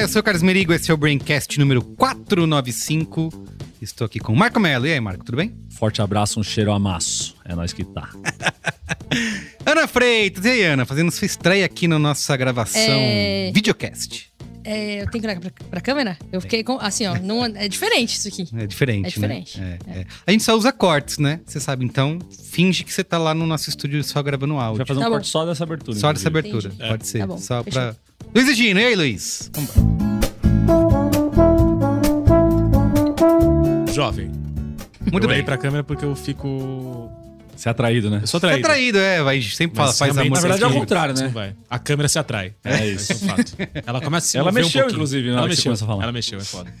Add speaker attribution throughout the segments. Speaker 1: Eu sou o Carlos Merigo, esse é o Braincast número 495. Estou aqui com o Marco Melo. E aí, Marco, tudo bem?
Speaker 2: Forte abraço, um cheiro amasso. É nós que tá.
Speaker 1: Ana Freitas, e aí, Ana, fazendo sua estreia aqui na nossa gravação
Speaker 3: É.
Speaker 1: videocast.
Speaker 3: É, eu tenho que olhar pra, pra câmera? Eu fiquei com. Assim, ó. não- é diferente isso aqui.
Speaker 1: É diferente,
Speaker 3: É diferente,
Speaker 1: né? É, é. A gente só usa cortes, né? Você sabe, então finge que você tá lá no nosso estúdio só gravando
Speaker 2: A gente
Speaker 1: áudio.
Speaker 2: vai fazer um
Speaker 3: Tá bom.
Speaker 2: corte só dessa abertura.
Speaker 1: Só dessa
Speaker 2: inclusive.
Speaker 1: abertura,
Speaker 3: Entendi.
Speaker 1: pode ser.
Speaker 3: Tá bom,
Speaker 1: só
Speaker 3: fechou.
Speaker 1: pra... Luiz e Gino, e aí, Luiz?
Speaker 4: Jovem.
Speaker 1: Muito
Speaker 4: eu olhei
Speaker 1: bem.
Speaker 4: pra câmera porque eu fico.
Speaker 2: Você é atraído, né?
Speaker 4: Eu sou
Speaker 1: Você é
Speaker 4: traído.
Speaker 1: traído, é. Vai, sempre fala,
Speaker 4: Mas tá
Speaker 1: faz
Speaker 4: realmente,
Speaker 1: amor.
Speaker 2: na verdade, é o
Speaker 1: sem
Speaker 4: isso-
Speaker 1: querer.
Speaker 2: contrário,
Speaker 4: isso não
Speaker 2: né?
Speaker 4: vai. A câmera se atrai.
Speaker 2: É isso.
Speaker 4: Esse é um fato. Ela começa a se
Speaker 2: Ela
Speaker 4: mover um
Speaker 2: mexeu,
Speaker 4: pouquinho.
Speaker 2: inclusive, na
Speaker 4: Ela
Speaker 2: hora que você começou
Speaker 4: mexeu.
Speaker 2: a falar.
Speaker 4: Ela mexeu, é foda.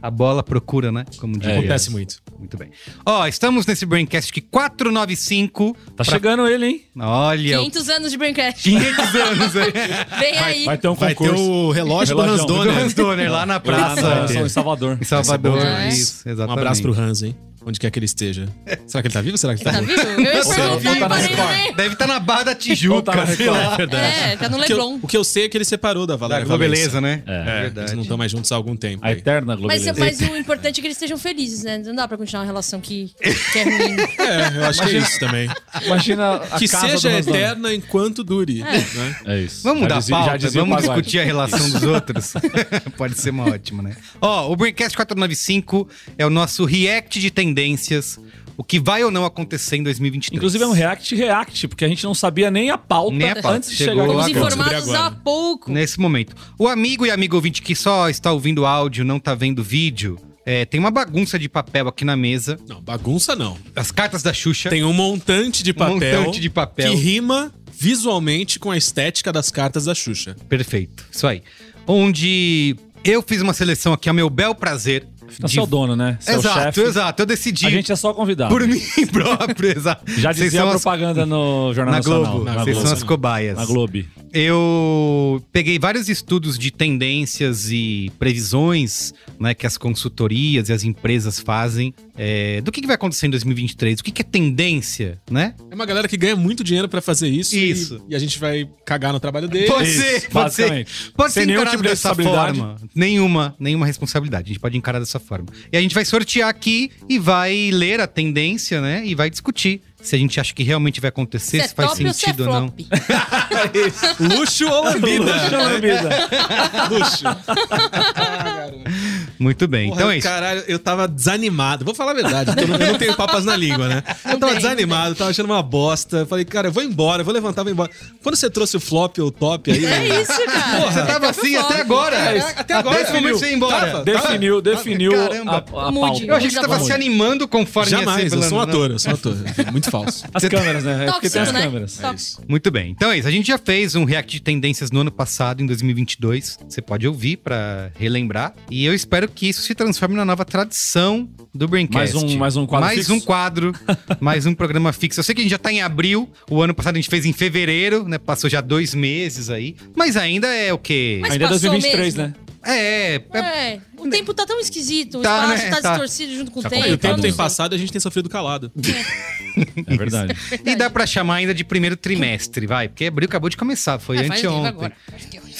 Speaker 1: A bola procura, né? Como diz.
Speaker 4: É, Acontece muito.
Speaker 1: Muito bem. Ó, estamos nesse Braincast aqui 495.
Speaker 2: Tá chegando ele, hein?
Speaker 1: Olha, o
Speaker 3: 500 anos de Braincast.
Speaker 1: 500 anos. né?
Speaker 3: Vem aí.
Speaker 2: Vai ter um
Speaker 4: Vai ter
Speaker 2: concurso.
Speaker 4: o relógio do Hans
Speaker 2: Relógio,
Speaker 1: Do Hans
Speaker 4: Donner.
Speaker 1: Donner, lá na praça.
Speaker 2: né? São né? em Salvador.
Speaker 1: Em Salvador,
Speaker 3: Vai ser bom
Speaker 1: É isso,
Speaker 4: Um
Speaker 1: exatamente.
Speaker 4: abraço pro Hans, hein? Onde quer que ele esteja. Será que ele tá vivo? ou Será que ele
Speaker 3: Tá
Speaker 4: tá
Speaker 3: vivo? Eu ia
Speaker 1: Você
Speaker 3: perguntar
Speaker 2: viu, tá
Speaker 3: e
Speaker 2: na
Speaker 3: parei no
Speaker 2: Record.
Speaker 3: meio.
Speaker 1: Deve estar na Barra da Tijuca,
Speaker 2: Ou tá na
Speaker 1: sei lá.
Speaker 4: É verdade.
Speaker 3: É, tá no
Speaker 4: O que eu-
Speaker 3: Leblon.
Speaker 4: O que eu sei é que ele separou da
Speaker 1: Da
Speaker 4: Valéria Valença.
Speaker 1: Globeleza, né?
Speaker 2: É.
Speaker 4: É, eles
Speaker 1: verdade.
Speaker 4: não estão mais juntos há algum tempo.
Speaker 2: A
Speaker 4: aí.
Speaker 2: eterna
Speaker 3: Mas,
Speaker 2: Globeleza.
Speaker 3: mas o importante é que eles estejam felizes, né? Não dá pra continuar uma relação que, que é ruim.
Speaker 4: É, eu acho que é isso também.
Speaker 2: Imagina a
Speaker 4: que
Speaker 2: casa
Speaker 4: seja
Speaker 2: do Hans Donner.
Speaker 4: eterna enquanto dure. né?
Speaker 2: É isso.
Speaker 1: Vamos
Speaker 2: Já
Speaker 1: mudar
Speaker 2: dizia-
Speaker 1: a
Speaker 2: já
Speaker 1: pauta,
Speaker 2: dizia o
Speaker 1: vamos
Speaker 2: Paguai.
Speaker 1: discutir a relação dos outros. Pode ser uma ótima, né? Ó, o Braincast 495 é o nosso react de tendências, o que vai ou não acontecer em 2023.
Speaker 2: Inclusive é um react react, porque a gente não sabia nem a pauta,
Speaker 1: Nem a pauta.
Speaker 2: antes de
Speaker 1: Chegou
Speaker 2: chegar
Speaker 3: Fomos
Speaker 1: agora.
Speaker 3: informados
Speaker 4: Descobri
Speaker 3: há
Speaker 4: agora.
Speaker 3: pouco.
Speaker 1: Nesse momento. O amigo e amigo ouvinte que só está ouvindo áudio, não está vendo vídeo, é, tem uma bagunça de papel aqui na mesa.
Speaker 4: Não, bagunça não.
Speaker 1: As cartas da Xuxa.
Speaker 4: Tem um montante de papel,
Speaker 1: montante de papel.
Speaker 4: que rima visualmente com a estética das cartas da Xuxa.
Speaker 1: Perfeito, isso aí. Onde eu fiz uma seleção aqui ao meu bel prazer.
Speaker 2: Não, seu dono, né? Seu
Speaker 1: exato,
Speaker 2: chefe.
Speaker 1: exato. Eu decidi
Speaker 2: A gente é só convidado.
Speaker 1: por mim próprio, exato.
Speaker 2: Já
Speaker 1: Vocês
Speaker 2: dizia a
Speaker 1: são as-
Speaker 2: propaganda no Jornal
Speaker 1: na
Speaker 2: Nacional.
Speaker 1: Globo.
Speaker 2: Na
Speaker 1: Vocês
Speaker 2: Globo.
Speaker 1: são as cobaias.
Speaker 2: Na Globo.
Speaker 1: Eu peguei vários estudos de tendências e previsões né, que as consultorias e as empresas fazem é, do que, que vai acontecer em 2023, o que, que é tendência, né?
Speaker 4: É uma galera que ganha muito dinheiro pra fazer isso.
Speaker 1: Isso.
Speaker 4: E, e a gente vai cagar no trabalho dele.
Speaker 1: Pode
Speaker 2: Isso,
Speaker 1: ser, pode ser.
Speaker 2: basicamente.
Speaker 1: Pode ser
Speaker 2: Sem nenhum
Speaker 1: encarado
Speaker 2: tipo de
Speaker 1: dessa
Speaker 2: responsabilidade.
Speaker 1: forma. Nenhuma, nenhuma responsabilidade. A gente pode encarar dessa forma. E a gente vai sortear aqui e vai ler a tendência, né? E vai discutir se a gente acha que realmente vai acontecer,
Speaker 3: Se
Speaker 1: se,
Speaker 3: é
Speaker 1: faz
Speaker 3: top ou se é
Speaker 1: sentido ou não.
Speaker 3: flop.
Speaker 4: Luxo ou
Speaker 2: Puxa
Speaker 4: lambida?
Speaker 2: vida.
Speaker 4: Luxo.
Speaker 1: Muito bem. então é isso.
Speaker 4: Caralho, eu tava desanimado. Vou falar a verdade. Eu não, eu não tenho papas na língua, né? Eu
Speaker 3: Não
Speaker 4: tava
Speaker 3: tem,
Speaker 4: desanimado, tava achando uma bosta. Eu Falei, cara, eu vou embora, eu vou levantar, vou embora. Quando você trouxe o flop ou o top aí.
Speaker 3: É isso, cara.
Speaker 1: Você tava assim
Speaker 3: flop.
Speaker 1: até agora.
Speaker 4: É isso. Até agora,
Speaker 1: esse momento
Speaker 4: filho.
Speaker 1: você ia embora.
Speaker 4: Tava.
Speaker 2: Definiu, definiu
Speaker 1: Caramba.
Speaker 2: a, a pauta.
Speaker 3: Mude.
Speaker 1: Eu achei que você tava
Speaker 2: Mude.
Speaker 1: se animando conforme ia ser
Speaker 4: Jamais, eu
Speaker 1: pela-
Speaker 4: sou um
Speaker 1: na-
Speaker 4: ator, eu sou um ator. Muito falso.
Speaker 2: As
Speaker 1: tá-
Speaker 2: câmeras, né? É porque tem as
Speaker 3: Tóxico, né?
Speaker 2: câmeras.
Speaker 3: Tóxico.
Speaker 1: Muito bem. Então é isso. A gente já fez um react de tendências no ano passado, em 2022. Você pode ouvir pra relembrar. E eu espero que isso se transforme na nova tradição do Braincast.
Speaker 2: Mais um- mais um quadro
Speaker 1: Mais
Speaker 2: fixo?
Speaker 1: um quadro, mais um programa fixo. Eu sei que a gente já tá em abril. O ano passado a gente fez em fevereiro, né? Passou já dois meses aí. Mas ainda é o quê?
Speaker 3: Mas
Speaker 2: Ainda é
Speaker 3: passou
Speaker 2: 2023,
Speaker 3: mesmo.
Speaker 2: né?
Speaker 1: É, é, é
Speaker 3: É, o tempo tá tão esquisito, o
Speaker 1: Tá,
Speaker 3: espaço
Speaker 1: né?
Speaker 3: tá,
Speaker 1: Tá.
Speaker 3: distorcido junto com o tempo.
Speaker 4: E o tempo
Speaker 3: eu não
Speaker 4: tem
Speaker 3: sei.
Speaker 4: passado e a gente tem sofrido calado.
Speaker 2: É verdade.
Speaker 1: E dá pra chamar ainda de primeiro trimestre, vai, porque abril acabou de começar, foi
Speaker 3: É, faz tempo
Speaker 1: anteontem.
Speaker 3: agora.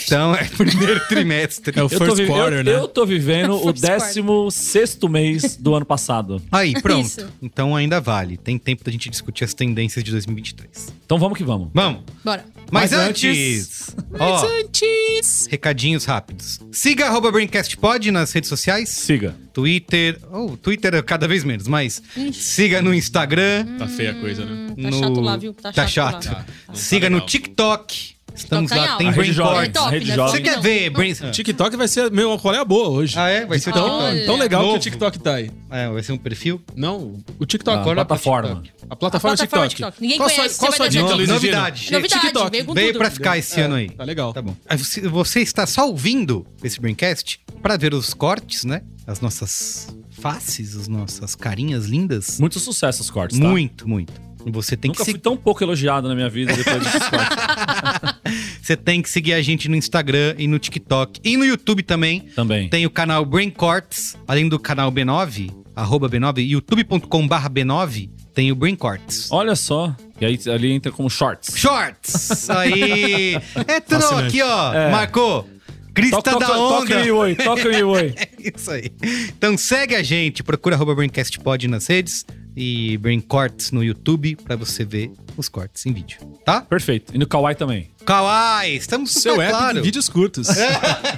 Speaker 1: Então é primeiro trimestre.
Speaker 4: É o
Speaker 2: Eu tô,
Speaker 4: first
Speaker 2: vive-
Speaker 4: quarter,
Speaker 2: eu,
Speaker 4: né?
Speaker 2: eu tô vivendo o
Speaker 3: First quarter.
Speaker 2: 16 mês do ano passado.
Speaker 1: Aí, pronto.
Speaker 3: Isso.
Speaker 1: Então ainda vale. Tem tempo da gente discutir as tendências de 2023.
Speaker 2: Então vamos que vamos.
Speaker 1: Vamos.
Speaker 3: Bora.
Speaker 1: Mas,
Speaker 2: Mas
Speaker 1: antes, ó,
Speaker 4: antes.
Speaker 1: recadinhos rápidos. Siga arroba BrincastPod nas redes sociais.
Speaker 2: Siga.
Speaker 1: Twitter. Ou Twitter é cada vez menos, mas siga no Instagram.
Speaker 4: Tá feia a coisa, né?
Speaker 3: Tá
Speaker 1: no-
Speaker 3: chato lá, viu?
Speaker 1: Tá chato.
Speaker 3: lá.
Speaker 4: Tá. Não tá
Speaker 1: Siga no
Speaker 4: legal.
Speaker 1: TikTok. Estamos lá,
Speaker 3: Calcanhal.
Speaker 1: tem
Speaker 2: A rede
Speaker 1: brainboard.
Speaker 2: jovem.
Speaker 3: É top,
Speaker 2: rede
Speaker 3: né?
Speaker 2: jovem.
Speaker 1: Você
Speaker 3: Top
Speaker 1: quer
Speaker 3: não.
Speaker 1: ver? Brain...
Speaker 4: TikTok vai ser. Meu, qual é a boa hoje?
Speaker 1: Ah, é? Vai ser o
Speaker 4: Tão,
Speaker 1: TikTok.
Speaker 3: Olha.
Speaker 4: tão Então, legal que
Speaker 1: Novo.
Speaker 4: o TikTok tá aí.
Speaker 1: É, vai ser um perfil?
Speaker 4: Não, o
Speaker 2: Ah,
Speaker 4: TikTok.
Speaker 2: a plataforma.
Speaker 4: A plataforma, é
Speaker 3: A plataforma é
Speaker 4: TikTok.
Speaker 3: TikTok. Ninguém
Speaker 4: qual
Speaker 3: conhece,
Speaker 4: Sua, qual
Speaker 3: você
Speaker 4: sua
Speaker 3: vai
Speaker 4: dica,
Speaker 3: dar
Speaker 4: Luiz
Speaker 1: dica.
Speaker 4: Egino?
Speaker 1: Novidade.
Speaker 3: Novidade,
Speaker 4: TikTok.
Speaker 3: veio com
Speaker 1: Veio
Speaker 3: tudo.
Speaker 1: pra ficar esse ano aí.
Speaker 4: Tá legal.
Speaker 1: Tá bom. Aí você- Você está só ouvindo esse Braincast para ver os cortes, né? As nossas faces, as nossas carinhas lindas.
Speaker 2: Muito sucesso os cortes, tá?
Speaker 1: Muito, muito. E Você tem, que
Speaker 2: Nunca
Speaker 1: se...
Speaker 2: fui tão pouco elogiado na minha vida depois desses cortes.
Speaker 1: você tem que seguir a gente no Instagram e no TikTok e no YouTube também.
Speaker 2: Também.
Speaker 1: Tem o canal Brain Cortes, além do canal B9, arroba B9, youtube.com barra B9, tem o Brain Cortes.
Speaker 2: Olha só. E aí ali entra como shorts.
Speaker 1: Shorts! Aí! É tudo
Speaker 4: Fascinante.
Speaker 1: aqui, ó.
Speaker 2: É.
Speaker 1: Marcou. Crista
Speaker 2: Toca,
Speaker 1: da
Speaker 2: toca,
Speaker 1: onda.
Speaker 2: toca o Ioi, toca o Ioi.
Speaker 1: Isso aí. Então segue a gente, procura arroba BrainCastPod nas redes e BrainCortes no YouTube pra você ver os cortes em vídeo, tá?
Speaker 2: Perfeito. E no Kawaii também.
Speaker 1: Kawaii, estamos super
Speaker 4: Seu app
Speaker 1: claro.
Speaker 4: de vídeos curtos.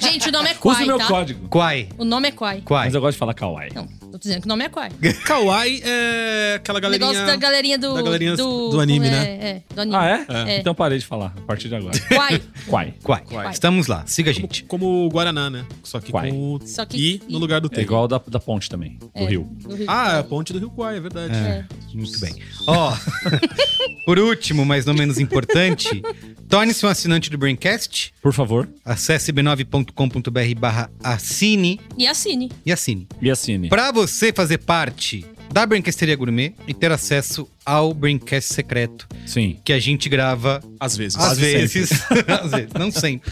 Speaker 3: Gente, o nome é
Speaker 2: Use o
Speaker 3: Quai,
Speaker 2: meu
Speaker 3: tá?
Speaker 2: código.
Speaker 1: Quai,
Speaker 3: O nome é Quai.
Speaker 1: Quai.
Speaker 2: Mas eu gosto de falar Kawaii.
Speaker 3: Não, tô dizendo que o nome é Quai.
Speaker 4: Kawaii é aquela
Speaker 3: O negócio da
Speaker 4: galerinha...
Speaker 3: galerinha do...
Speaker 4: da galerinha
Speaker 3: do,
Speaker 4: do anime,
Speaker 3: é,
Speaker 4: né?
Speaker 3: É, do anime.
Speaker 2: Ah, é?
Speaker 3: É.
Speaker 2: Então parei de falar a partir de agora.
Speaker 3: Quai.
Speaker 2: Kawaii. É
Speaker 1: Quai.
Speaker 3: Quai.
Speaker 1: Estamos lá, siga a gente.
Speaker 4: Como o Guaraná, né? Só que
Speaker 2: Quai.
Speaker 4: com o
Speaker 3: Só que-
Speaker 4: I no lugar do T.
Speaker 2: É igual da, da ponte também, do
Speaker 3: É,
Speaker 2: Rio.
Speaker 3: do Rio.
Speaker 4: Ah, é a ponte do Rio Quai, é verdade.
Speaker 3: É.
Speaker 1: Muito bem. Ó, por último, mas não menos importante, torne-se um assinante do Braincast,
Speaker 2: Por favor,
Speaker 1: acesse b9.com.br barra assine
Speaker 3: E assine.
Speaker 1: e assine.
Speaker 2: me assine.
Speaker 1: Para você fazer parte da Brinquesteria Gourmet e ter acesso ao Brincast secreto
Speaker 2: Sim.
Speaker 1: que a gente grava
Speaker 4: Às vezes.
Speaker 1: às
Speaker 4: Quase sempre.
Speaker 1: vezes, às vezes, não sempre,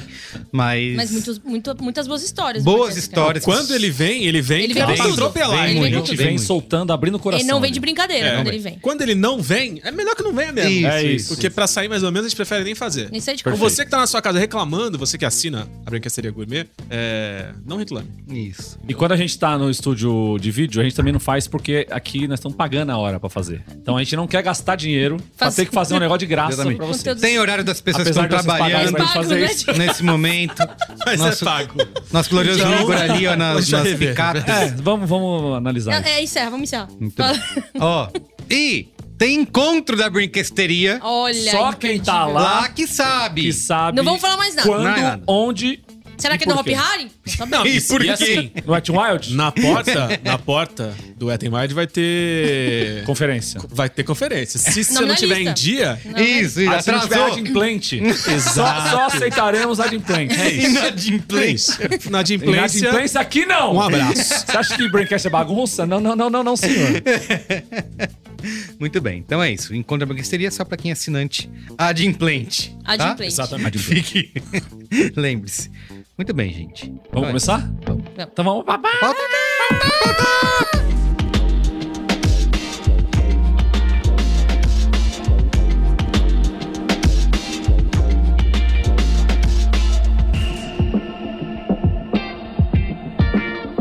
Speaker 1: mas,
Speaker 3: Mas muitos, muito, muitas boas histórias.
Speaker 1: boas
Speaker 3: Porque, assim,
Speaker 1: histórias.
Speaker 4: Quando ele vem, ele vem,
Speaker 3: Ele
Speaker 4: que
Speaker 3: vem
Speaker 4: dá
Speaker 3: com
Speaker 4: pra
Speaker 3: tudo.
Speaker 4: atropelar.
Speaker 3: Vem
Speaker 4: hein?
Speaker 2: A
Speaker 3: muito.
Speaker 2: gente vem
Speaker 1: muito.
Speaker 2: soltando, abrindo o
Speaker 3: cara,
Speaker 2: coração.
Speaker 3: Ele não vem
Speaker 2: né?
Speaker 3: de brincadeira
Speaker 1: É, não
Speaker 3: quando
Speaker 1: vem.
Speaker 3: ele vem.
Speaker 4: Quando ele não vem, é melhor que não venha mesmo.
Speaker 1: Isso,
Speaker 2: É isso.
Speaker 4: Porque pra sair mais ou menos, a gente prefere nem fazer.
Speaker 3: Nem sei de
Speaker 4: Ou
Speaker 3: como.
Speaker 4: você que tá na sua casa reclamando, você que assina a Branquesteria Gourmet, é... não reclame.
Speaker 1: Isso.
Speaker 2: E quando a gente tá no estúdio de vídeo, a gente também não faz porque aqui nós estamos pagando a hora pra fazer. Então a gente não quer gastar dinheiro pra
Speaker 3: Faz-
Speaker 2: ter que fazer um negócio de graça
Speaker 1: Exatamente.
Speaker 2: pra você.
Speaker 3: Conteúdo-
Speaker 1: Tem horário das pessoas
Speaker 2: Apesar
Speaker 1: que estão
Speaker 2: de vocês pagarem
Speaker 1: trabalhando
Speaker 2: pra gente
Speaker 3: Pago,
Speaker 2: fazer
Speaker 3: né?
Speaker 2: isso.
Speaker 1: nesse momento.
Speaker 4: Mas
Speaker 1: Nosso-
Speaker 4: é pago.
Speaker 1: Nosso glorioso
Speaker 4: Então,
Speaker 1: Igor ali, ó, nas,
Speaker 4: deixa eu
Speaker 1: nas
Speaker 4: rever.
Speaker 1: picatas.
Speaker 2: É, vamos, vamos analisar.
Speaker 3: É, é, encerra, vamos encerrar.
Speaker 1: Muito bem. Ó, e tem encontro da Brinquesteria
Speaker 3: Olha.
Speaker 2: Só quem tá
Speaker 3: imperdível.
Speaker 2: lá-
Speaker 1: lá que sabe.
Speaker 2: Que sabe.
Speaker 3: Não vamos falar mais nada.
Speaker 2: Quando,
Speaker 1: Não é nada.
Speaker 2: onde.
Speaker 3: Será
Speaker 2: e
Speaker 3: que é do
Speaker 2: por
Speaker 3: Hop
Speaker 2: quê?
Speaker 3: Harry?
Speaker 4: Não,
Speaker 1: E por
Speaker 4: e
Speaker 1: quê?
Speaker 4: assim,
Speaker 2: No Wet n Wild?
Speaker 4: na porta, na porta do Ettenwide vai ter...
Speaker 2: Conferência.
Speaker 4: Vai ter conferência. Se você
Speaker 3: Não,
Speaker 4: não
Speaker 3: na
Speaker 4: tiver em
Speaker 3: lista.
Speaker 4: dia,
Speaker 1: Isso, isso,
Speaker 2: Ah, se não tiver
Speaker 1: atrasou.
Speaker 2: adimplente. Exato. Só, só aceitaremos adimplente. É
Speaker 1: Inadimplente.
Speaker 4: na
Speaker 2: Inadimplência
Speaker 4: adimplência...
Speaker 2: Inadimplência aqui não.
Speaker 4: Um abraço.
Speaker 2: Você acha que Braincast é bagunça? Não, não, não, não, não, senhor.
Speaker 1: Muito bem, então é isso. Encontro da Brinquesteria é só pra quem é assinante adimplente. tá?
Speaker 3: Adimplente.
Speaker 2: Exatamente.
Speaker 1: Fique. Lembre-se. Muito bem, gente.
Speaker 2: Vamos
Speaker 1: Vai.
Speaker 2: começar? Então vamos. Babá.
Speaker 1: Pauta-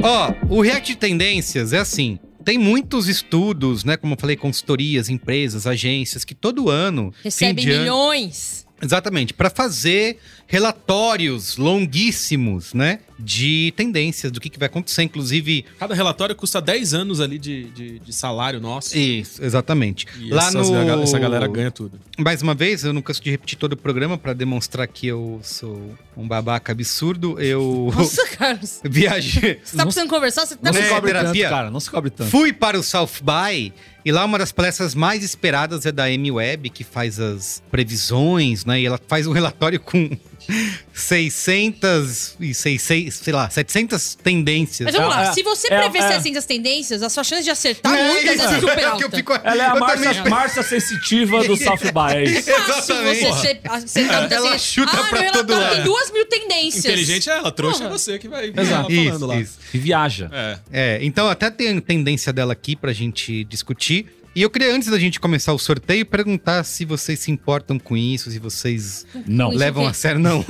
Speaker 1: Ó, o React de Tendências é assim. Tem muitos estudos, né? Como eu falei, consultorias, empresas, agências, que todo ano. fim
Speaker 3: Recebe
Speaker 1: de ano-
Speaker 3: milhões.
Speaker 1: Exatamente, para fazer relatórios longuíssimos, né? De tendências, do que, que vai acontecer. Inclusive,
Speaker 4: Cada relatório custa 10 anos ali de, de, de salário nosso.
Speaker 1: isso, exatamente.
Speaker 4: E essas gaga- essa galera ganha tudo.
Speaker 1: Mais uma vez, eu não canso de repetir todo o programa para demonstrar que eu sou um babaca absurdo. Eu
Speaker 3: Nossa, Carlos.
Speaker 1: viajei.
Speaker 3: Você tá precisando conversar? Você tá
Speaker 2: Não
Speaker 1: É,
Speaker 2: se cobre tanto,
Speaker 1: terapia.
Speaker 2: cara. Não se cobre tanto.
Speaker 1: Fui para o South by e lá uma das palestras mais esperadas é da Amy Webb, que faz as previsões, né? E ela faz um relatório com 600 e 600, sei lá, 700 tendências.
Speaker 3: Mas vamos
Speaker 2: É,
Speaker 3: lá,
Speaker 2: é,
Speaker 3: se você
Speaker 2: é,
Speaker 3: prever
Speaker 2: é.
Speaker 3: 600 tendências, a sua chance de acertar
Speaker 1: É
Speaker 3: muitas
Speaker 1: isso,
Speaker 3: é super
Speaker 1: é
Speaker 3: alta.
Speaker 1: que eu fico-
Speaker 2: Ela é a
Speaker 1: eu também
Speaker 2: Márcia, Márcia Sensitiva do South by. É isso.
Speaker 3: Fácil
Speaker 1: Exatamente.
Speaker 3: você ser, acertar muitas
Speaker 1: Ela
Speaker 3: tendências.
Speaker 1: chuta
Speaker 3: ah,
Speaker 1: pra
Speaker 3: meu
Speaker 1: todo
Speaker 3: relatório
Speaker 1: lado.
Speaker 3: tem duas mil tendências.
Speaker 4: Inteligente é ela, trouxa é
Speaker 3: Porra.
Speaker 4: você que vai ver ela
Speaker 2: Exato.
Speaker 4: falando
Speaker 1: Isso,
Speaker 4: lá.
Speaker 1: isso.
Speaker 2: E viaja.
Speaker 4: É.
Speaker 1: É, então até tem tendência dela aqui pra gente discutir. E eu queria, antes da gente começar o sorteio, perguntar se vocês se importam com isso, se vocês
Speaker 2: Não.
Speaker 3: Isso
Speaker 1: levam
Speaker 3: aqui.
Speaker 1: a sério, não.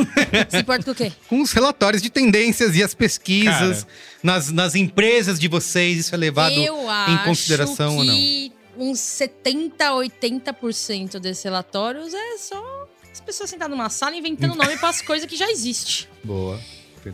Speaker 3: Se importa com o quê?
Speaker 1: com os relatórios de tendências e as pesquisas nas, nas empresas de vocês, isso é levado
Speaker 3: eu
Speaker 1: em consideração
Speaker 3: acho
Speaker 1: ou não?
Speaker 3: que uns 70, 80% desses relatórios é só as pessoas sentadas numa sala
Speaker 1: Hum.
Speaker 3: inventando nome para as coisas que já existem.
Speaker 1: Boa.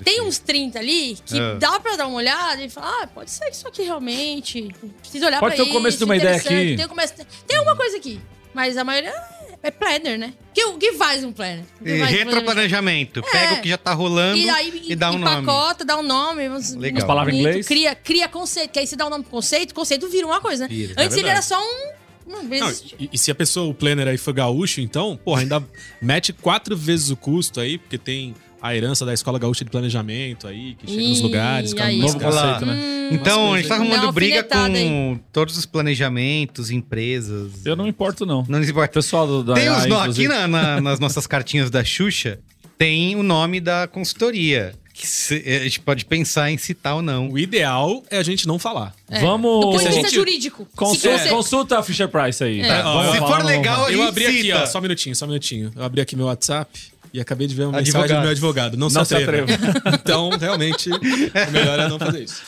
Speaker 3: Tem uns 30 ali que
Speaker 1: Ah.
Speaker 3: dá pra dar uma olhada e falar, ah, pode ser isso aqui realmente. Preciso olhar
Speaker 2: Pode
Speaker 3: pra
Speaker 2: ter o começo
Speaker 3: isso,
Speaker 2: de uma ideia
Speaker 3: interessante,
Speaker 2: aqui.
Speaker 3: Tem, o começo, tem alguma coisa aqui, mas a maioria é É planner, né? Que, o que faz um planner? O que
Speaker 1: E
Speaker 3: faz um
Speaker 1: Retroplanejamento. Pega o que já tá rolando
Speaker 3: É. E
Speaker 1: e,
Speaker 3: aí
Speaker 1: dá um nome.
Speaker 3: empacota, dá um nome. Umas,
Speaker 1: Legal.
Speaker 3: umas
Speaker 2: Palavra em
Speaker 3: bonito,
Speaker 2: inglês.
Speaker 3: Cria, cria conceito, que aí você dá um nome pro conceito, conceito vira uma coisa, né?
Speaker 1: Vira,
Speaker 3: Antes
Speaker 4: é
Speaker 3: ele
Speaker 4: verdade.
Speaker 3: era só um... um
Speaker 4: Não,
Speaker 3: esse-
Speaker 4: e, e se a pessoa, o planner aí for gaúcho, então, porra, ainda mete quatro vezes o custo aí, porque tem a herança da Escola Gaúcha de Planejamento aí, que é um chega nos
Speaker 3: Ih,
Speaker 4: lugares, com
Speaker 3: aí.
Speaker 4: alguns
Speaker 2: Novo
Speaker 4: caras.
Speaker 1: Olá.
Speaker 2: conceito,
Speaker 3: Hum.
Speaker 2: né?
Speaker 1: Então, a gente tá
Speaker 3: Dá
Speaker 1: arrumando
Speaker 3: uma
Speaker 1: briga
Speaker 3: alfinetada
Speaker 1: com todos os planejamentos, empresas.
Speaker 2: Eu não me importo, não.
Speaker 1: Não nos importa.
Speaker 2: Pessoal do, da
Speaker 1: Tem os
Speaker 2: AI,
Speaker 1: no, aqui
Speaker 2: inclusive.
Speaker 1: na- na- nas nossas cartinhas da Xuxa, tem o nome da consultoria. Que se- é, a gente pode pensar em citar ou não.
Speaker 4: O ideal é a gente não falar.
Speaker 1: né?
Speaker 3: É.
Speaker 2: Vamos-
Speaker 3: Do ponto de
Speaker 2: Se a
Speaker 3: vista
Speaker 4: gente-
Speaker 3: jurídico.
Speaker 2: Consu-
Speaker 3: Se você-
Speaker 2: Consulta a Fisher Price aí.
Speaker 4: Tá, ó,
Speaker 2: Vamos falar,
Speaker 4: se
Speaker 1: for
Speaker 2: vamos falar.
Speaker 1: legal, aí-
Speaker 4: Eu abri aqui,
Speaker 1: cita.
Speaker 4: ó, só um minutinho, só um minutinho. Eu abri aqui meu WhatsApp e acabei de ver uma mensagem
Speaker 2: Advogado.
Speaker 4: do meu advogado. Não,
Speaker 2: Não se
Speaker 4: se atreva. então, realmente, o melhor é não fazer isso.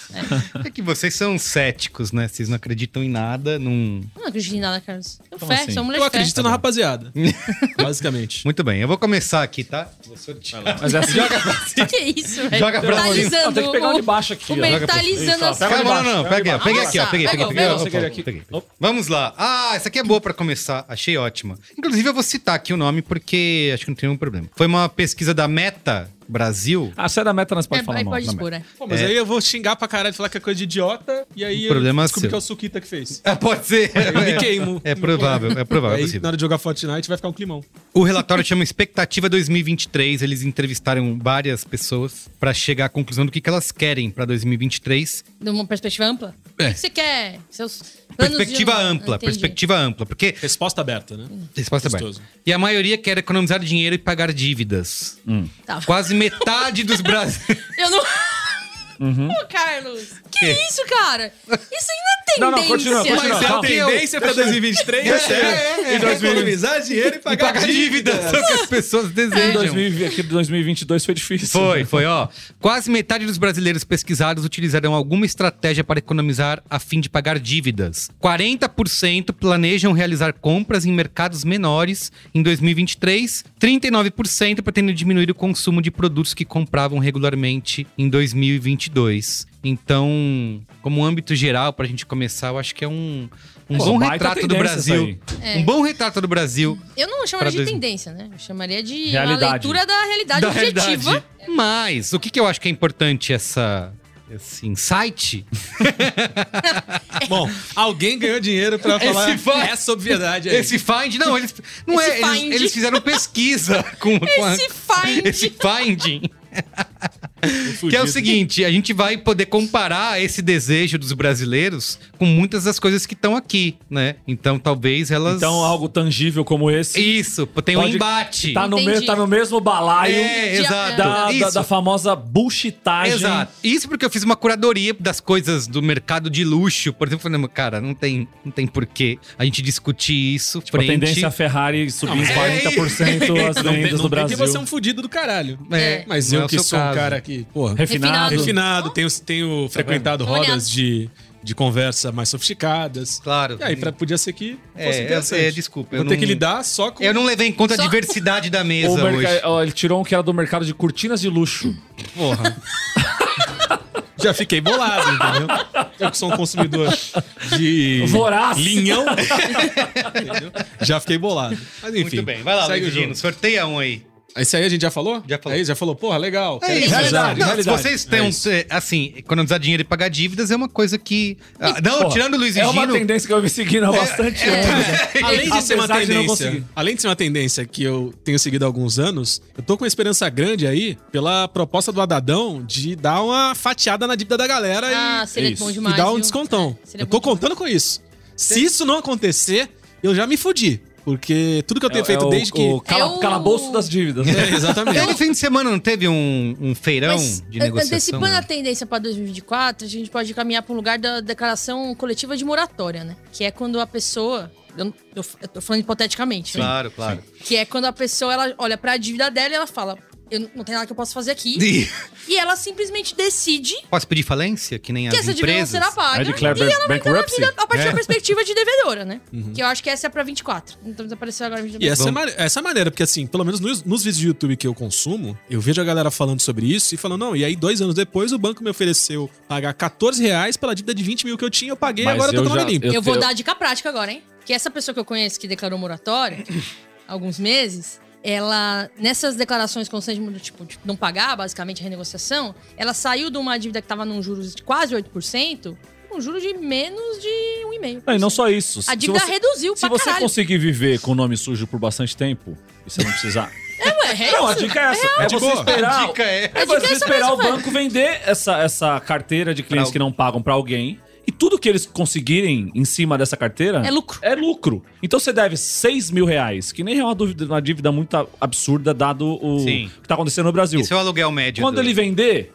Speaker 1: É que vocês são céticos, né? Vocês não acreditam em nada. Não...
Speaker 3: Eu não acredito em nada, Carlos. Eu
Speaker 2: Como
Speaker 3: fé,
Speaker 2: assim?
Speaker 3: sou um uma mulher
Speaker 4: Eu
Speaker 3: de fé.
Speaker 4: acredito na rapaziada, basicamente.
Speaker 1: Muito bem, eu vou começar aqui, tá? Vou sortear.
Speaker 2: Mas é assim. Joga
Speaker 3: Que isso, velho?
Speaker 1: Joga pra cima.
Speaker 3: Totalizando
Speaker 2: Tem que pegar o de
Speaker 3: o-
Speaker 2: baixo aqui.
Speaker 3: o
Speaker 2: ó.
Speaker 3: meio
Speaker 2: Joga pra cima.
Speaker 3: totalizando
Speaker 2: Isso, ó,
Speaker 3: as-
Speaker 2: pega o de
Speaker 1: Calma,
Speaker 2: Tá baixo,
Speaker 1: não, não,
Speaker 2: pega o de
Speaker 1: peguei,
Speaker 2: baixo.
Speaker 1: peguei aqui, ó,
Speaker 3: Nossa,
Speaker 1: peguei, peguei,
Speaker 3: pegou,
Speaker 1: peguei,
Speaker 3: pegou.
Speaker 1: opa,
Speaker 2: Você quer aqui?
Speaker 1: peguei.
Speaker 2: Opa.
Speaker 1: Vamos lá. Ah, essa aqui é boa pra começar, achei ótima. Inclusive eu vou citar aqui o nome porque acho que não tem nenhum problema. Foi uma pesquisa da Meta Brasil.
Speaker 2: Ah, se é da meta, nós
Speaker 3: É,
Speaker 2: pode falar
Speaker 3: aí
Speaker 2: mal.
Speaker 3: pode
Speaker 2: da
Speaker 3: expor, é.
Speaker 4: Pô, mas aí eu vou xingar pra caralho, falar que é coisa de idiota, e aí
Speaker 1: O problema é
Speaker 4: eu descobri
Speaker 1: seu.
Speaker 4: que é o Suquita que fez.
Speaker 1: Ah, pode ser.
Speaker 4: Eu me queimo.
Speaker 1: É provável, é provável. é
Speaker 4: Aí,
Speaker 1: possível.
Speaker 4: na hora de jogar Fortnite, vai ficar um climão.
Speaker 1: O relatório chama Expectativa 2023. Eles entrevistaram várias pessoas pra chegar à conclusão do que, que elas querem pra 2023.
Speaker 3: De uma perspectiva ampla?
Speaker 1: É.
Speaker 3: O que você quer? Seus planos
Speaker 1: Perspectiva
Speaker 3: de-
Speaker 1: ampla,
Speaker 3: Entendi.
Speaker 1: perspectiva ampla. Porque
Speaker 4: Resposta aberta, né?
Speaker 1: Resposta bem.
Speaker 4: Gostoso.
Speaker 1: E a maioria quer economizar dinheiro e pagar dívidas.
Speaker 3: Tá.
Speaker 1: Quase metade dos brasileiros.
Speaker 3: Eu não...
Speaker 2: Uhum.
Speaker 3: Ô, Carlos, que, isso, cara? Isso ainda é tendência.
Speaker 2: Não, não, continua, continua.
Speaker 1: Mas é o
Speaker 2: Calma.
Speaker 1: que eu-
Speaker 4: pra 2023 é, economizar dinheiro e pagar,
Speaker 1: dívidas. É o que as pessoas
Speaker 2: Em
Speaker 3: É,
Speaker 1: desejam.
Speaker 2: 2000, aqui de 2022 foi difícil. né?
Speaker 1: Foi, foi, ó. Quase metade dos brasileiros pesquisados utilizarão alguma estratégia para economizar a fim de pagar dívidas. 40% planejam realizar compras em mercados menores em 2023. 39% pretendem diminuir o consumo de produtos que compravam regularmente em 2022. Então, como âmbito geral, para a gente começar, eu acho que é um, um
Speaker 2: Pô,
Speaker 1: bom
Speaker 2: baita
Speaker 1: retrato do
Speaker 2: tendência
Speaker 1: Brasil.
Speaker 2: isso
Speaker 1: Um bom retrato do Brasil.
Speaker 3: Eu não chamaria de
Speaker 1: Pra dois-
Speaker 3: tendência, né? Eu chamaria de
Speaker 2: Realidade.
Speaker 3: uma leitura da realidade
Speaker 1: da
Speaker 3: objetiva.
Speaker 1: realidade. Mas o que, que eu acho que é importante essa esse insight?
Speaker 4: Bom, alguém ganhou dinheiro pra
Speaker 1: Esse
Speaker 4: falar
Speaker 1: vai-
Speaker 4: essa obviedade aí.
Speaker 1: Esse find, não, eles não
Speaker 3: Esse
Speaker 1: é, eles-
Speaker 3: find.
Speaker 1: Eles, fizeram pesquisa com, com a-
Speaker 3: Esse find.
Speaker 1: esse finding, que é
Speaker 4: Fudido.
Speaker 1: o seguinte, a gente vai poder comparar esse desejo dos brasileiros com muitas das coisas que estão aqui, né? Então talvez elas
Speaker 2: Então, algo tangível como esse.
Speaker 1: isso, tem um
Speaker 2: Pode-
Speaker 1: embate.
Speaker 2: Tá no,
Speaker 3: Entendi.
Speaker 2: me- tá no mesmo balaio
Speaker 1: É,
Speaker 3: de-
Speaker 1: exato.
Speaker 2: da, da,
Speaker 1: Isso.
Speaker 2: da famosa bullshitagem.
Speaker 1: Exato. Isso porque eu fiz uma curadoria das coisas do mercado de luxo. Por exemplo, falando, cara, não tem, não tem porquê a gente discutir isso
Speaker 2: Tipo, a
Speaker 1: frente.
Speaker 4: é
Speaker 2: tendência a Ferrari subir em
Speaker 1: é
Speaker 2: 40% as
Speaker 4: não tem,
Speaker 2: vendas
Speaker 4: não
Speaker 2: do
Speaker 4: tem
Speaker 2: Brasil.
Speaker 4: que você é um fudido do caralho.
Speaker 1: É,
Speaker 4: Mas
Speaker 1: não
Speaker 4: eu
Speaker 1: é o
Speaker 4: que
Speaker 1: seu
Speaker 4: sou um
Speaker 1: caso.
Speaker 4: cara que, porra,
Speaker 2: Refinado. Tá
Speaker 4: refinado, tenho, tenho frequentado
Speaker 3: Olhado.
Speaker 4: rodas de, de conversa mais sofisticadas.
Speaker 1: Claro.
Speaker 4: E aí, pra- podia ser que fosse
Speaker 1: É, eu
Speaker 4: interessante.
Speaker 1: sei, desculpa.
Speaker 4: Vou
Speaker 1: Eu
Speaker 4: ter que
Speaker 1: não-
Speaker 4: lidar só com...
Speaker 1: Eu não levei em conta a
Speaker 3: Só-
Speaker 1: diversidade da
Speaker 2: O
Speaker 1: mesa
Speaker 2: merca-
Speaker 1: hoje.
Speaker 2: ó, ele tirou um que era do mercado de cortinas de luxo.
Speaker 4: Porra. Já fiquei bolado, entendeu? Eu que sou um consumidor de
Speaker 2: Voraz.
Speaker 4: linhão. entendeu? Já fiquei bolado. Mas enfim.
Speaker 1: Muito bem, vai lá,
Speaker 4: segue o
Speaker 1: Luiz
Speaker 4: jogo.
Speaker 1: Sorteia um aí.
Speaker 4: Esse aí a gente já falou?
Speaker 1: Já falou.
Speaker 4: Aí já falou, porra, legal.
Speaker 1: É
Speaker 4: quero
Speaker 1: isso,
Speaker 4: economizar.
Speaker 2: realidade,
Speaker 1: Não,
Speaker 2: realidade.
Speaker 1: Se vocês têm,
Speaker 4: É
Speaker 1: um,
Speaker 4: isso.
Speaker 1: eh, assim, economizar dinheiro e pagar dívidas é uma coisa que... Ah, não,
Speaker 2: Porra,
Speaker 1: tirando o Luiz e
Speaker 2: É uma
Speaker 1: Gino,
Speaker 2: tendência que eu me seguindo há bastante tempo.
Speaker 4: Além de ser uma
Speaker 2: É, Apesar de não
Speaker 4: tendência,
Speaker 2: conseguir.
Speaker 4: além de ser uma tendência que eu tenho seguido há alguns anos, eu tô com uma esperança grande aí pela proposta do Adadão de dar uma fatiada na dívida da galera
Speaker 3: Ah,
Speaker 4: e,
Speaker 3: seria
Speaker 2: Isso.
Speaker 3: bom
Speaker 4: e
Speaker 3: demais.
Speaker 4: dar um
Speaker 3: viu?
Speaker 4: descontão.
Speaker 3: É, seria
Speaker 4: eu tô
Speaker 3: bom demais.
Speaker 4: contando com isso. Se isso não acontecer, eu já me fudi. Porque tudo que eu tenho feito
Speaker 2: É, o-
Speaker 4: desde que.
Speaker 2: o cala-
Speaker 3: É o-
Speaker 2: calabouço das dívidas. né?
Speaker 4: É, exatamente.
Speaker 1: Até no fim de semana não teve um, um feirão
Speaker 3: Mas,
Speaker 1: de
Speaker 3: an-
Speaker 1: negociação?
Speaker 3: antecipando
Speaker 1: né?
Speaker 3: a tendência para 2024, a gente pode caminhar para um lugar da declaração coletiva de moratória, né? Que é quando a pessoa. Eu, não- eu, eu tô falando hipoteticamente, né?
Speaker 1: Claro, claro.
Speaker 3: Que é quando a pessoa ela olha para a dívida dela e ela fala: Eu não- não tenho nada que eu possa fazer aqui.
Speaker 1: E-
Speaker 3: e ela simplesmente decide
Speaker 1: Posso pedir falência? Que nem
Speaker 3: que
Speaker 1: as
Speaker 3: essa dívida não
Speaker 1: empresas?
Speaker 3: será paga.
Speaker 2: Aí declara
Speaker 3: e ela vai ter uma
Speaker 2: bankruptcy.
Speaker 3: vida a partir
Speaker 1: É. Uhum.
Speaker 3: da perspectiva de devedora, né? Que eu acho que essa é pra 24. Então apareceu agora a
Speaker 4: E
Speaker 3: 24.
Speaker 4: essa é, ma- essa é a maneira, porque assim, pelo menos nos, nos vídeos do YouTube que eu consumo, eu vejo a galera falando sobre isso e falando, não, e aí dois anos depois o banco me ofereceu pagar 14 reais pela dívida de 20 mil que eu tinha, eu paguei e
Speaker 2: Mas
Speaker 4: agora eu tô
Speaker 2: eu
Speaker 4: tomando
Speaker 2: já-
Speaker 4: limpo.
Speaker 3: Eu,
Speaker 2: Eu
Speaker 3: vou
Speaker 2: te-
Speaker 3: dar a dica prática agora, hein? Que essa pessoa que eu conheço que declarou moratória, alguns meses, ela, nessas declarações constantes, do tipo, de não pagar, basicamente, a renegociação, ela saiu de uma dívida que estava num juros de quase 8%, um juro de menos de 1,5%.
Speaker 2: Não, e não só isso.
Speaker 3: A dívida
Speaker 2: se você,
Speaker 3: reduziu
Speaker 2: se
Speaker 3: pra
Speaker 2: você
Speaker 3: caralho.
Speaker 2: conseguir viver com o nome sujo por bastante tempo, e você não precisar.
Speaker 3: Ué, é
Speaker 2: não, a
Speaker 3: isso?
Speaker 2: dica é essa. É,
Speaker 4: de
Speaker 2: você
Speaker 4: boa.
Speaker 2: esperar.
Speaker 1: A dica é-
Speaker 2: É
Speaker 3: A dica é
Speaker 2: você
Speaker 3: essa
Speaker 2: esperar
Speaker 3: mesmo,
Speaker 2: o banco vender essa, essa carteira de clientes
Speaker 1: Pra-
Speaker 2: que não pagam pra alguém. E tudo que eles conseguirem em cima dessa carteira
Speaker 3: É lucro.
Speaker 2: é lucro. Então você deve 6 mil reais, que nem é uma, dúvida, uma dívida muito a- absurda, dado o
Speaker 1: Sim.
Speaker 2: que tá acontecendo no Brasil.
Speaker 1: Esse é o aluguel médio.
Speaker 2: Quando
Speaker 1: do-
Speaker 2: ele vender,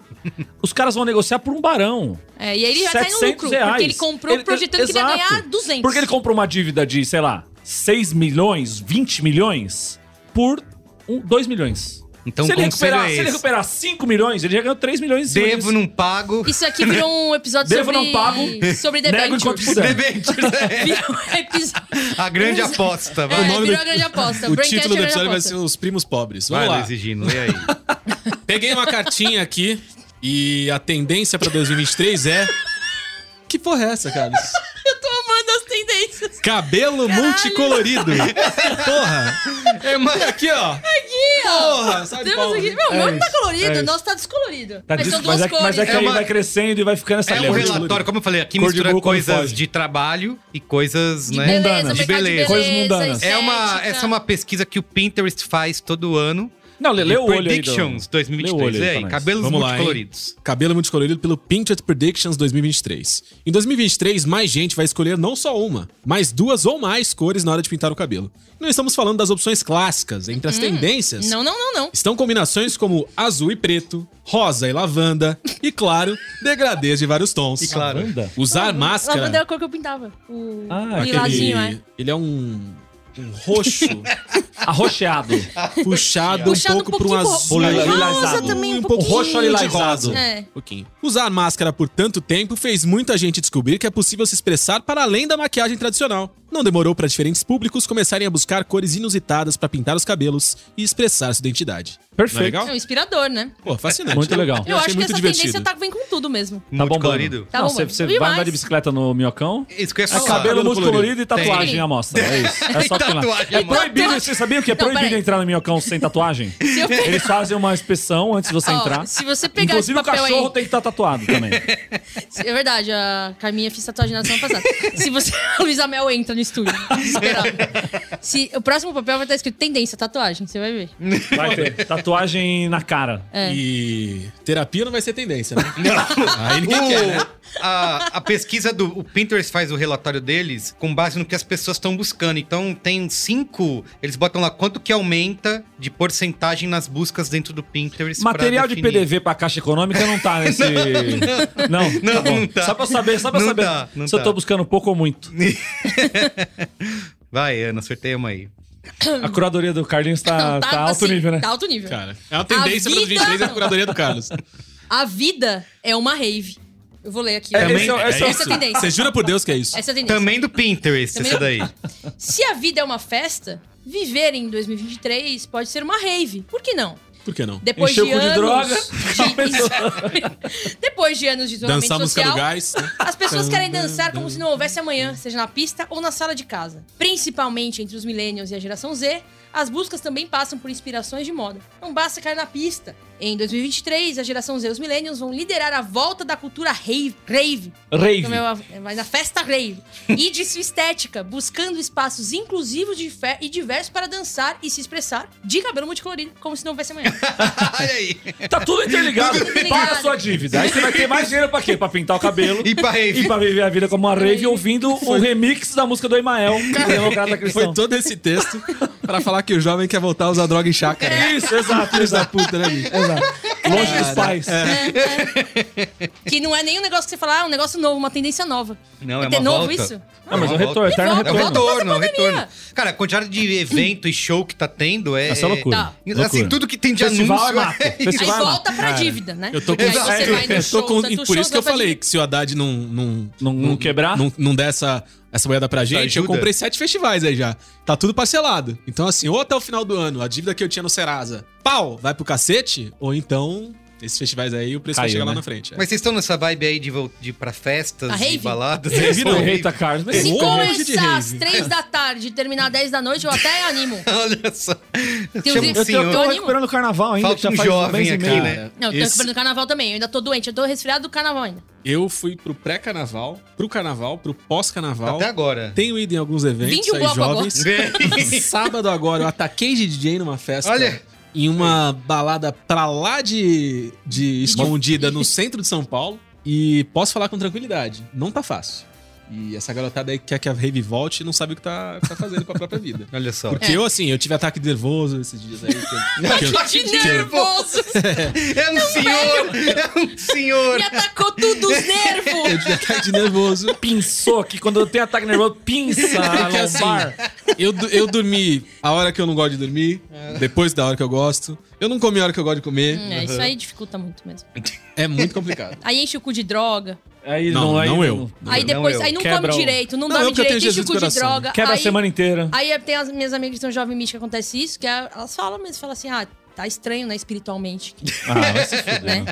Speaker 2: os caras vão negociar por um barão.
Speaker 3: É, e aí ele já tá no
Speaker 2: 700
Speaker 3: lucro,
Speaker 2: reais.
Speaker 3: porque ele comprou
Speaker 2: Ele-
Speaker 3: projetando que ele ia
Speaker 2: exato.
Speaker 3: ganhar 200.
Speaker 2: Porque ele comprou uma dívida de, sei lá, 6 milhões, 20 milhões, por um, 2 milhões.
Speaker 1: Então
Speaker 2: se
Speaker 1: o
Speaker 2: ele,
Speaker 1: conselho
Speaker 2: recuperar,
Speaker 1: é
Speaker 2: se ele
Speaker 1: esse.
Speaker 2: recuperar 5 milhões, ele já ganhou 3 milhões. em cima
Speaker 1: Devo,
Speaker 2: disso.
Speaker 1: não pago.
Speaker 3: Isso aqui virou um episódio
Speaker 2: Devo, não
Speaker 3: sobre...
Speaker 2: pago.
Speaker 3: Sobre
Speaker 2: Nego enquanto
Speaker 3: debentures.
Speaker 2: puder.
Speaker 1: Debêntures, é.
Speaker 3: Virou um episódio...
Speaker 1: A grande aposta.
Speaker 3: É,
Speaker 1: Vai,
Speaker 4: nome
Speaker 3: virou
Speaker 4: do-
Speaker 3: a grande aposta.
Speaker 4: O
Speaker 3: Braincast é
Speaker 4: título do
Speaker 3: a grande
Speaker 4: episódio vai
Speaker 3: aposta.
Speaker 4: ser Os Primos Pobres.
Speaker 1: vai
Speaker 4: Vamos lá.
Speaker 1: Luiz Egino, lê
Speaker 2: é
Speaker 1: aí. É um
Speaker 4: Peguei uma cartinha aqui e a tendência pra 2023 é. Que porra é essa, cara?
Speaker 3: Eu tô amando as tendências.
Speaker 4: Cabelo multicolorido. Porra.
Speaker 1: É, mas-
Speaker 4: Aqui, ó. Porra, sai de
Speaker 3: Temos
Speaker 4: pau.
Speaker 3: aqui... Meu, o meu não tá colorido,
Speaker 2: é
Speaker 3: o nosso tá descolorido.
Speaker 2: Tá
Speaker 3: mas
Speaker 2: disso-
Speaker 3: são duas
Speaker 2: mas, é, que-
Speaker 3: cores.
Speaker 2: mas é que
Speaker 1: É
Speaker 2: aí
Speaker 1: uma-
Speaker 2: vai crescendo e vai ficando essa
Speaker 1: É um
Speaker 2: leva.
Speaker 1: relatório, como eu falei, aqui
Speaker 2: Cor de
Speaker 1: mistura
Speaker 2: burro quando
Speaker 1: coisas
Speaker 2: foge.
Speaker 1: de trabalho e coisas, né?
Speaker 3: beleza,
Speaker 2: mundanas.
Speaker 3: mercado
Speaker 1: De beleza.
Speaker 2: Coisas mundanas.
Speaker 1: É uma,
Speaker 3: estética.
Speaker 1: essa é uma pesquisa que o Pinterest faz todo ano.
Speaker 2: Não, Ah, lê, lê o olho aí.
Speaker 1: Predictions
Speaker 2: do- Lê o
Speaker 1: 2023.
Speaker 2: olho
Speaker 1: E
Speaker 2: aí,
Speaker 1: aí,
Speaker 2: Tonais.
Speaker 1: cabelos
Speaker 4: Vamos lá, hein?
Speaker 1: multicoloridos.
Speaker 4: Cabelo multicolorido pelo Pinterest Predictions 2023. Em 2023, mais gente vai escolher não só uma, mas duas ou mais cores na hora de pintar o cabelo. Não estamos falando das opções clássicas. Entre
Speaker 3: Hum,
Speaker 4: as tendências,
Speaker 3: Não, não, não, não.
Speaker 4: Estão combinações como azul e preto, rosa e lavanda e, claro, degradês de vários tons.
Speaker 1: E claro.
Speaker 2: Lavanda?
Speaker 4: Usar máscara.
Speaker 3: Lavanda é a cor que eu pintava. O
Speaker 2: Ah,
Speaker 4: aquele-
Speaker 3: lilazinho, é.
Speaker 4: Ele é um, um roxo
Speaker 2: Arroxeado.
Speaker 4: puxado, um
Speaker 3: Puxado um
Speaker 4: pouco para
Speaker 3: pouquinho
Speaker 4: um
Speaker 3: pro-
Speaker 4: azul.
Speaker 2: pro
Speaker 3: rosa também, um pouquinho.
Speaker 4: roxo
Speaker 2: Lilazado.
Speaker 4: alilazado.
Speaker 3: É.
Speaker 4: Um pouquinho. Usar máscara por tanto tempo fez muita gente descobrir que é possível se expressar para além da maquiagem tradicional. Não demorou para diferentes públicos começarem a buscar cores inusitadas para pintar os cabelos e expressar sua identidade.
Speaker 2: Perfeito.
Speaker 4: Não é
Speaker 3: É
Speaker 4: legal?
Speaker 3: um inspirador, né?
Speaker 4: Pô, fascinante.
Speaker 2: Muito
Speaker 4: né?
Speaker 2: legal.
Speaker 3: Eu,
Speaker 4: achei
Speaker 3: acho que
Speaker 4: muito
Speaker 3: essa
Speaker 4: divertido.
Speaker 3: tendência tá, vem com tudo mesmo.
Speaker 2: Tá
Speaker 1: Multicolorido.
Speaker 2: bombando.
Speaker 3: Tá
Speaker 2: Não,
Speaker 3: bombando.
Speaker 2: você, você
Speaker 3: E
Speaker 2: vai andar
Speaker 3: mais?
Speaker 2: de bicicleta no minhocão?
Speaker 1: Isso que eu ia
Speaker 2: É
Speaker 1: falar.
Speaker 2: cabelo muito colorido e
Speaker 3: Tem.
Speaker 2: tatuagem à mostra. É isso. É só
Speaker 1: E
Speaker 2: que lá.
Speaker 1: tatuagem à
Speaker 2: É
Speaker 1: mostra.
Speaker 2: proibido. Você sabia que é
Speaker 3: Não,
Speaker 2: proibido
Speaker 3: peraí.
Speaker 2: entrar no minhocão sem tatuagem?
Speaker 3: eu pegar-
Speaker 2: Eles fazem uma inspeção antes de você
Speaker 3: Ó,
Speaker 2: entrar.
Speaker 3: se você pegar
Speaker 2: Inclusive
Speaker 3: esse papel
Speaker 2: o cachorro
Speaker 3: aí-
Speaker 2: tem que estar tatuado também.
Speaker 3: É verdade, a Carminha fez tatuagem na semana passada. Se você. A Luísa Mel entra no estúdio. desesperada. Se, o próximo papel vai estar escrito tendência, tatuagem, você vai ver.
Speaker 2: Vai ter. Tatuagem na cara.
Speaker 3: É.
Speaker 4: E terapia não vai ser tendência, né? Aí ninguém
Speaker 3: Uh.
Speaker 1: O-
Speaker 4: quer, né?
Speaker 1: a, a pesquisa do o Pinterest faz o relatório deles com base no que as pessoas estão buscando. Então tem cinco, eles botam lá quanto que aumenta de porcentagem nas buscas dentro do Pinterest. pra
Speaker 2: Material de
Speaker 1: definir.
Speaker 2: PDV pra Caixa Econômica não tá nesse. não, não,
Speaker 1: é Não,
Speaker 2: tá bom.
Speaker 1: não tá.
Speaker 2: Só pra eu saber, só pra
Speaker 1: Não
Speaker 2: saber
Speaker 1: tá, não
Speaker 2: se eu tô
Speaker 1: tá.
Speaker 2: buscando pouco ou muito.
Speaker 1: Vai, Ana, sorteia uma aí.
Speaker 2: A curadoria do Carlinhos tá,
Speaker 3: Não,
Speaker 2: tá alto
Speaker 3: assim,
Speaker 2: nível, né?
Speaker 3: Tá alto nível.
Speaker 4: Cara, é uma tendência
Speaker 3: A
Speaker 4: pra
Speaker 3: vida-
Speaker 4: 2023 é a curadoria do Carlos.
Speaker 3: A vida é uma rave. Eu vou ler aqui.
Speaker 2: É,
Speaker 3: ó.
Speaker 2: esse é o- esse é o-
Speaker 3: essa é a tendência.
Speaker 4: Você jura por Deus que é isso?
Speaker 3: Essa é a tendência.
Speaker 1: Também do Pinterest,
Speaker 3: Também
Speaker 1: essa
Speaker 3: do-
Speaker 1: daí.
Speaker 3: Se a vida é uma festa, viver em 2023 pode ser uma rave. Por que não?
Speaker 4: Por que não?
Speaker 3: Depois
Speaker 2: Encher
Speaker 3: de
Speaker 2: o cu de
Speaker 3: anos.
Speaker 2: droga,
Speaker 3: de... Depois de anos de isolamento
Speaker 4: Dançar a música do
Speaker 3: social,
Speaker 4: gás. né?
Speaker 3: as pessoas querem dançar como se não houvesse amanhã, seja na pista ou na sala de casa. Principalmente entre os millennials e a geração Z, as buscas também passam por inspirações de moda. Não basta cair na pista. Em 2023, a geração Z e os millennials vão liderar a volta da cultura rave, rave
Speaker 2: Rave.
Speaker 3: Como é uma- é, mas a festa rave. E de sua estética, buscando espaços inclusivos de fe- e diversos para dançar e se expressar de cabelo multicolorido, como se não houvesse amanhã.
Speaker 1: Olha aí.
Speaker 2: Tá tudo interligado.
Speaker 3: interligado.
Speaker 2: Paga a sua dívida. Aí você vai ter mais dinheiro pra quê? Pra pintar o cabelo.
Speaker 1: E pra rave.
Speaker 2: E pra viver a vida como uma rave ouvindo o remix da música do Emael, é o Democrata
Speaker 4: Foi
Speaker 2: Cristão.
Speaker 4: todo esse texto pra falar que o jovem quer voltar a usar droga em chácara.
Speaker 2: É Isso, exato,
Speaker 4: Filhos da
Speaker 2: exato.
Speaker 4: puta, né, bicho?
Speaker 2: Longe dos pais.
Speaker 3: que não é nenhum negócio que você fala, ah, um negócio novo, uma tendência nova.
Speaker 1: Não,
Speaker 3: Vai
Speaker 1: é
Speaker 3: ter
Speaker 1: uma
Speaker 3: novo
Speaker 1: volta.
Speaker 3: isso?
Speaker 2: Não, mas
Speaker 1: É
Speaker 2: o
Speaker 1: uma
Speaker 2: retorno,
Speaker 4: um
Speaker 1: volta.
Speaker 2: eterno
Speaker 3: volta,
Speaker 1: É o
Speaker 2: retorno.
Speaker 3: volta.
Speaker 1: retorno, é o
Speaker 3: Depois da
Speaker 1: retorno.
Speaker 3: pandemia.
Speaker 1: Cara, a quantidade de evento e show que tá tendo é.
Speaker 2: Essa é loucura.
Speaker 3: Tá.
Speaker 1: Assim,
Speaker 2: Loucura.
Speaker 1: tudo que tem de
Speaker 2: Festival é
Speaker 1: anúncio.
Speaker 2: mato.
Speaker 3: Aí
Speaker 2: Festival é mato.
Speaker 3: volta pra dívida, né?
Speaker 4: Eu tô com.
Speaker 3: E aí você vai no
Speaker 4: eu
Speaker 3: show,
Speaker 4: tô com
Speaker 3: tanto
Speaker 4: e por
Speaker 3: show,
Speaker 4: isso que eu
Speaker 3: vai pra
Speaker 4: falei
Speaker 3: dívida.
Speaker 4: que se o Haddad não. Não,
Speaker 2: Não- não quebrar?
Speaker 4: Não, não der essa, essa moeda pra gente, eu
Speaker 1: ajuda?
Speaker 4: comprei sete festivais aí já. Tá tudo parcelado. Então, assim, ou até o final do ano, a dívida que eu tinha no Serasa, pau, vai pro cacete, ou então Esses festivais aí, o preço vai
Speaker 2: Caiu,
Speaker 4: chegar lá
Speaker 2: né?
Speaker 4: na frente. é.
Speaker 1: Mas vocês estão nessa vibe aí de, vol- de ir pra festas,
Speaker 3: A
Speaker 1: de
Speaker 3: rave?
Speaker 1: baladas?
Speaker 2: Rave tá né? não,
Speaker 1: Rave.
Speaker 4: tá
Speaker 2: Rita Carlos. Mas
Speaker 3: Se
Speaker 4: Hoje é de
Speaker 3: começar
Speaker 4: rave.
Speaker 3: às três da tarde e terminar dez da noite, eu até animo.
Speaker 1: Olha só.
Speaker 3: Tem
Speaker 1: Chama um
Speaker 3: uns-
Speaker 2: Eu, tô- eu tô
Speaker 1: senhor.
Speaker 3: animo.
Speaker 2: recuperando o carnaval ainda,
Speaker 1: Falta
Speaker 2: que já
Speaker 1: um
Speaker 2: faz um
Speaker 1: jovem
Speaker 2: mês e
Speaker 1: aqui,
Speaker 2: meio.
Speaker 1: né?
Speaker 3: Não, eu tô
Speaker 4: Esse-
Speaker 3: recuperando carnaval também. Eu ainda tô doente, eu tô resfriado do carnaval ainda.
Speaker 4: Eu fui pro pré-carnaval, pro carnaval, pro pós-carnaval.
Speaker 1: Até agora.
Speaker 4: Tenho ido em alguns eventos
Speaker 3: de um
Speaker 4: aí,
Speaker 3: bloco
Speaker 4: jovens.
Speaker 1: Vem.
Speaker 4: Sábado agora, eu ataquei de DJ numa festa.
Speaker 1: Olha.
Speaker 4: Em uma balada pra lá de, de escondida no centro de São Paulo. E posso falar com tranquilidade, não tá fácil. E essa garotada aí quer que a rave volte e não sabe o que tá, tá fazendo com a própria vida.
Speaker 1: Olha só.
Speaker 3: É.
Speaker 4: Porque eu, assim, eu tive ataque nervoso esses dias aí. que eu- que eu-
Speaker 3: De nervoso!
Speaker 1: É um senhor! É um senhor!
Speaker 3: Me atacou tudo os
Speaker 4: eu
Speaker 3: nervos!
Speaker 4: tive ataque nervoso.
Speaker 2: Pinçou, que quando eu tenho ataque nervoso, pinça a
Speaker 4: Porque, assim,
Speaker 2: lombar.
Speaker 4: Eu, du- eu dormi a hora que eu não gosto de dormir, depois da hora que eu gosto. Eu não comi a hora que eu gosto de comer.
Speaker 3: Hum, é, isso aí dificulta muito mesmo.
Speaker 4: É muito complicado.
Speaker 3: Aí enche o cu de droga.
Speaker 2: Aí é
Speaker 4: Não,
Speaker 2: aí
Speaker 4: não eu.
Speaker 3: aí depois,
Speaker 1: eu.
Speaker 3: aí não
Speaker 2: Quebra
Speaker 3: come
Speaker 2: o-
Speaker 3: direito, não,
Speaker 4: Não,
Speaker 3: dorme
Speaker 4: eu que eu tenho
Speaker 3: direito, enche o
Speaker 4: Jesus
Speaker 3: cu
Speaker 4: no
Speaker 3: de
Speaker 4: coração.
Speaker 3: droga.
Speaker 2: Quebra
Speaker 3: aí,
Speaker 2: a semana inteira.
Speaker 3: Aí tem as minhas amigas que são jovem mística que acontece isso, que é, elas falam mesmo, falam assim, ah, tá estranho, né, espiritualmente.
Speaker 2: Ah, vai se fuder. né?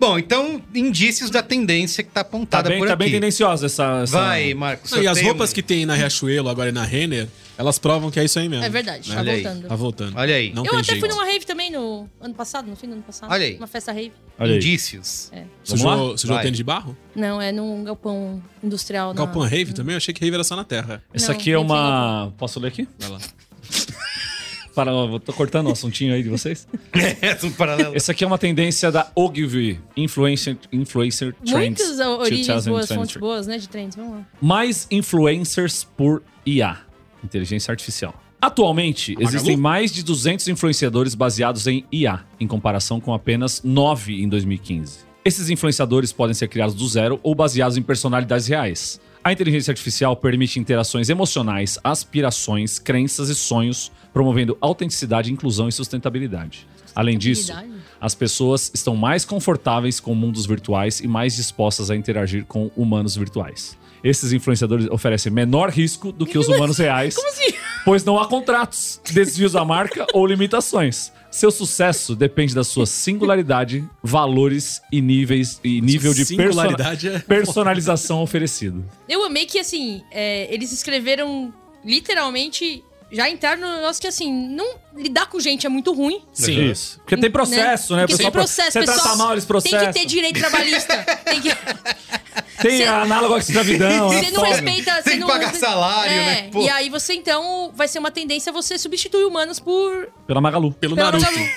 Speaker 1: Bom, então, indícios da tendência que tá
Speaker 2: Tá
Speaker 1: apontada
Speaker 2: bem,
Speaker 1: por
Speaker 2: tá
Speaker 1: aqui.
Speaker 2: bem tendenciosa essa. essa-
Speaker 1: Vai, Marcos.
Speaker 4: Não,
Speaker 1: seu
Speaker 4: e as
Speaker 1: tema.
Speaker 4: roupas que tá tem na Riachuelo agora e na Renner, elas provam que é isso aí mesmo.
Speaker 3: É verdade, tá
Speaker 1: Olha aí.
Speaker 3: voltando.
Speaker 4: Tá voltando.
Speaker 1: Olha aí.
Speaker 4: Não
Speaker 3: eu
Speaker 4: tem
Speaker 3: até
Speaker 4: jeito.
Speaker 3: fui numa rave também no ano passado, no fim do ano passado.
Speaker 1: Olha aí.
Speaker 3: Uma festa rave.
Speaker 2: Olha aí.
Speaker 1: Indícios.
Speaker 2: Vamos
Speaker 4: Sujou, sujou o
Speaker 1: Vai.
Speaker 4: tênis de barro?
Speaker 3: Não, é num galpão industrial. na-
Speaker 4: Galpão Rave também? Eu achei que Rave era só na terra.
Speaker 2: Essa
Speaker 3: Não,
Speaker 2: aqui é
Speaker 3: não tem
Speaker 2: uma. Posso ler aqui?
Speaker 4: Vai lá.
Speaker 2: Para, eu tô cortando o assuntinho aí de vocês.
Speaker 1: É, um paralelo.
Speaker 2: Essa aqui é uma tendência da Ogilvy, Influencer, influencer Trends.
Speaker 3: Muitas origens boas,
Speaker 2: 2023.
Speaker 3: fontes boas, né, de trends. Vamos lá.
Speaker 2: Mais influencers por IA, inteligência artificial. Atualmente,
Speaker 4: Magalu?
Speaker 2: existem mais de 200 influenciadores baseados em IA, em comparação com apenas 9 em 2015. Esses influenciadores podem ser criados do zero ou baseados em personalidades reais. A inteligência artificial permite interações emocionais, aspirações, crenças e sonhos, promovendo autenticidade, inclusão e sustentabilidade.
Speaker 3: É
Speaker 2: Além disso,
Speaker 3: Habilidade.
Speaker 2: as pessoas estão mais confortáveis com mundos virtuais e mais dispostas a interagir com humanos virtuais. Esses influenciadores oferecem menor risco do que os humanos reais,
Speaker 3: assim?
Speaker 2: pois não há contratos, desvios à marca ou limitações. Seu sucesso depende da sua singularidade, valores e níveis e nível de persona-
Speaker 4: Singularidade é...
Speaker 2: personalização oferecido.
Speaker 3: Eu amei que, assim, é, eles escreveram literalmente... Já entraram no negócio que, assim, não lidar com gente é muito ruim.
Speaker 4: Sim.
Speaker 2: Isso. Porque tem processo, né?
Speaker 3: Porque tem
Speaker 2: Pessoal,
Speaker 3: processo,
Speaker 2: Você
Speaker 3: pessoal.
Speaker 2: trata mal eles
Speaker 3: Tem
Speaker 2: processam.
Speaker 3: que ter direito trabalhista. Tem que...
Speaker 2: Tem
Speaker 3: Cê-
Speaker 2: análogo à escravidão. é
Speaker 3: Você não
Speaker 2: foda.
Speaker 3: respeita...
Speaker 1: Tem
Speaker 3: você
Speaker 1: que
Speaker 3: não
Speaker 1: pagar
Speaker 3: respeita-
Speaker 1: salário,
Speaker 3: É,
Speaker 1: né? Pô.
Speaker 3: E aí você, então, vai ser uma tendência você substituir humanos por...
Speaker 2: Pela Magalu.
Speaker 4: Pelo
Speaker 3: pelo
Speaker 4: Naruto.
Speaker 3: Naru-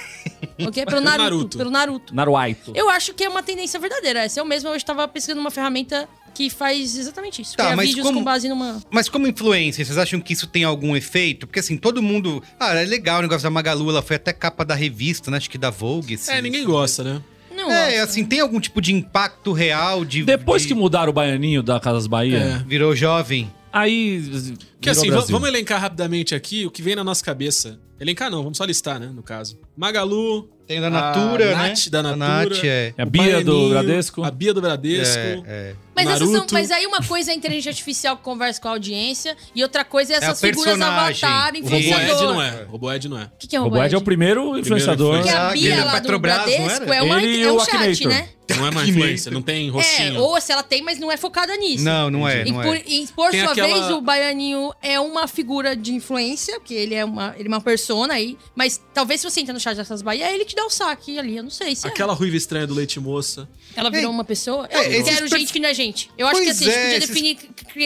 Speaker 3: O quê? Pelo Naruto.
Speaker 4: Naruto.
Speaker 3: Pelo Naruto.
Speaker 2: Naruaito.
Speaker 3: Eu acho que é uma tendência verdadeira. Essa eu mesmo, eu estava pesquisando uma ferramenta que faz exatamente isso.
Speaker 1: Tá,
Speaker 3: Cria
Speaker 1: mas
Speaker 3: vídeos
Speaker 1: como-
Speaker 3: com base numa...
Speaker 1: Mas como influência, vocês acham que isso tem algum efeito? Porque assim, todo mundo. Ah, é legal o negócio da Magalu, ela foi até capa da revista, né? Acho que da Vogue. esses-
Speaker 4: É, ninguém gosta, né?
Speaker 3: Não,
Speaker 1: É,
Speaker 3: nossa.
Speaker 1: assim, tem algum tipo de impacto real de.
Speaker 2: Depois
Speaker 1: de-
Speaker 2: que mudaram o baianinho da Casas Bahia,
Speaker 1: Virou jovem.
Speaker 2: aí.
Speaker 4: É. Que assim, va-
Speaker 2: vamos
Speaker 4: vamos elencar rapidamente aqui o que vem na nossa cabeça. Elencar não, vamos só listar, né, no caso. Magalu,
Speaker 1: Tem da
Speaker 4: A
Speaker 1: Natura, né?
Speaker 4: Ah, Nath da
Speaker 1: A
Speaker 4: Natura.
Speaker 1: Nath, é.
Speaker 2: É a
Speaker 4: o
Speaker 2: Bia do
Speaker 4: Baianinho,
Speaker 2: Bradesco.
Speaker 4: A Bia do Bradesco.
Speaker 1: É,
Speaker 3: Mas, essas são,
Speaker 4: Naruto.
Speaker 3: mas aí uma coisa é a inteligência artificial que conversa com a audiência e outra coisa é
Speaker 1: a
Speaker 3: essas figuras
Speaker 1: personagem.
Speaker 3: avatar,
Speaker 1: O
Speaker 4: O Robô Ed
Speaker 3: influenciador.
Speaker 4: não é. O Robô Ed não é.
Speaker 3: O que, que é o
Speaker 2: O Boed é o
Speaker 3: primeiro.
Speaker 2: primeiro influenciador.
Speaker 3: Porque a
Speaker 1: Ah,
Speaker 3: Bia
Speaker 1: ele
Speaker 3: lá
Speaker 1: é
Speaker 3: do
Speaker 1: Petrobras, não
Speaker 3: Bradesco
Speaker 1: era?
Speaker 3: é, uma,
Speaker 2: Ele e
Speaker 3: é
Speaker 2: o
Speaker 3: um chat,
Speaker 2: Akinator.
Speaker 3: né?
Speaker 4: Não é uma influencer, não tem rostinho.
Speaker 3: É, ou se ela tem, mas não é focada nisso.
Speaker 1: Não, não é,
Speaker 3: E
Speaker 1: não
Speaker 3: por,
Speaker 1: é.
Speaker 3: e por
Speaker 4: Tem
Speaker 3: sua
Speaker 4: aquela-
Speaker 3: vez, o Baianinho é uma figura de influência, porque ele é uma, ele é uma persona aí. Mas talvez se você entrar no chat dessas Bahia, é ele te dá o saque ali. Eu não sei se é.
Speaker 4: Aquela ruiva estranha do Leite Moça.
Speaker 3: Ela virou uma pessoa?
Speaker 1: é,
Speaker 3: Eu não
Speaker 1: esses
Speaker 3: quero
Speaker 1: per-
Speaker 3: gente que não é gente. Eu acho que
Speaker 1: Pois
Speaker 3: assim, a gente
Speaker 1: é,
Speaker 3: podia
Speaker 1: esses- Ah.
Speaker 3: definir,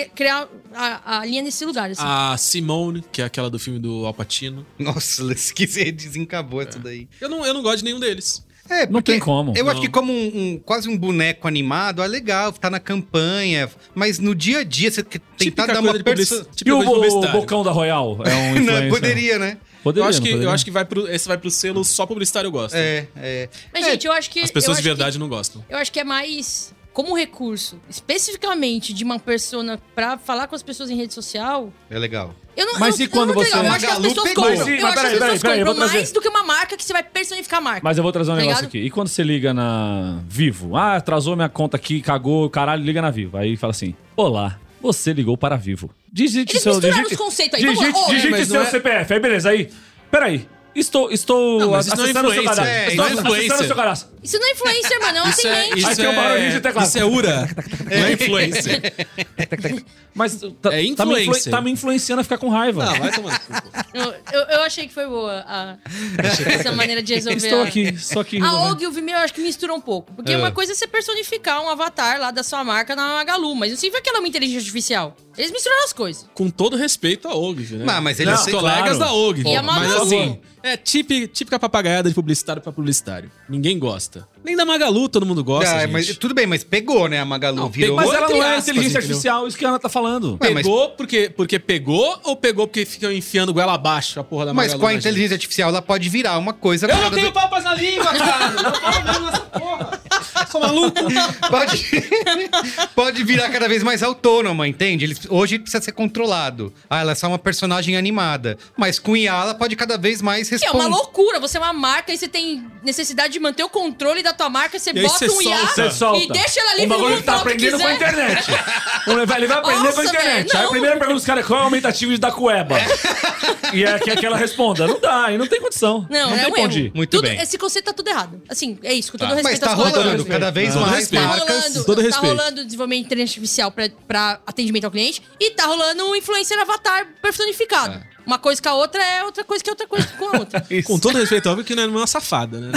Speaker 3: cri- criar a, a linha nesse lugar. Assim.
Speaker 4: A Simone, que é aquela do filme do Alpatino.
Speaker 1: Nossa, esqueci, desencabou isso daí.
Speaker 4: Eu não, eu não gosto de nenhum deles.
Speaker 1: É,
Speaker 2: Não
Speaker 1: porque
Speaker 2: tem como.
Speaker 1: Eu acho
Speaker 4: Não.
Speaker 1: que como um, um- quase um boneco animado, é legal, tá na campanha, mas no dia a dia você que- tentar dar uma
Speaker 4: publici-
Speaker 1: perso...
Speaker 4: típica
Speaker 2: E o,
Speaker 4: tipo, coisa de
Speaker 2: bo-
Speaker 4: publicitário.
Speaker 2: Bocão da Royal é um
Speaker 1: Não,
Speaker 2: influencer.
Speaker 1: poderia, né?
Speaker 4: Eu
Speaker 2: Poderia,
Speaker 4: acho,
Speaker 2: não
Speaker 4: que, eu
Speaker 2: poderia?
Speaker 4: acho que vai pro, esse vai pro selo só publicitário gosta.
Speaker 1: É, é.
Speaker 3: Mas,
Speaker 1: é,
Speaker 3: gente, eu acho que.
Speaker 4: As
Speaker 3: eu
Speaker 4: pessoas de
Speaker 3: acho que-
Speaker 4: verdade não gostam.
Speaker 3: eu acho que é mais como um recurso, especificamente de uma persona pra falar com as pessoas em rede social.
Speaker 1: É legal.
Speaker 3: Eu não,
Speaker 2: Mas
Speaker 3: eu,
Speaker 2: e quando
Speaker 3: eu não
Speaker 2: você-
Speaker 3: tenho- Eu acho que as
Speaker 1: Magalu
Speaker 3: pessoas
Speaker 1: pegou.
Speaker 3: compram.
Speaker 1: Mas
Speaker 2: sim,
Speaker 3: eu
Speaker 2: mas
Speaker 3: acho que as
Speaker 2: peraí,
Speaker 3: pessoas
Speaker 2: peraí, eu vou
Speaker 3: compram mais
Speaker 2: trazer.
Speaker 3: do que uma marca que você vai personificar a marca.
Speaker 2: Mas eu vou trazer um
Speaker 3: Tá
Speaker 2: negócio
Speaker 3: ligado?
Speaker 2: aqui. E quando você liga na Vivo? Ah, atrasou minha conta aqui, cagou, caralho, liga na Vivo. Aí fala assim: Olá, você ligou para a Vivo. Digite
Speaker 3: Eles
Speaker 2: seu.
Speaker 3: misturaram
Speaker 2: Digite,
Speaker 3: os conceitos aí. Vamos
Speaker 2: digite,
Speaker 3: lá. Ô,
Speaker 2: digite
Speaker 4: mas não
Speaker 2: seu
Speaker 4: é-
Speaker 2: CPF. Aí beleza, aí. Peraí. Estou, estou
Speaker 4: Não, mas isso não é
Speaker 2: acessando o seu
Speaker 4: influencer.
Speaker 2: cadastro.
Speaker 1: É,
Speaker 2: estou
Speaker 4: isso é
Speaker 2: acessando
Speaker 4: influencer.
Speaker 2: o seu cadastro.
Speaker 3: Isso não é influencer, mano. É um
Speaker 4: Isso é,
Speaker 3: atendente.
Speaker 2: Aí
Speaker 4: isso
Speaker 2: tem um barulhinho de
Speaker 4: é,
Speaker 2: teclado.
Speaker 4: isso é URA, não é influencer.
Speaker 2: Mas tá,
Speaker 4: É
Speaker 2: tá me influ-
Speaker 4: influencer.
Speaker 2: tá me influenciando a ficar com raiva.
Speaker 4: Não, vai tomar. no cu, pô.
Speaker 3: Eu, eu achei que foi boa a- essa maneira de resolver.
Speaker 2: Estou
Speaker 3: a-
Speaker 2: aqui, só que...
Speaker 3: A OG e o Vimeo eu acho que misturam um pouco. Porque uma coisa é você personificar um avatar lá da sua marca na Magalu, mas não significa que ela é uma inteligência artificial. Eles misturaram as coisas.
Speaker 4: Com todo respeito à OG, né?
Speaker 1: Mas- mas ele
Speaker 4: Os
Speaker 1: sei-
Speaker 4: colegas
Speaker 2: claro.
Speaker 4: da OG.
Speaker 3: E a
Speaker 4: mas
Speaker 3: Magalu.
Speaker 4: assim, é típica, típica papagaiada de publicitário pra publicitário. Ninguém gosta. Nem da Magalu todo mundo gosta,
Speaker 1: Ah,
Speaker 4: gente.
Speaker 1: mas tudo bem, mas pegou, né? A Magalu
Speaker 4: Não,
Speaker 1: virou.
Speaker 2: Mas
Speaker 4: pegou.
Speaker 2: ela não
Speaker 4: Entre
Speaker 2: é
Speaker 4: aspas,
Speaker 2: inteligência
Speaker 4: entendeu?
Speaker 2: artificial, isso que a Ana tá falando.
Speaker 1: Ué, mas-
Speaker 4: Pegou porque, porque pegou ou pegou porque ficam enfiando goela abaixo a porra da
Speaker 1: Mas
Speaker 4: Magalu
Speaker 1: com a
Speaker 4: Tá na gente?
Speaker 1: inteligência artificial, ela pode virar uma coisa.
Speaker 4: Eu não
Speaker 1: nada
Speaker 4: tenho
Speaker 1: do-
Speaker 4: papas na língua, cara! Eu falo mesmo nessa porra! Sou é maluco!
Speaker 1: Pode... pode virar cada vez mais autônoma, entende? Ele... Hoje ele precisa ser controlado. Ah, ela é só uma personagem animada. Mas com IA, ela pode cada vez mais
Speaker 3: Que é uma
Speaker 1: responder.
Speaker 3: loucura. Você é uma marca e você tem necessidade de manter o controle da tua marca. Você
Speaker 4: E aí
Speaker 3: bota
Speaker 4: você
Speaker 3: um IA
Speaker 4: solta.
Speaker 2: Você solta.
Speaker 3: e deixa ela
Speaker 2: Um
Speaker 3: livre
Speaker 2: bagulho
Speaker 3: mundo
Speaker 2: que tá
Speaker 3: falar o que
Speaker 2: aprendendo com a
Speaker 3: quiser.
Speaker 2: internet. Ele vai, ele vai aprender com a
Speaker 3: Nossa,
Speaker 2: internet.
Speaker 3: velho,
Speaker 2: Aí a
Speaker 3: não.
Speaker 2: primeira pergunta dos caras é qual é o aumentativo da Cueba? e é que, é que ela responda. Não dá, aí não tem condição.
Speaker 3: Não, é
Speaker 2: tem
Speaker 3: um
Speaker 2: pra
Speaker 3: erro.
Speaker 2: onde ir.
Speaker 1: Muito
Speaker 3: Tudo-
Speaker 1: bem.
Speaker 3: Esse conceito tá tudo errado. Assim, é isso. Com todo respeito
Speaker 1: Mas tá
Speaker 3: às coisas.
Speaker 1: rolando cada vez
Speaker 4: Não,
Speaker 1: mais
Speaker 4: respeito.
Speaker 3: Tá
Speaker 1: marcas.
Speaker 3: rolando,
Speaker 4: todo
Speaker 3: tá
Speaker 4: respeito.
Speaker 3: rolando desenvolvimento de inteligência artificial pra, pra atendimento ao cliente e tá rolando um influencer avatar personificado. Uma coisa com a outra é outra coisa que é outra coisa com a outra.
Speaker 4: Com todo respeito, óbvio que não é uma safada, né?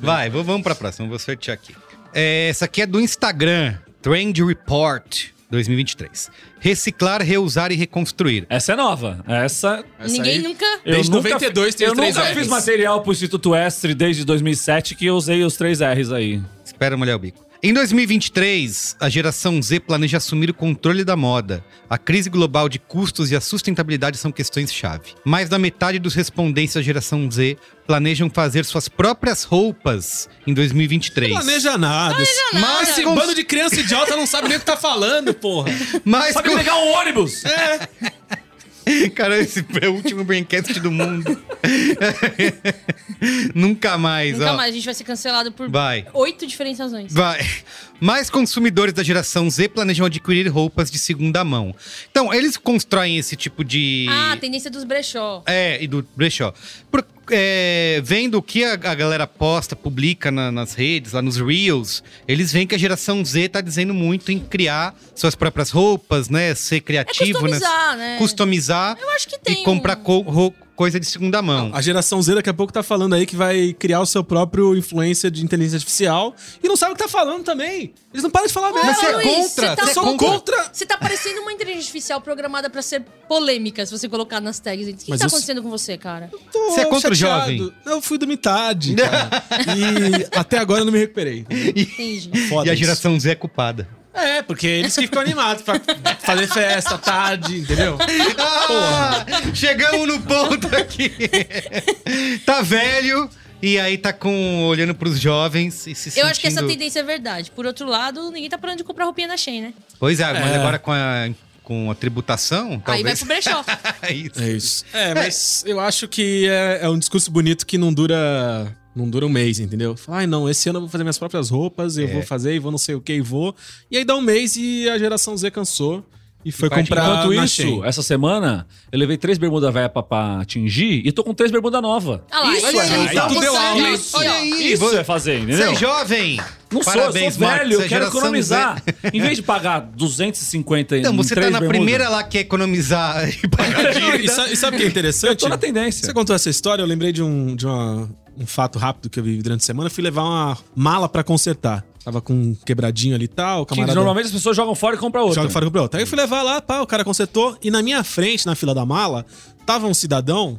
Speaker 1: Vai, vou- vamos pra próxima, vou sortear aqui. É, essa aqui é do Instagram, Trend Report 2023. Reciclar, reusar e reconstruir.
Speaker 2: Essa é nova. Essa.
Speaker 4: Essa
Speaker 3: Ninguém
Speaker 4: aí-
Speaker 1: é
Speaker 3: nunca.
Speaker 4: Desde 92 tem
Speaker 2: eu
Speaker 4: os três
Speaker 2: nunca
Speaker 4: Rs.
Speaker 2: fiz material pro Instituto Estre desde 2007 que eu usei os três R's aí.
Speaker 1: Espera mulher o bico. Em 2023, a geração Z planeja assumir o controle da moda. A crise global de custos e a sustentabilidade são questões-chave. Mais da metade dos respondentes à geração Z planejam fazer suas próprias roupas em 2023.
Speaker 4: Planeja nada.
Speaker 1: Mas
Speaker 4: Esse
Speaker 1: cons-
Speaker 4: bando de criança idiota não sabe nem o que tá falando, porra.
Speaker 1: Mas
Speaker 2: Sabe
Speaker 1: com-
Speaker 2: pegar um ônibus!
Speaker 1: Cara, esse é o último braincast do mundo. Nunca mais,
Speaker 3: Nunca
Speaker 1: ó.
Speaker 3: mais, a gente vai ser cancelado por
Speaker 1: Vai.
Speaker 3: oito diferentes razões.
Speaker 1: Vai. Mais consumidores da geração Z planejam adquirir roupas de segunda mão. Então, eles constroem esse tipo de.
Speaker 3: Ah, a tendência dos brechó.
Speaker 1: É, e do brechó. Por- é, vendo o que a, a galera posta, publica na- nas redes, lá nos Reels, eles veem que a geração Z tá dizendo muito em criar suas próprias roupas, né? Ser
Speaker 3: É
Speaker 1: criativo, né?
Speaker 3: customizar, né?
Speaker 1: Customizar
Speaker 3: Eu acho que
Speaker 1: e
Speaker 3: tem.
Speaker 1: comprar
Speaker 3: um-
Speaker 1: co- ro- coisa de segunda mão.
Speaker 4: A geração Z daqui a pouco tá falando aí que vai criar o seu próprio influencer de inteligência artificial e não sabe o que tá falando também. Eles não param de falar
Speaker 1: Mas
Speaker 4: mesmo.
Speaker 1: você é
Speaker 3: Luiz,
Speaker 1: contra?
Speaker 3: você tá
Speaker 1: Você é
Speaker 4: sou
Speaker 1: contra?
Speaker 4: contra.
Speaker 3: Você tá parecendo uma inteligência artificial programada pra ser polêmica, se você colocar nas tags. O que, que
Speaker 4: Mas
Speaker 3: tá
Speaker 4: eu-
Speaker 3: acontecendo com você, cara?
Speaker 4: Tô
Speaker 1: Você é contra o
Speaker 4: chateado.
Speaker 1: jovem?
Speaker 4: Eu fui da metade, cara. e até agora eu não me recuperei.
Speaker 3: Entendi.
Speaker 4: Foda
Speaker 1: E a
Speaker 4: isso.
Speaker 1: geração Z é culpada.
Speaker 4: É, porque eles que ficam animados pra fazer festa tarde, entendeu?
Speaker 1: Ah, chegamos no ponto aqui. tá velho e aí tá com olhando pros jovens e se
Speaker 3: Eu acho que essa
Speaker 1: sentindo-
Speaker 3: tendência é verdade. Por outro lado, ninguém tá parando de comprar roupinha na Shein, né?
Speaker 1: Pois é, mas agora com a, com a tributação,
Speaker 3: Aí vai
Speaker 1: talvez.
Speaker 3: pro brechó.
Speaker 1: Isso.
Speaker 4: É isso. É, mas eu acho que é, é um discurso bonito que não dura. Não dura um mês, entendeu? Fala, ai não, esse ano eu vou fazer minhas próprias roupas,
Speaker 2: É.
Speaker 4: eu vou fazer e vou não sei o que e vou. E aí dá um mês e a geração Z cansou e foi
Speaker 1: parte-
Speaker 4: comprar
Speaker 2: Enquanto
Speaker 4: na
Speaker 2: isso, é.
Speaker 4: Shein.
Speaker 2: essa semana, eu levei três bermudas velha pra, pra atingir e tô com três bermudas nova.
Speaker 3: Ah lá,
Speaker 4: Isso
Speaker 3: isso
Speaker 4: aí,
Speaker 3: aí,
Speaker 4: tá
Speaker 3: ó,
Speaker 4: tudo
Speaker 3: você
Speaker 4: deu aula,
Speaker 3: olha
Speaker 4: isso.
Speaker 3: aqui, ó.
Speaker 1: Olha aí.
Speaker 2: Isso
Speaker 1: vou-
Speaker 2: é fazer,
Speaker 1: Você
Speaker 2: entendeu?
Speaker 1: é jovem!
Speaker 2: Não
Speaker 1: Parabéns,
Speaker 2: sou, eu sou
Speaker 1: Marcos,
Speaker 2: velho,
Speaker 1: você é
Speaker 2: eu quero
Speaker 1: geração
Speaker 2: economizar.
Speaker 1: Z.
Speaker 2: em vez de pagar 250 em
Speaker 1: Então, você tá
Speaker 2: três
Speaker 1: na
Speaker 2: bermudas,
Speaker 1: primeira lá que é economizar e pagar
Speaker 4: E,
Speaker 1: dívida.
Speaker 4: sa- e sabe o que é interessante?
Speaker 2: Eu tô na tendência.
Speaker 4: Você contou essa história, eu lembrei de um, de uma- um fato rápido que eu vivi durante a semana. Eu fui levar uma mala pra consertar. Tava com um quebradinho ali e tal, o
Speaker 2: Que
Speaker 4: camarada...
Speaker 2: normalmente as pessoas jogam fora e compram outra.
Speaker 4: Joga fora e compra outra. Aí eu fui levar lá, pá, o cara consertou. E na minha frente, na fila da mala, tava um cidadão,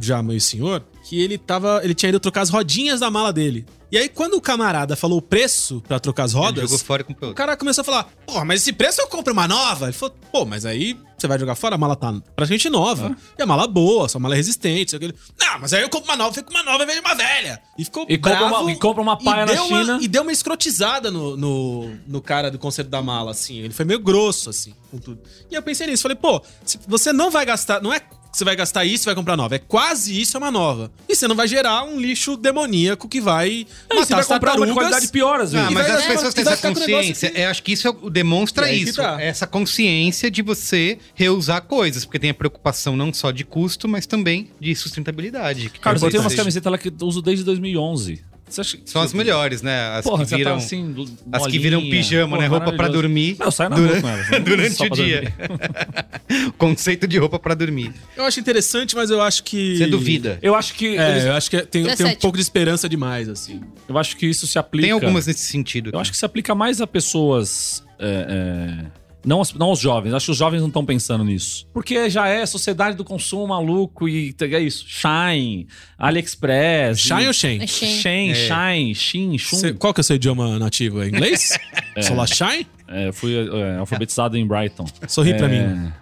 Speaker 4: já meio senhor, que ele tava. Ele tinha ido trocar as rodinhas da mala dele. E aí, quando o camarada falou o preço pra trocar as
Speaker 1: Ele Jogou
Speaker 4: rodas,
Speaker 1: fora com
Speaker 4: o cara começou a falar: Porra, mas esse preço eu compro uma nova? Ele falou: Pô, mas aí você vai jogar fora, a mala tá praticamente nova.
Speaker 2: Ah.
Speaker 4: E a mala é boa, sua mala é resistente. Sei o que. Ele, Não, mas aí eu compro uma nova, fico com uma nova em vez de uma velha. E ficou
Speaker 2: E compra
Speaker 4: bravo,
Speaker 2: uma- e compra uma paia na
Speaker 4: deu uma-
Speaker 2: China.
Speaker 4: e deu uma escrotizada no, no, no cara do conserto da mala, assim. Ele foi meio grosso, assim, com tudo. E eu pensei nisso. Falei, pô, se você não vai gastar... Não é que você vai gastar isso e vai comprar nova. É quase isso, é uma nova. E você não vai gerar um lixo demoníaco que vai
Speaker 2: Aí você
Speaker 1: tá,
Speaker 4: matar
Speaker 2: vai
Speaker 4: as
Speaker 2: comprar uma de qualidade
Speaker 4: tartarugas.
Speaker 2: pior, às vezes.
Speaker 1: Ah, mas
Speaker 4: vai-
Speaker 1: as
Speaker 4: é,
Speaker 1: pessoas
Speaker 4: e
Speaker 1: têm
Speaker 4: vai
Speaker 1: essa
Speaker 4: ficar com o negócio
Speaker 1: consciência.
Speaker 4: que-
Speaker 1: Eu acho que isso é o- demonstra
Speaker 4: E aí que
Speaker 1: isso.
Speaker 4: tá.
Speaker 1: Essa consciência de você reusar coisas, porque tem a preocupação não só de custo, mas também de sustentabilidade. que é
Speaker 2: Cara, eu tenho umas
Speaker 1: importante.
Speaker 2: camisetas lá que eu uso desde 2011. Você acha que...
Speaker 1: São as melhores, né? As
Speaker 2: Porra,
Speaker 1: que
Speaker 2: você
Speaker 1: viram.
Speaker 2: tá assim, do-
Speaker 1: As que viram
Speaker 2: bolinha.
Speaker 1: pijama,
Speaker 2: Pô,
Speaker 1: né? Roupa pra
Speaker 2: maravilhoso.
Speaker 1: dormir.
Speaker 2: Não, eu saio na rua com elas. Não
Speaker 1: durante
Speaker 2: só
Speaker 1: o
Speaker 2: pra
Speaker 1: dia.
Speaker 2: dormir.
Speaker 1: Conceito de roupa pra dormir.
Speaker 4: Eu acho interessante, mas eu acho que.
Speaker 1: Você duvida.
Speaker 2: Eu acho que... eles-
Speaker 4: É, eu acho que tem, tem um
Speaker 3: Dezessete.
Speaker 4: pouco de esperança demais, assim.
Speaker 2: Eu acho que isso se aplica...
Speaker 1: Tem algumas nesse sentido.
Speaker 2: Eu acho que se aplica mais a pessoas. é, é, não, as- não aos jovens. Acho que os jovens não estão pensando nisso. Porque já é sociedade do consumo maluco e t- é isso. Shine, AliExpress.
Speaker 4: Shine
Speaker 2: e-
Speaker 4: ou Shane?
Speaker 3: É Shein.
Speaker 2: Shine, Shine, Shin, Shun.
Speaker 4: Cê- qual que é o seu idioma nativo? É inglês? Só lá Shine?
Speaker 2: É, eu fui é, alfabetizado em Brighton.
Speaker 4: Sorri pra
Speaker 2: É,
Speaker 4: mim.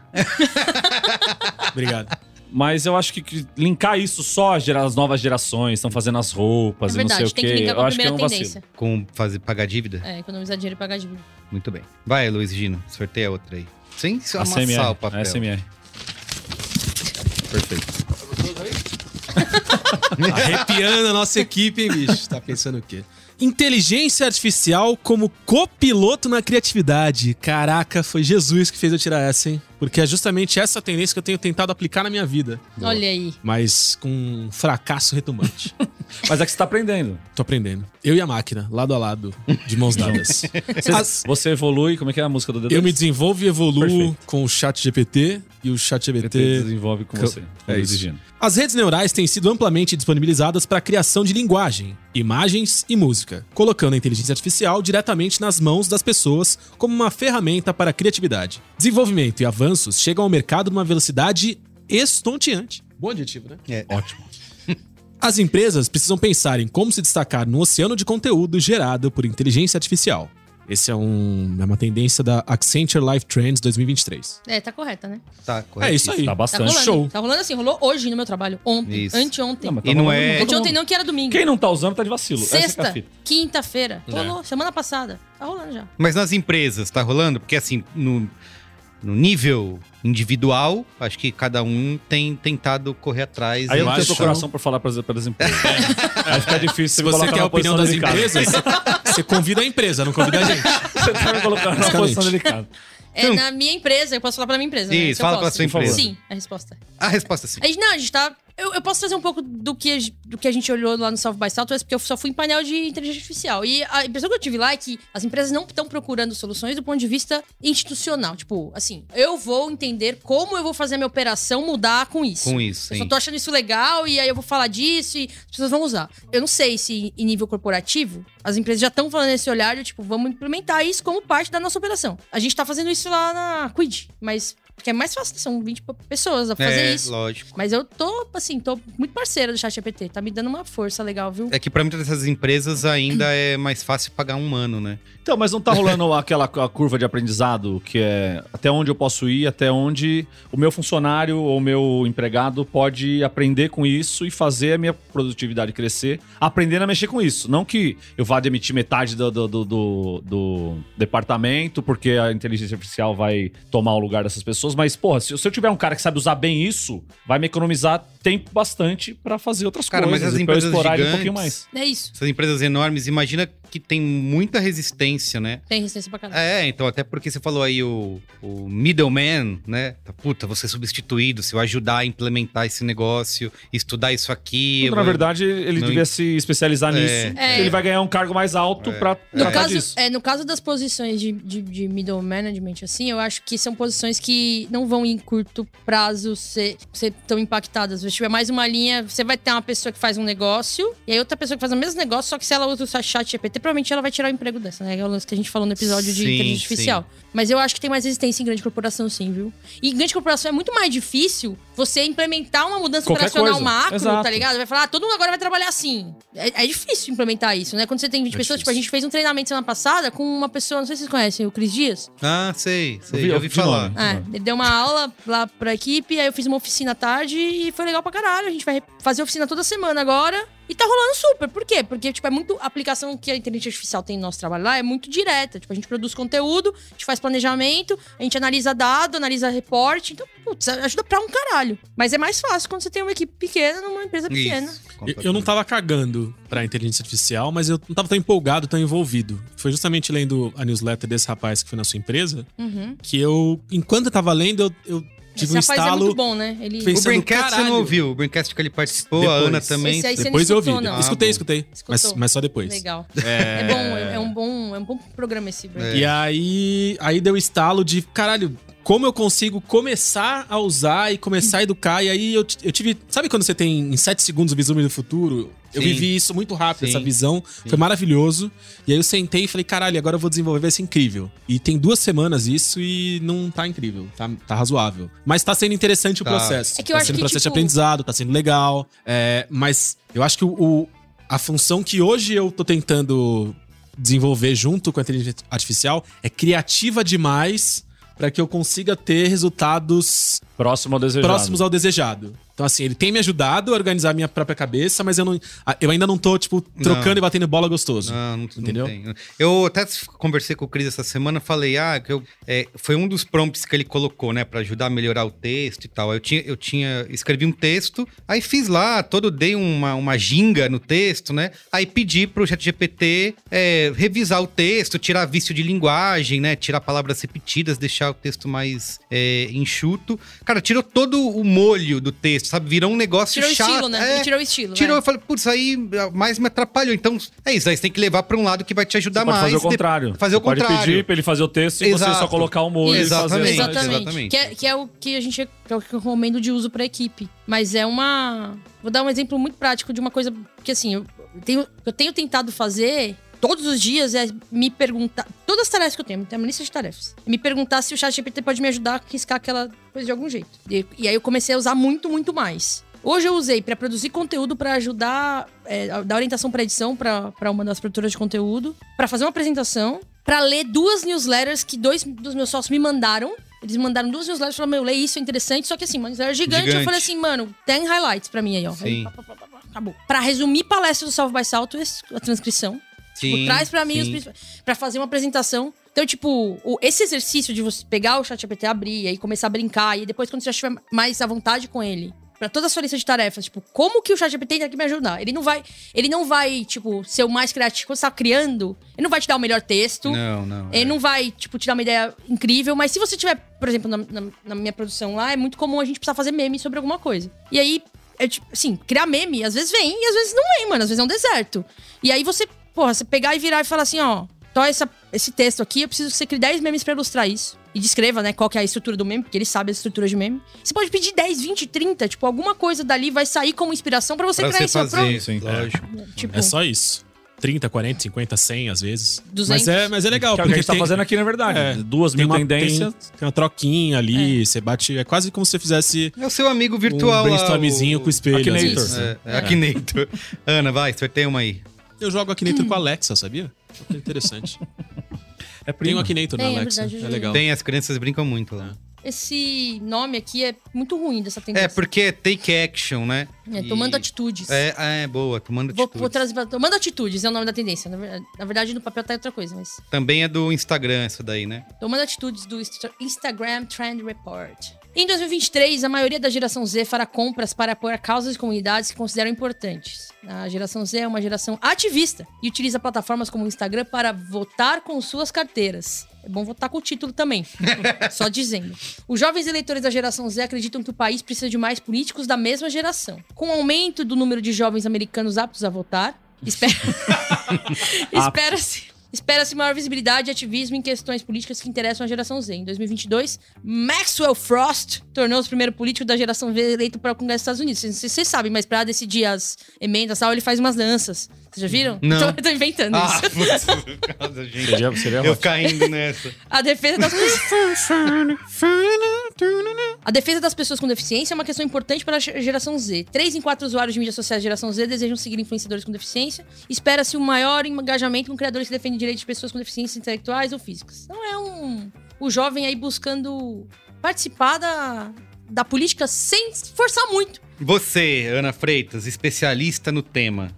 Speaker 4: Obrigado.
Speaker 2: Mas eu acho que, que linkar isso só às gera- às novas gerações, estão fazendo as
Speaker 3: É
Speaker 2: roupas e não
Speaker 3: verdade,
Speaker 2: sei
Speaker 3: tem
Speaker 2: o quê.
Speaker 3: que linkar com
Speaker 2: eu
Speaker 3: a
Speaker 2: acho que é
Speaker 3: primeira
Speaker 2: um vacilo.
Speaker 3: tendência.
Speaker 1: Com fazer, pagar dívida.
Speaker 3: É, economizar dinheiro e pagar dívida.
Speaker 1: Muito bem. Vai, Luiz e Gino, sorteia outra aí. Sem
Speaker 2: A é.
Speaker 1: amassar
Speaker 2: CMR,
Speaker 1: o papel.
Speaker 2: a SMR.
Speaker 4: Arrepiando a nossa equipe, hein, bicho? Tá pensando o quê? Inteligência artificial como copiloto na criatividade. Caraca, foi Jesus que fez eu tirar essa, hein? Porque é justamente essa tendência que eu tenho tentado aplicar na minha vida.
Speaker 3: Olha aí.
Speaker 4: Mas com um fracasso retumbante.
Speaker 2: Mas é que você tá aprendendo.
Speaker 4: Tô aprendendo. Eu e a máquina, lado a lado, de mãos dadas. As-
Speaker 2: Você evolui, como é que é a música do D2?
Speaker 4: eu me desenvolvo e evoluo
Speaker 2: Perfeito.
Speaker 4: com o chat GPT e o chat
Speaker 2: Você
Speaker 4: GPT
Speaker 2: desenvolve com
Speaker 4: Co-
Speaker 2: você.
Speaker 4: É isso.
Speaker 2: exigindo.
Speaker 4: As redes neurais têm sido amplamente disponibilizadas para a criação de linguagem, imagens e música, colocando a inteligência artificial diretamente nas mãos das pessoas como uma ferramenta para a criatividade. Desenvolvimento e avanços chegam ao mercado numa velocidade estonteante. Bom adjetivo, né?
Speaker 1: É.
Speaker 4: Ótimo. As empresas precisam pensar em como se destacar no oceano de conteúdo gerado por inteligência artificial. Esse é, um, é uma tendência da Accenture Life Trends 2023.
Speaker 3: É, tá correta, né?
Speaker 1: Tá,
Speaker 4: É
Speaker 1: correto.
Speaker 4: isso aí.
Speaker 2: Tá
Speaker 3: Tá
Speaker 2: bastante.
Speaker 3: rolando.
Speaker 4: Show.
Speaker 3: Tá rolando assim, rolou hoje no meu trabalho. Ontem.
Speaker 1: Isso.
Speaker 3: Anteontem.
Speaker 2: mas tá
Speaker 1: E não
Speaker 2: rolando
Speaker 1: é-
Speaker 2: todo
Speaker 3: Anteontem
Speaker 2: mundo.
Speaker 3: não, que era domingo.
Speaker 2: Quem não tá usando tá de vacilo. Essa é que é a
Speaker 3: Sexta,
Speaker 2: fita.
Speaker 3: quinta-feira.
Speaker 4: É.
Speaker 3: Rolou, semana passada. Tá rolando já.
Speaker 1: Mas nas empresas, tá rolando? Porque assim, no, no nível individual, acho que cada um tem tentado correr atrás.
Speaker 2: Aí eu não
Speaker 4: acho- É.
Speaker 2: tenho procuração por falar pras, pelas empresas. Aí fica difícil.
Speaker 4: Se
Speaker 2: me
Speaker 4: você
Speaker 2: colocar
Speaker 4: quer
Speaker 2: na
Speaker 4: a
Speaker 2: posição
Speaker 4: opinião das
Speaker 2: delicada.
Speaker 4: empresas, você convida a empresa, não convida a gente.
Speaker 2: Você tá me colocando na
Speaker 4: Basicamente.
Speaker 2: posição delicada.
Speaker 3: É
Speaker 2: Hum.
Speaker 3: na minha empresa, eu posso falar pra minha empresa.
Speaker 1: Isso,
Speaker 3: né? Se eu
Speaker 1: fala pra
Speaker 3: posso.
Speaker 1: sua
Speaker 2: Por favor. empresa.
Speaker 3: Sim, a resposta.
Speaker 1: A resposta é sim.
Speaker 3: A gente, não, a gente tá. Eu, eu posso trazer um pouco do que, a gen- do que a gente olhou lá no South by Southwest, porque eu só fui em painel de inteligência artificial. E a impressão que eu tive lá é que as empresas não estão procurando soluções do ponto de vista institucional. Tipo, assim, eu vou entender como eu vou fazer a minha operação mudar com isso.
Speaker 1: Com isso,
Speaker 3: Eu só
Speaker 1: sim.
Speaker 3: tô achando isso legal e aí eu vou falar disso e as pessoas vão usar. Eu não sei se em nível corporativo as empresas já estão falando esse olhar de tipo, vamos implementar isso como parte da nossa operação. A gente tá fazendo isso lá na Quid, mas porque é mais fácil, são 20 po- pessoas a fazer
Speaker 1: É,
Speaker 3: isso.
Speaker 1: lógico.
Speaker 3: Mas eu tô, assim, tô muito parceira do ChatGPT. Tá me dando uma força legal, viu?
Speaker 1: É que pra muitas dessas empresas ainda é mais fácil pagar um ano, né?
Speaker 2: Então, mas não tá rolando aquela a curva de aprendizado que é até onde eu posso ir, até onde o meu funcionário ou o meu empregado pode aprender com isso e fazer a minha produtividade crescer, aprendendo a mexer com isso. Não que eu vá demitir metade do, do, do- do- do departamento, porque a inteligência artificial vai tomar o lugar dessas pessoas, mas, porra, se, se eu tiver um cara que sabe usar bem isso, vai me economizar tempo bastante pra fazer outras
Speaker 1: Cara, mas
Speaker 2: coisas.
Speaker 1: as
Speaker 2: e pra eu
Speaker 1: empresas
Speaker 2: explorar ele
Speaker 1: gigantes-
Speaker 2: um pouquinho mais.
Speaker 3: É isso.
Speaker 1: Essas empresas enormes, imagina que tem muita resistência, né?
Speaker 3: Tem resistência pra caralho.
Speaker 1: É, então, até porque você falou aí o, o middleman, né? Tá, Puta, você substituído, se eu ajudar a implementar esse negócio, estudar isso aqui. eu
Speaker 2: na
Speaker 1: vou-
Speaker 2: verdade, ele
Speaker 1: é? não-
Speaker 2: devia se especializar
Speaker 1: É.
Speaker 2: nisso.
Speaker 3: É.
Speaker 2: Ele vai ganhar um cargo mais alto pra
Speaker 3: No,
Speaker 2: tratar
Speaker 3: caso,
Speaker 2: disso.
Speaker 3: é, no caso das posições de, de, de middle management, assim, eu acho que são posições que não vão em curto prazo ser, ser tão impactadas. Se tiver mais uma linha, você vai ter uma pessoa que faz um negócio e aí outra pessoa que faz o mesmo negócio, só que se ela usa o chat GPT, provavelmente ela vai tirar o emprego dessa, né? É o lance que a gente falou no episódio de
Speaker 1: Sim,
Speaker 3: inteligência artificial. Mas eu acho que tem mais resistência em grande corporação, sim, viu? E em grande corporação é muito mais difícil você implementar uma mudança
Speaker 2: Qualquer
Speaker 3: operacional
Speaker 2: coisa.
Speaker 3: macro,
Speaker 2: Exato.
Speaker 3: tá ligado? Vai falar, ah, todo mundo agora vai trabalhar assim. É, é difícil implementar isso, né? Quando você tem 20
Speaker 4: É
Speaker 3: pessoas, tipo,
Speaker 4: difícil.
Speaker 3: a gente fez um treinamento semana passada com uma pessoa, não sei se vocês conhecem, o Cris Dias.
Speaker 1: Ah, sei, sei,
Speaker 2: Eu vi-
Speaker 1: já
Speaker 2: eu
Speaker 1: ouvi
Speaker 2: vi de
Speaker 1: falar.
Speaker 2: nome.
Speaker 3: É,
Speaker 2: Uhum.
Speaker 3: ele deu uma aula lá pra equipe, aí eu fiz uma oficina à tarde e foi legal pra caralho. A gente vai fazer oficina toda semana agora. E tá rolando super. Por quê? Porque, tipo, é muito. A aplicação que a inteligência artificial tem no nosso trabalho lá é muito direta. Tipo, a gente produz conteúdo, a gente faz planejamento, a gente analisa dado, analisa reporte. Então, putz, ajuda pra um caralho. Mas é mais fácil quando você tem uma equipe pequena numa empresa pequena.
Speaker 4: Eu- Eu não tava cagando pra inteligência artificial, mas eu não tava tão empolgado, tão envolvido. Foi justamente lendo a newsletter desse rapaz que foi na sua empresa
Speaker 3: Uhum.
Speaker 4: que eu, enquanto eu tava lendo, eu, eu
Speaker 1: Tipo,
Speaker 4: tive um
Speaker 3: Esse rapaz é muito
Speaker 4: estalo.
Speaker 3: bom, né? Ele.
Speaker 4: Fez-
Speaker 1: O
Speaker 4: pensando,
Speaker 1: Braincast você
Speaker 4: caralho.
Speaker 1: não ouviu. O Braincast que ele participou,
Speaker 4: Depois.
Speaker 1: a Ana também.
Speaker 3: Esse aí você não
Speaker 4: Depois eu ouvi.
Speaker 3: escutou, não.
Speaker 1: Ah,
Speaker 4: Escutei,
Speaker 1: bom.
Speaker 4: escutei. Mas,
Speaker 3: Escutou.
Speaker 4: mas só depois.
Speaker 3: Legal. É... bom, é um bom, é um bom programa esse,
Speaker 1: É.
Speaker 3: Bruno.
Speaker 4: E aí, aí deu estalo de caralho. Como eu consigo começar a usar e começar a educar? E aí eu, ti- eu tive. Sabe quando você tem em 7 segundos o vislumbre do futuro? Eu
Speaker 1: Sim.
Speaker 4: vivi isso muito rápido,
Speaker 1: Sim.
Speaker 4: essa visão. Foi maravilhoso. E aí eu sentei e falei, caralho, agora eu vou desenvolver, vai ser incrível. E tem duas semanas isso e não tá incrível. Tá, tá razoável. Mas tá sendo interessante o
Speaker 1: Tá.
Speaker 4: processo.
Speaker 3: É que eu
Speaker 4: tá
Speaker 3: acho
Speaker 4: sendo
Speaker 3: que,
Speaker 4: processo de
Speaker 3: tipo,
Speaker 4: aprendizado, tá sendo legal. É, mas eu acho que o, o- a função que hoje eu tô tentando desenvolver junto com a inteligência artificial é criativa demais para que eu consiga ter resultados
Speaker 2: Próximo ao desejado.
Speaker 4: próximos ao desejado. Então, assim, ele tem me ajudado a organizar minha própria cabeça, mas eu, não, a- eu ainda não tô, tipo, trocando
Speaker 1: Não.
Speaker 4: e batendo bola gostoso.
Speaker 1: Não, não, não
Speaker 4: Entendeu?
Speaker 1: tem. Eu até conversei com o Cris essa semana, falei, ah, que eu, é, foi um dos prompts que ele colocou, né, Pra ajudar a melhorar o texto e tal. Eu tinha, eu tinha, escrevi um texto, aí fiz lá, todo dei uma, uma ginga no texto, né, aí pedi pro ChatGPT é, revisar o texto, tirar vício de linguagem, né, tirar palavras repetidas, deixar o texto mais é, enxuto. Cara, tirou todo o molho do texto, sabe? Virou um negócio
Speaker 3: Tirou o
Speaker 1: chato.
Speaker 3: estilo, né?
Speaker 1: É,
Speaker 3: Ele tirou o estilo.
Speaker 1: Tirou,
Speaker 3: né?
Speaker 1: eu falei, putz, aí ah, mais me atrapalhou. Então, é isso, aí você tem que levar pra um lado que vai te ajudar
Speaker 2: Você pode
Speaker 1: mais.
Speaker 2: fazer o
Speaker 1: de-
Speaker 2: contrário.
Speaker 1: fazer
Speaker 2: Você
Speaker 1: o contrário.
Speaker 2: Pode pedir pra ele fazer o texto e você
Speaker 1: Exato.
Speaker 2: só colocar o molho
Speaker 1: Exatamente.
Speaker 2: e fazer. essa-
Speaker 3: Exatamente.
Speaker 1: Exatamente.
Speaker 3: Que, é, que é o que a gente que é o que eu recomendo de uso para equipe. Mas é uma. Vou dar um exemplo muito prático de uma coisa que assim, eu tenho, eu tenho tentado fazer todos os dias é me perguntar. Todas as tarefas que eu tenho, eu tenho uma lista de tarefas. Me perguntar se o chat GPT pode me ajudar a riscar aquela coisa de algum jeito. E, e aí eu comecei a usar muito, muito mais. Hoje eu usei para produzir conteúdo para ajudar, é, a dar orientação para edição para uma das produtoras de conteúdo, para fazer uma apresentação, para ler duas newsletters que dois dos meus sócios me mandaram. Eles mandaram duas newsletters e falaram: Meu, lê isso, é interessante. Só que assim, uma newsletter gigante. Eu
Speaker 1: Gigante.
Speaker 3: falei assim, mano, tem highlights pra mim aí, ó.
Speaker 1: Sim.
Speaker 3: Aí, pá, pá, pá, pá, acabou. Pra resumir palestra do Salve by Southwest, a transcrição. tipo,
Speaker 1: Sim,
Speaker 3: traz pra mim os
Speaker 1: sim.
Speaker 3: principais. Pra fazer uma apresentação. Então, tipo, o- esse exercício de você pegar o chat GPT, abrir, aí começar a brincar, e depois, quando você já estiver mais à vontade com ele, pra toda a sua lista de tarefas, tipo, como que o chat GPT tem que me ajudar? Ele não vai, ele não vai, tipo, ser o mais criativo. Quando você tá criando, ele não vai te dar o melhor texto.
Speaker 1: Não, não.
Speaker 3: Ele
Speaker 1: é.
Speaker 3: não vai, tipo, te dar uma ideia incrível, mas se você tiver, por exemplo, na, na- na minha produção lá, é muito comum a gente precisar fazer meme sobre alguma coisa. E aí, é tipo, assim, criar meme, às vezes vem e às vezes não vem, mano. Às vezes é um deserto. E aí você, porra, você pegar e virar e falar assim, ó, tó essa, esse texto aqui, eu preciso que você crie 10 memes pra ilustrar isso. E descreva, né, qual que é a estrutura do meme, porque ele sabe a estrutura de meme. Você pode pedir 10, 20, 30, tipo, alguma coisa dali vai sair como inspiração pra você
Speaker 1: Pra
Speaker 3: criar
Speaker 1: você
Speaker 3: esse seu
Speaker 1: fazer,
Speaker 3: próprio.
Speaker 1: sim, lógico.
Speaker 3: Tipo,
Speaker 4: É só isso. 30, 40, 50, 100 às vezes.
Speaker 3: 200.
Speaker 4: Mas é, mas é legal,
Speaker 2: Que é o que a gente tá
Speaker 4: tem-
Speaker 2: fazendo aqui, na verdade.
Speaker 4: É.
Speaker 2: Duas
Speaker 4: tem
Speaker 2: mil
Speaker 4: uma,
Speaker 2: tendências.
Speaker 4: Tem, tem uma troquinha ali, você bate. É quase como se você fizesse
Speaker 1: É o seu amigo virtual
Speaker 4: um
Speaker 1: lá.
Speaker 4: brainstormzinho com o espelho. às
Speaker 2: Akinator.
Speaker 4: vezes.
Speaker 1: É, é Akinator. Ana, vai, sorteia uma aí.
Speaker 4: Eu jogo
Speaker 3: Hum.
Speaker 4: Akinator com a Alexa, sabia? É Interessante.
Speaker 2: É
Speaker 4: Tem um
Speaker 2: primo.
Speaker 4: Akinator na
Speaker 3: Tem, é
Speaker 4: Alexa.
Speaker 3: verdade, eu
Speaker 4: é
Speaker 3: joguei.
Speaker 4: legal.
Speaker 1: Tem, as crianças brincam muito lá.
Speaker 3: Esse nome aqui é muito ruim dessa tendência.
Speaker 1: É, porque é take action, né?
Speaker 3: É,
Speaker 1: E-
Speaker 3: tomando atitudes.
Speaker 1: É, é, boa, tomando
Speaker 3: Vou,
Speaker 1: atitudes.
Speaker 3: vou trazer pra- Tomando atitudes é o nome da tendência. Na ver- na verdade, no papel tá outra coisa, mas.
Speaker 1: Também é do Instagram essa daí, né?
Speaker 3: Tomando atitudes do Insta- Instagram Trend Report. Em 2023, a maioria da geração Z fará compras para apoiar causas e comunidades que consideram importantes. A geração Z é uma geração ativista e utiliza plataformas como o Instagram para votar com suas carteiras. É bom votar com o título também. Só dizendo. Os jovens eleitores da geração Z acreditam que o país precisa de mais políticos da mesma geração. Com o aumento do número de jovens americanos aptos a votar, espera. Espera-se. Espera-se maior visibilidade e ativismo em questões políticas que interessam a geração Z. Em 2022, Maxwell Frost tornou-se o primeiro político da geração Z eleito para o Congresso dos Estados Unidos. Vocês- Vocês sabem, mas para decidir as emendas e tal, ele faz umas danças. Vocês já viram?
Speaker 1: Não.
Speaker 3: Então, eu tô inventando
Speaker 1: Ah,
Speaker 3: isso.
Speaker 1: putz, gente.
Speaker 2: Seria, seria
Speaker 1: Eu
Speaker 2: é ótimo.
Speaker 1: caindo nessa.
Speaker 3: A defesa das pessoas... A defesa das pessoas com deficiência é uma questão importante para a ge- geração Z. Três em quatro usuários de mídias sociais da geração Z desejam seguir influenciadores com deficiência. Espera-se um maior engajamento com criadores que defendem direitos de pessoas com deficiências intelectuais ou físicas. Então é um... O jovem aí buscando participar da, da política sem se forçar muito.
Speaker 1: Você, Ana Freitas, especialista no tema.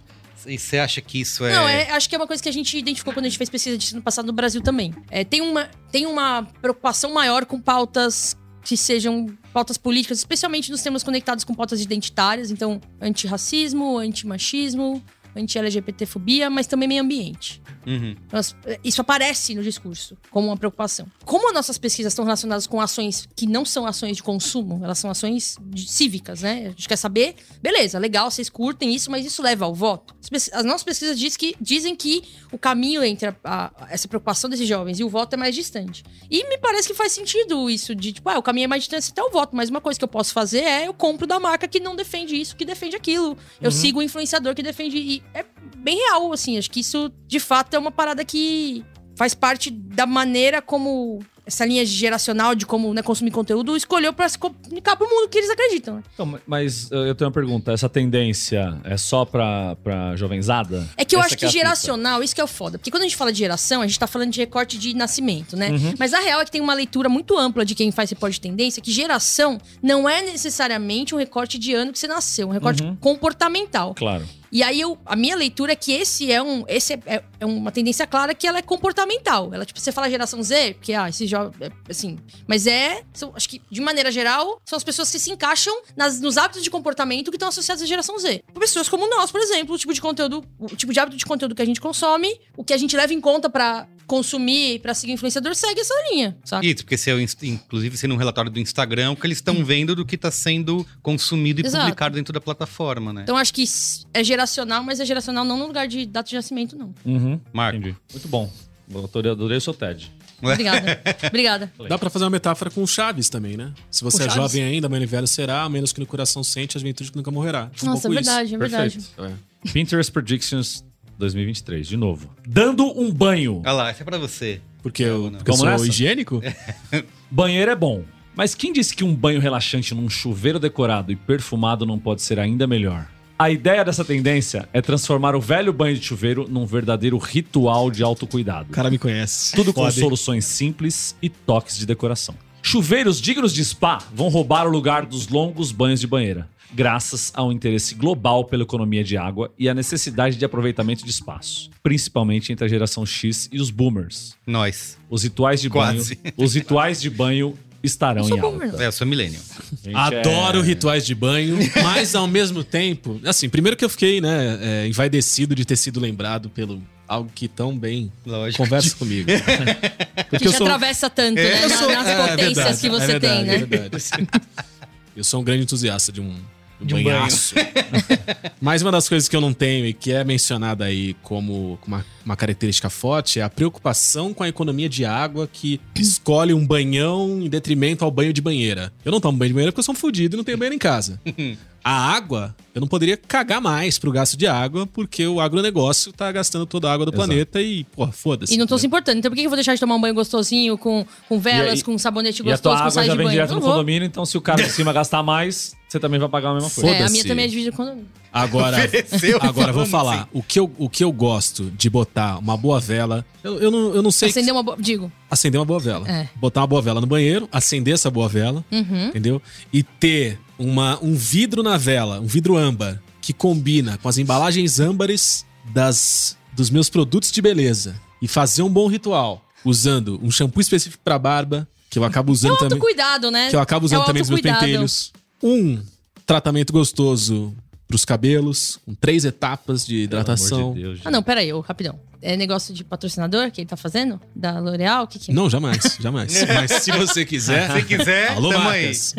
Speaker 1: E você acha que isso é.
Speaker 3: Não, é- acho que é uma coisa que a gente identificou quando a gente fez pesquisa disso no passado no Brasil também. É, tem, uma, tem uma preocupação maior com pautas que sejam pautas políticas, especialmente nos temas conectados com pautas identitárias, então antirracismo, antimachismo, anti-LGBTfobia, mas também meio ambiente.
Speaker 1: Uhum.
Speaker 3: Nós- isso aparece no discurso como uma preocupação. Como as nossas pesquisas estão relacionadas com ações que não são ações de consumo, elas são ações de- cívicas, né? A gente quer saber, beleza, legal, vocês curtem isso, mas isso leva ao voto. As, pes- as nossas pesquisas diz que, dizem que o caminho entre a- a- essa preocupação desses jovens e o voto é mais distante. E me parece que faz sentido isso, de tipo, ah, o caminho é mais distante até o voto, mas uma coisa que eu posso fazer é eu compro da marca que não defende isso, que defende aquilo. Eu sigo o influenciador que defende. E é bem real, assim. Acho que isso, de fato, é uma parada que faz parte da maneira como essa linha geracional de como né, consumir conteúdo escolheu pra se comunicar pro mundo que eles acreditam. né?
Speaker 2: Então, ma- mas uh, eu tenho uma pergunta. Essa tendência é só pra, pra jovenzada?
Speaker 3: É que eu
Speaker 2: Essa
Speaker 3: acho
Speaker 2: é
Speaker 3: que
Speaker 2: a fita.
Speaker 3: geracional, isso que é o foda. Porque quando a gente fala de geração, a gente tá falando de recorte de nascimento, né?
Speaker 2: Uhum.
Speaker 3: Mas a real é que tem uma leitura muito ampla de quem faz reporte de tendência, que geração não é necessariamente um recorte de ano que você nasceu, um recorte
Speaker 2: Uhum.
Speaker 3: comportamental.
Speaker 2: Claro.
Speaker 3: E aí eu, a minha leitura é que esse é um, esse é, é- é uma tendência clara que ela é comportamental. Ela tipo você fala geração Z, porque ah, esse jovem assim, mas é, são- acho que de maneira geral, são as pessoas que se encaixam nas- nos hábitos de comportamento que estão associados à geração Z. Pessoas como nós, por exemplo, o tipo de conteúdo, o tipo de hábito de conteúdo que a gente consome, o que a gente leva em conta pra consumir, pra seguir influenciador, segue essa linha, saca?
Speaker 1: Isso, porque se eu, inst- inclusive sendo um relatório do Instagram, o que eles estão vendo do que está sendo consumido e
Speaker 3: Exato.
Speaker 1: publicado dentro da plataforma, né?
Speaker 3: Então acho que s- é geracional, mas é geracional não no lugar de data de nascimento, não.
Speaker 2: Uhum.
Speaker 1: Marco,
Speaker 2: Entendi. Muito bom. Eu adorei, adorei o seu TED.
Speaker 3: Obrigada. Obrigada.
Speaker 4: Dá pra fazer uma metáfora com o Chaves também, né? Se você
Speaker 3: Com
Speaker 4: é
Speaker 3: Chaves?
Speaker 4: jovem ainda, amanhã velho será, a menos que no coração sente, a juventude que nunca morrerá. Um
Speaker 3: Nossa, é
Speaker 4: pouco
Speaker 3: verdade, é verdade.
Speaker 4: Isso.
Speaker 2: Pinterest Predictions 2023, de novo. Dando um banho.
Speaker 1: olha lá, essa é pra você.
Speaker 4: É. Porque eu, porque eu
Speaker 2: Vamos
Speaker 4: sou
Speaker 2: nessa?
Speaker 4: higiênico?
Speaker 2: Banheiro é bom. Mas quem disse que um banho relaxante num chuveiro decorado e perfumado não pode ser ainda melhor? A ideia dessa tendência é transformar o velho banho de chuveiro num verdadeiro ritual de autocuidado.
Speaker 4: O cara me conhece.
Speaker 2: Tudo com
Speaker 4: Foda, hein?
Speaker 2: soluções simples e toques de decoração. Chuveiros dignos de spa vão roubar o lugar dos longos banhos de banheira, graças ao interesse global pela economia de água e à necessidade de aproveitamento de espaço, principalmente entre a geração X e os boomers.
Speaker 1: Nós.
Speaker 2: Os rituais de
Speaker 1: Quase.
Speaker 2: banho, os rituais de banho estarão
Speaker 3: Eu sou
Speaker 2: em
Speaker 3: boomer.
Speaker 2: alta.
Speaker 1: É, eu sou millennial.
Speaker 2: Gente,
Speaker 4: Adoro
Speaker 2: é-
Speaker 4: rituais de banho, mas ao mesmo tempo, assim, primeiro que eu fiquei, né, é, envaidecido de ter sido lembrado pelo algo que tão bem
Speaker 1: Lógico.
Speaker 4: conversa comigo. É Porque
Speaker 3: que te atravessa tanto, né?
Speaker 4: eu
Speaker 3: na-
Speaker 4: sou-
Speaker 3: nas
Speaker 4: é, é
Speaker 3: potências
Speaker 4: verdade,
Speaker 3: que
Speaker 4: é
Speaker 3: você
Speaker 4: verdade,
Speaker 3: tem,
Speaker 4: é
Speaker 3: né?
Speaker 4: verdade. Eu sou um grande entusiasta de um, de um
Speaker 1: um
Speaker 4: banhaço. Mas uma das coisas que eu não tenho e que é mencionada aí como uma, uma característica forte é a preocupação com a economia de água que escolhe um banhão em detrimento ao banho de banheira. Eu não tomo banho de banheira porque eu sou um fudido e não tenho banheiro em casa. A água, eu não poderia cagar mais pro gasto de água porque o agronegócio tá gastando toda a água do
Speaker 2: Exato.
Speaker 4: planeta e, porra, foda-se.
Speaker 3: E não tô
Speaker 4: entendeu?
Speaker 3: se importando. Então por que eu vou deixar de tomar um banho gostosinho com, com velas,
Speaker 2: E-
Speaker 3: com sabonete
Speaker 2: E a tua
Speaker 3: gostoso, com
Speaker 2: água
Speaker 3: sais
Speaker 2: já
Speaker 3: de
Speaker 2: vem
Speaker 3: banho? Uhum.
Speaker 2: direto
Speaker 3: Não
Speaker 2: no
Speaker 3: vou.
Speaker 2: condomínio, então se o cara de cima gastar mais, você também vai pagar a mesma coisa.
Speaker 3: É, a minha
Speaker 4: Foda-se.
Speaker 3: também é dividida com condomínio.
Speaker 4: Agora,
Speaker 1: Ofereceu,
Speaker 4: agora eu vou
Speaker 1: falando
Speaker 4: falar.
Speaker 1: assim.
Speaker 4: O, que eu, o que eu gosto de botar uma boa vela. Eu, eu não, eu não sei.
Speaker 3: Acender uma boa. Digo.
Speaker 4: acender uma boa vela.
Speaker 3: É.
Speaker 4: Botar uma boa vela no banheiro, acender essa boa vela,
Speaker 3: Uhum.
Speaker 4: entendeu? E ter uma, um vidro na vela, um vidro âmbar, que combina com as embalagens âmbares das, dos meus produtos de beleza. E fazer um bom ritual, usando um shampoo específico pra barba, que eu acabo usando também.
Speaker 3: Autocuidado, né?
Speaker 4: Que eu acabo usando
Speaker 3: É o
Speaker 4: também nos meus
Speaker 3: autocuidado.
Speaker 4: pentelhos. Um tratamento gostoso pros cabelos, com três etapas de
Speaker 2: Pelo amor de
Speaker 4: hidratação.
Speaker 2: Deus, gente.
Speaker 3: Ah, não, pera aí, ô, rapidão. É negócio de patrocinador que ele tá fazendo? Da L'Oreal? O que, que é?
Speaker 4: Não, jamais, jamais. Mas se você quiser.
Speaker 1: Se quiser,
Speaker 4: Alô,
Speaker 1: tamo aí.
Speaker 4: Marcas.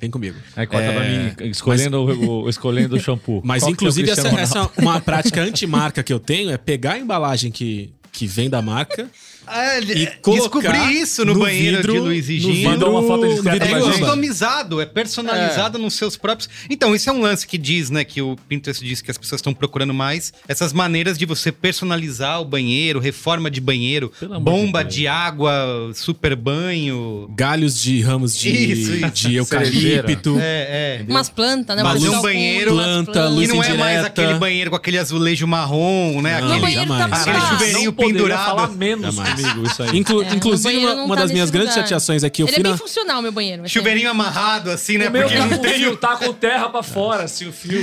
Speaker 4: Vem comigo.
Speaker 2: Aí corta
Speaker 4: É,
Speaker 2: pra mim, escolhendo, o, o- escolhendo o shampoo.
Speaker 4: Mas,
Speaker 2: Qual que é o
Speaker 4: inclusive, essa,
Speaker 2: Cristiano
Speaker 4: essa é uma prática antimarca que eu tenho é pegar a embalagem que, que vem da marca
Speaker 1: Ah,
Speaker 4: e colocar.
Speaker 1: descobri isso no, banheiro
Speaker 4: vidro-
Speaker 1: de Luiz e
Speaker 4: no
Speaker 1: Gino.
Speaker 2: Manda uma foto
Speaker 4: vidro-
Speaker 2: discreta
Speaker 4: vidro
Speaker 1: É
Speaker 2: pra gente.
Speaker 4: âmbar.
Speaker 1: customizado, é personalizado nos seus próprios. Então, isso é um lance que diz, né, que o Pinterest diz que as pessoas estão procurando mais essas maneiras de você personalizar o banheiro, reforma de banheiro,
Speaker 2: Pelo amor
Speaker 1: bomba
Speaker 2: de Deus.
Speaker 1: de, água, super banho.
Speaker 4: galhos de ramos de,
Speaker 1: Isso, isso.
Speaker 4: de
Speaker 2: Cerejeira.
Speaker 4: eucalipto.
Speaker 1: É, é.
Speaker 3: Umas plantas, né? Umas
Speaker 4: Balão,
Speaker 3: balcões,
Speaker 1: banheiro,
Speaker 3: umas
Speaker 4: um planta,
Speaker 3: plantas.
Speaker 4: luz
Speaker 1: E não é mais
Speaker 4: indireta.
Speaker 1: aquele banheiro com aquele azulejo marrom, né?
Speaker 4: Não,
Speaker 3: Meu
Speaker 1: aquele
Speaker 3: banheiro tá
Speaker 4: jamais.
Speaker 3: mais
Speaker 1: Aquele
Speaker 3: fácil.
Speaker 1: chuveirinho
Speaker 2: Ah, Não poderia
Speaker 1: pendurado.
Speaker 2: falar menos
Speaker 4: Jamais.
Speaker 2: comigo isso aí.
Speaker 4: Inclu-
Speaker 3: É,
Speaker 4: inclusive,
Speaker 3: o banheiro
Speaker 4: uma,
Speaker 3: não
Speaker 4: uma
Speaker 3: tá
Speaker 4: das minhas
Speaker 3: nesse
Speaker 4: grandes
Speaker 3: lugar.
Speaker 4: chateações aqui, eu
Speaker 3: Ele é
Speaker 4: fui
Speaker 3: bem
Speaker 4: na.
Speaker 3: funcional, meu banheiro. mas
Speaker 1: Chuveirinho amarrado, assim, né?
Speaker 2: O meu
Speaker 1: Porque
Speaker 2: tá
Speaker 1: não
Speaker 2: com
Speaker 1: tem.
Speaker 2: fio, tá com terra pra fora, assim, o fio.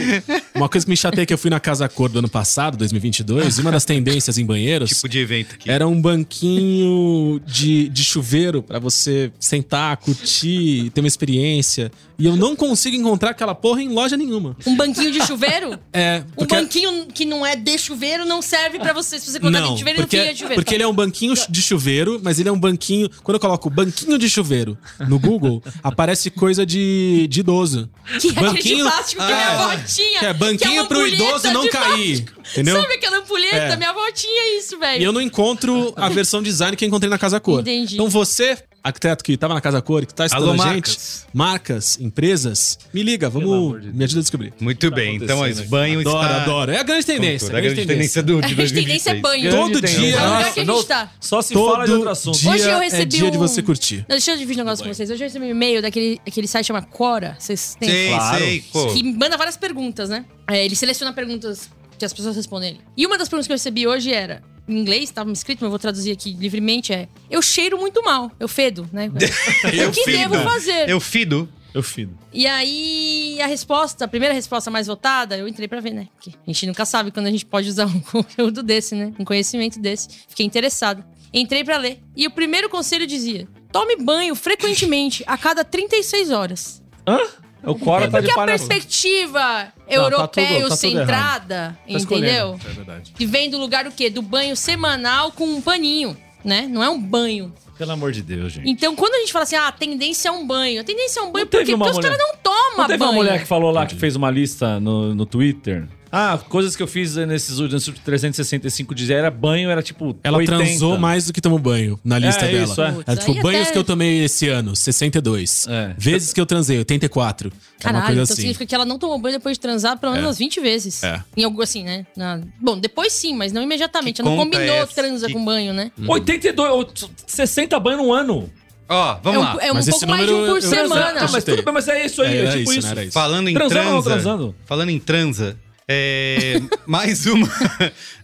Speaker 4: Uma coisa que me chateia é que eu fui na Casa Cor do ano passado, 2022, e uma das tendências em banheiros
Speaker 1: Tipo de evento aqui.
Speaker 4: era um banquinho de, de chuveiro pra você sentar, curtir, ter uma experiência. E eu não consigo encontrar aquela porra em loja nenhuma.
Speaker 3: tem- Um banquinho de chuveiro?
Speaker 4: É,
Speaker 3: Um
Speaker 4: porque...
Speaker 3: banquinho que não é de chuveiro não serve pra você. Se você colocar dentro
Speaker 4: Não,
Speaker 3: de chuveiro,
Speaker 4: porque,
Speaker 3: não fica de tá? chuveiro.
Speaker 4: porque ele é um banquinho de chuveiro, mas ele é um banquinho. Quando eu coloco banquinho de chuveiro no Google, aparece coisa de, de idoso.
Speaker 3: Que é aquele de
Speaker 4: banquinho-
Speaker 3: plástico que minha
Speaker 4: Ah,
Speaker 3: avó tinha.
Speaker 4: que é banquinho
Speaker 3: uma
Speaker 4: pro
Speaker 3: ampulheta
Speaker 4: idoso não
Speaker 3: de
Speaker 4: cair,
Speaker 3: plástico.
Speaker 4: entendeu?
Speaker 3: Sabe aquela ampulheta?
Speaker 4: É.
Speaker 3: Minha avó tinha isso, velho.
Speaker 4: E eu não encontro a versão design que eu encontrei na Casa Cor.
Speaker 3: Entendi.
Speaker 4: Então você, arquiteto que tava na Casa Cor, que tá estudando
Speaker 1: Alô,
Speaker 4: a gente,
Speaker 1: marcas.
Speaker 4: marcas, empresas, me liga,
Speaker 2: amor
Speaker 4: vamos,
Speaker 2: de
Speaker 4: me ajuda a descobrir.
Speaker 1: Muito bem, então ó,
Speaker 2: Tá acontecendo
Speaker 1: esse
Speaker 2: aqui?
Speaker 1: banho
Speaker 4: Adoro,
Speaker 1: está...
Speaker 4: adoro. É a grande tendência.
Speaker 1: a grande tendência do, de
Speaker 3: A grande tendência é
Speaker 1: 2023.
Speaker 3: banho.
Speaker 4: Todo
Speaker 2: Grande
Speaker 4: dia-
Speaker 2: tendência.
Speaker 3: É o lugar que a gente
Speaker 2: Nossa,
Speaker 3: tá.
Speaker 2: Só se
Speaker 4: Todo
Speaker 2: fala de outro assunto.
Speaker 4: dia
Speaker 3: Hoje eu
Speaker 4: é
Speaker 3: recebi
Speaker 4: dia de
Speaker 3: um-
Speaker 4: você curtir.
Speaker 3: Não, deixa eu dividir um negócio com vocês. Hoje eu recebi um e-mail daquele aquele site chama Quora. Vocês têm?
Speaker 1: Sei,
Speaker 2: Claro.
Speaker 1: sei, pô.
Speaker 3: Que manda várias perguntas, né? É, ele seleciona perguntas que as pessoas respondem. E uma das perguntas que eu recebi hoje era. Em inglês, tava escrito, mas eu vou traduzir aqui livremente, é... Eu cheiro muito mal. Eu fedo, né? o que
Speaker 1: fido.
Speaker 3: devo fazer?
Speaker 1: Eu fido.
Speaker 2: Eu fido.
Speaker 3: E aí, a resposta, a primeira resposta mais votada, eu entrei pra ver, né? Porque a gente nunca sabe quando a gente pode usar um conteúdo desse, né? Um conhecimento desse. Fiquei interessada. Entrei pra ler. E o primeiro conselho dizia: tome banho frequentemente, a cada 36 horas.
Speaker 2: O Cora tá de
Speaker 3: É Porque a
Speaker 2: parabéns.
Speaker 3: perspectiva
Speaker 2: tudo- tá tudo
Speaker 3: europeu-centrada,
Speaker 2: Tá
Speaker 3: entendeu?
Speaker 2: escolhendo. É verdade.
Speaker 3: Que vem do lugar o quê? Do banho semanal com um paninho, né? Não é um banho.
Speaker 2: Pelo amor de Deus, gente.
Speaker 3: Então, quando a gente fala assim, ah, a tendência é um banho. A tendência é um banho
Speaker 2: teve
Speaker 3: porque,
Speaker 2: uma
Speaker 3: porque os
Speaker 2: mulher-
Speaker 3: caras não tomam
Speaker 2: Não teve
Speaker 3: banho.
Speaker 2: uma mulher que falou lá que fez uma lista no, no Twitter? Ah, coisas que eu fiz nesses últimos 365 dias era banho, era tipo.
Speaker 4: Ela
Speaker 2: 80.
Speaker 4: transou mais do que tomou banho na lista
Speaker 2: É,
Speaker 4: dela.
Speaker 2: isso, é.
Speaker 4: Ela, tipo,
Speaker 3: Aí
Speaker 4: banhos
Speaker 3: até-
Speaker 4: que eu tomei esse ano, 62.
Speaker 2: É.
Speaker 4: Vezes que eu transei, 84. é uma
Speaker 3: Caralho,
Speaker 4: coisa
Speaker 3: então
Speaker 4: assim.
Speaker 3: significa que ela não tomou banho depois de transar pelo menos umas 20 vezes.
Speaker 4: É.
Speaker 3: Em algo assim, né? Na- Bom, depois sim, mas não imediatamente.
Speaker 1: Que
Speaker 3: Ela não
Speaker 1: conta
Speaker 3: combinou
Speaker 1: é essa?
Speaker 3: transa
Speaker 1: Que-
Speaker 3: com banho, né?
Speaker 2: Hum. 82, ou 60 banho num ano.
Speaker 1: Ó, vamos
Speaker 3: é um,
Speaker 1: lá.
Speaker 3: é um
Speaker 4: Mas esse
Speaker 3: pouco mais de um
Speaker 4: número
Speaker 3: por
Speaker 4: eu- eu-
Speaker 3: semana.
Speaker 2: Tá, mas tudo bem, mas é isso aí.
Speaker 4: É,
Speaker 2: É,
Speaker 4: era
Speaker 2: tipo
Speaker 4: isso,
Speaker 2: isso.
Speaker 4: não era
Speaker 3: um-
Speaker 4: isso.
Speaker 1: Falando em
Speaker 2: Transando ou não
Speaker 1: transa.
Speaker 2: transando?
Speaker 1: Falando em transa. é, mais uma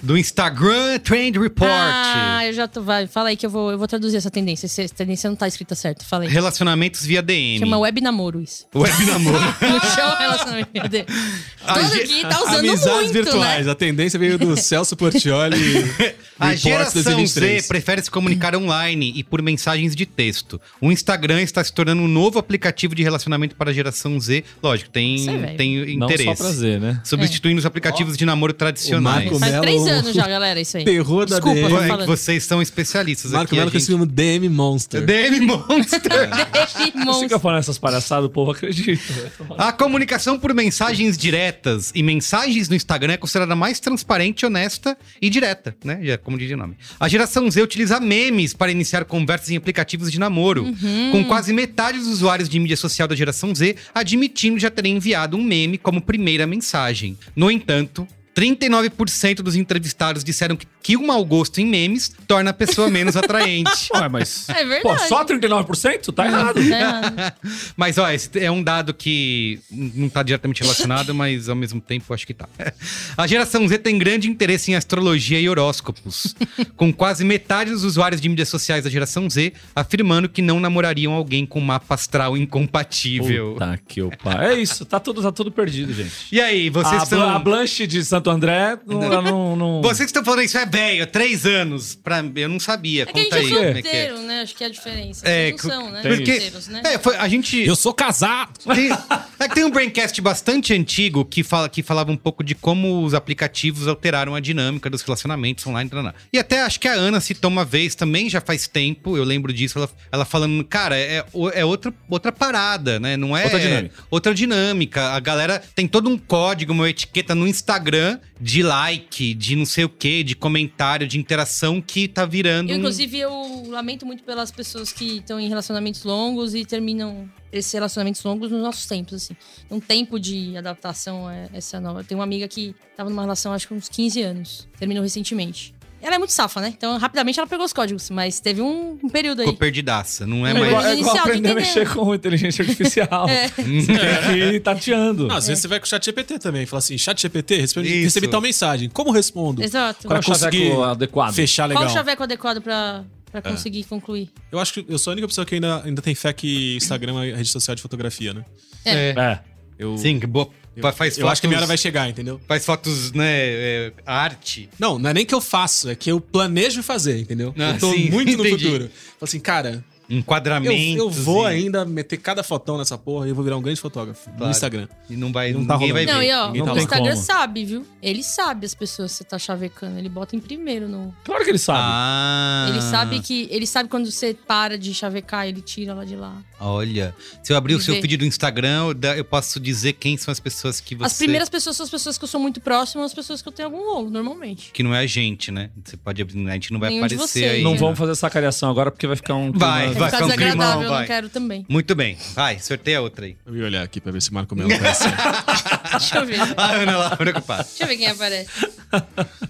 Speaker 1: do Instagram Trend Report.
Speaker 3: Ah, eu já tô. Vai, fala aí que eu vou, eu vou traduzir essa tendência. Essa essa tendência não tá escrita certo. Fala aí.
Speaker 1: Relacionamentos via DM.
Speaker 3: Chama web namoro isso.
Speaker 1: Web namoro.
Speaker 3: No chão relacionamento. Todo aqui tá usando
Speaker 4: Amizades
Speaker 3: muito,
Speaker 4: virtuais. é
Speaker 3: né?
Speaker 4: A tendência veio do Celso Portioli.
Speaker 1: A
Speaker 4: Report
Speaker 1: geração Z
Speaker 4: 2023.
Speaker 1: prefere se comunicar online e por mensagens de texto. O Instagram está se tornando um novo aplicativo de relacionamento para a geração Z. Lógico, tem,
Speaker 3: Isso é velho.
Speaker 1: tem
Speaker 2: Não
Speaker 1: interesse.
Speaker 2: só prazer, né?
Speaker 1: Substituindo os aplicativos de namoro tradicionais.
Speaker 4: Marco
Speaker 3: Faz
Speaker 4: Melo-
Speaker 3: três anos já, galera, isso aí.
Speaker 4: Terror da
Speaker 3: Desculpa,
Speaker 4: DM.
Speaker 3: tô
Speaker 1: Pô, é que
Speaker 3: falando.
Speaker 1: vocês são especialistas
Speaker 4: Marco
Speaker 1: aqui.
Speaker 4: Melo
Speaker 1: a
Speaker 4: com esse
Speaker 1: gente...
Speaker 4: filme DM Monster.
Speaker 1: DM Monster.
Speaker 3: É. Dave
Speaker 2: Você
Speaker 3: Monster.
Speaker 2: fica falando essas palhaçadas, o povo acredita.
Speaker 1: A comunicação por mensagens diretas e mensagens no Instagram é considerada mais transparente, honesta e direta, né? Já como diz o nome. A geração Z utiliza memes para iniciar conversas em aplicativos de namoro, com quase metade dos usuários de mídia social da geração Z admitindo já terem enviado um meme como primeira mensagem. No entanto, 39% dos entrevistados disseram que, que o mau gosto em memes torna a pessoa menos atraente.
Speaker 2: Ué, mas.
Speaker 3: É verdade.
Speaker 2: Pô, só 39%? Tá errado.
Speaker 3: Tá errado.
Speaker 1: Mas, ó, esse é um dado que não tá diretamente relacionado, mas ao mesmo tempo acho que tá. A geração Z tem grande interesse em astrologia e horóscopos, com quase metade dos usuários de mídias sociais da geração Z afirmando que não namorariam alguém com mapa astral incompatível.
Speaker 2: Puta que eu par... É isso, tá tudo, tá tudo perdido, gente.
Speaker 1: E aí, vocês
Speaker 2: a, Ah, Bla- a
Speaker 1: estão.
Speaker 2: Blanche de Santo André não. ela não, não...
Speaker 1: Vocês estão falando isso é velho, três anos. Pra... Eu não sabia.
Speaker 3: É que a
Speaker 1: Conta
Speaker 3: gente é
Speaker 1: aí como é que é.
Speaker 3: solteiro, né? Acho que é a diferença.
Speaker 1: É,
Speaker 3: Vocês não são, né?
Speaker 1: porque-
Speaker 3: Solteiros, né?
Speaker 1: É, foi- a gente.
Speaker 4: Eu sou casado.
Speaker 1: Tem, é que tem um braincast bastante antigo que, fala, que falava um pouco de como os aplicativos alteraram a dinâmica dos relacionamentos online. taraná. E até acho que a Ana citou uma vez também, já faz tempo, eu lembro disso, ela, ela falando, cara, é, o- é outra, outra parada, né? Não é
Speaker 2: Outra dinâmica.
Speaker 1: outra dinâmica. A galera tem todo um código, uma etiqueta no Instagram de like, de não sei o quê, de comentário, de interação que tá virando.
Speaker 3: Eu,
Speaker 1: um-
Speaker 3: inclusive, eu lamento muito pelas pessoas que estão em relacionamentos longos e terminam esses relacionamentos longos nos nossos tempos, assim. Um tempo de adaptação a essa nova. Eu tenho uma amiga que tava numa relação, acho que uns 15 anos. Terminou recentemente. Ela é muito safa, né? Então, rapidamente ela pegou os códigos, mas teve um, um período aí.
Speaker 1: Ficou perdidaça, não é
Speaker 2: É igual,
Speaker 1: mais.
Speaker 2: é igual
Speaker 3: Inicial,
Speaker 2: aprender a
Speaker 3: entendeu? É.
Speaker 2: mexer com inteligência artificial. Você tem que ir tateando.
Speaker 4: Não, às vezes você vai com o chat GPT também. Fala assim, chat GPT, respondi-
Speaker 1: Isso.
Speaker 4: recebi tal mensagem. Como respondo?
Speaker 3: Exato.
Speaker 4: Pra
Speaker 2: Qual é o chaveco
Speaker 4: conseguir
Speaker 2: adequado?
Speaker 4: Fechar
Speaker 3: Qual
Speaker 4: legal.
Speaker 3: o chaveco adequado pra
Speaker 2: É.
Speaker 3: pra conseguir concluir.
Speaker 4: Eu acho que eu sou a única pessoa que ainda, ainda tem fé que Instagram é a rede social de fotografia, né?
Speaker 3: É.
Speaker 2: É.
Speaker 4: Eu,
Speaker 1: Sim, que boa.
Speaker 4: eu,
Speaker 1: faz
Speaker 4: eu acho que minha hora
Speaker 1: fotos.
Speaker 4: vai chegar, entendeu?
Speaker 1: Faz fotos, né? é, arte.
Speaker 4: Não, não é nem que eu faço, é que eu planejo fazer, entendeu?
Speaker 1: Ah,
Speaker 4: eu tô
Speaker 1: sim,
Speaker 4: muito no
Speaker 1: entendi.
Speaker 4: futuro. Falo assim, cara, eu,
Speaker 1: Enquadramentos.
Speaker 4: eu vou
Speaker 1: e-
Speaker 4: ainda meter cada fotão nessa porra e eu vou virar um grande fotógrafo no
Speaker 1: Claro.
Speaker 4: Instagram.
Speaker 1: E não vai.
Speaker 4: Não tá
Speaker 1: ninguém vai
Speaker 4: rolando.
Speaker 3: Não,
Speaker 1: ver.
Speaker 3: e ó,
Speaker 2: ninguém
Speaker 3: o
Speaker 2: tá lá.
Speaker 3: Instagram
Speaker 2: Como?
Speaker 3: sabe, viu? Ele sabe as pessoas que você tá chavecando. Ele bota em primeiro no.
Speaker 2: Claro que ele sabe.
Speaker 1: Ah,
Speaker 3: Ele sabe que. Ele sabe quando você para de chavecar, ele tira lá de lá.
Speaker 1: Olha, se eu abrir o
Speaker 3: Ele
Speaker 1: seu
Speaker 3: vê.
Speaker 1: feed do Instagram, eu da- eu posso dizer quem são as pessoas que você.
Speaker 3: As primeiras pessoas são as pessoas que eu sou muito próxima, as pessoas que eu tenho algum rolo, normalmente.
Speaker 1: Que não é a gente, né? Você pode abrir, a gente não vai
Speaker 3: Nenhum de
Speaker 1: aparecer
Speaker 3: vocês,
Speaker 1: aí.
Speaker 3: né?
Speaker 2: Não
Speaker 1: né?
Speaker 2: vamos fazer essa cariação agora porque vai ficar um.
Speaker 1: Vai,
Speaker 3: É
Speaker 2: clima-
Speaker 3: vai ficar
Speaker 1: ficar um
Speaker 3: desagradável,
Speaker 1: climão,
Speaker 3: eu não
Speaker 1: vai.
Speaker 3: quero também.
Speaker 1: Muito bem. Vai, sorteia outra aí.
Speaker 4: Eu ia olhar aqui pra ver se o Marco Melo aparece.
Speaker 3: Deixa eu ver.
Speaker 1: Ah, Ana Laura, preocupada.
Speaker 3: Deixa eu ver quem aparece.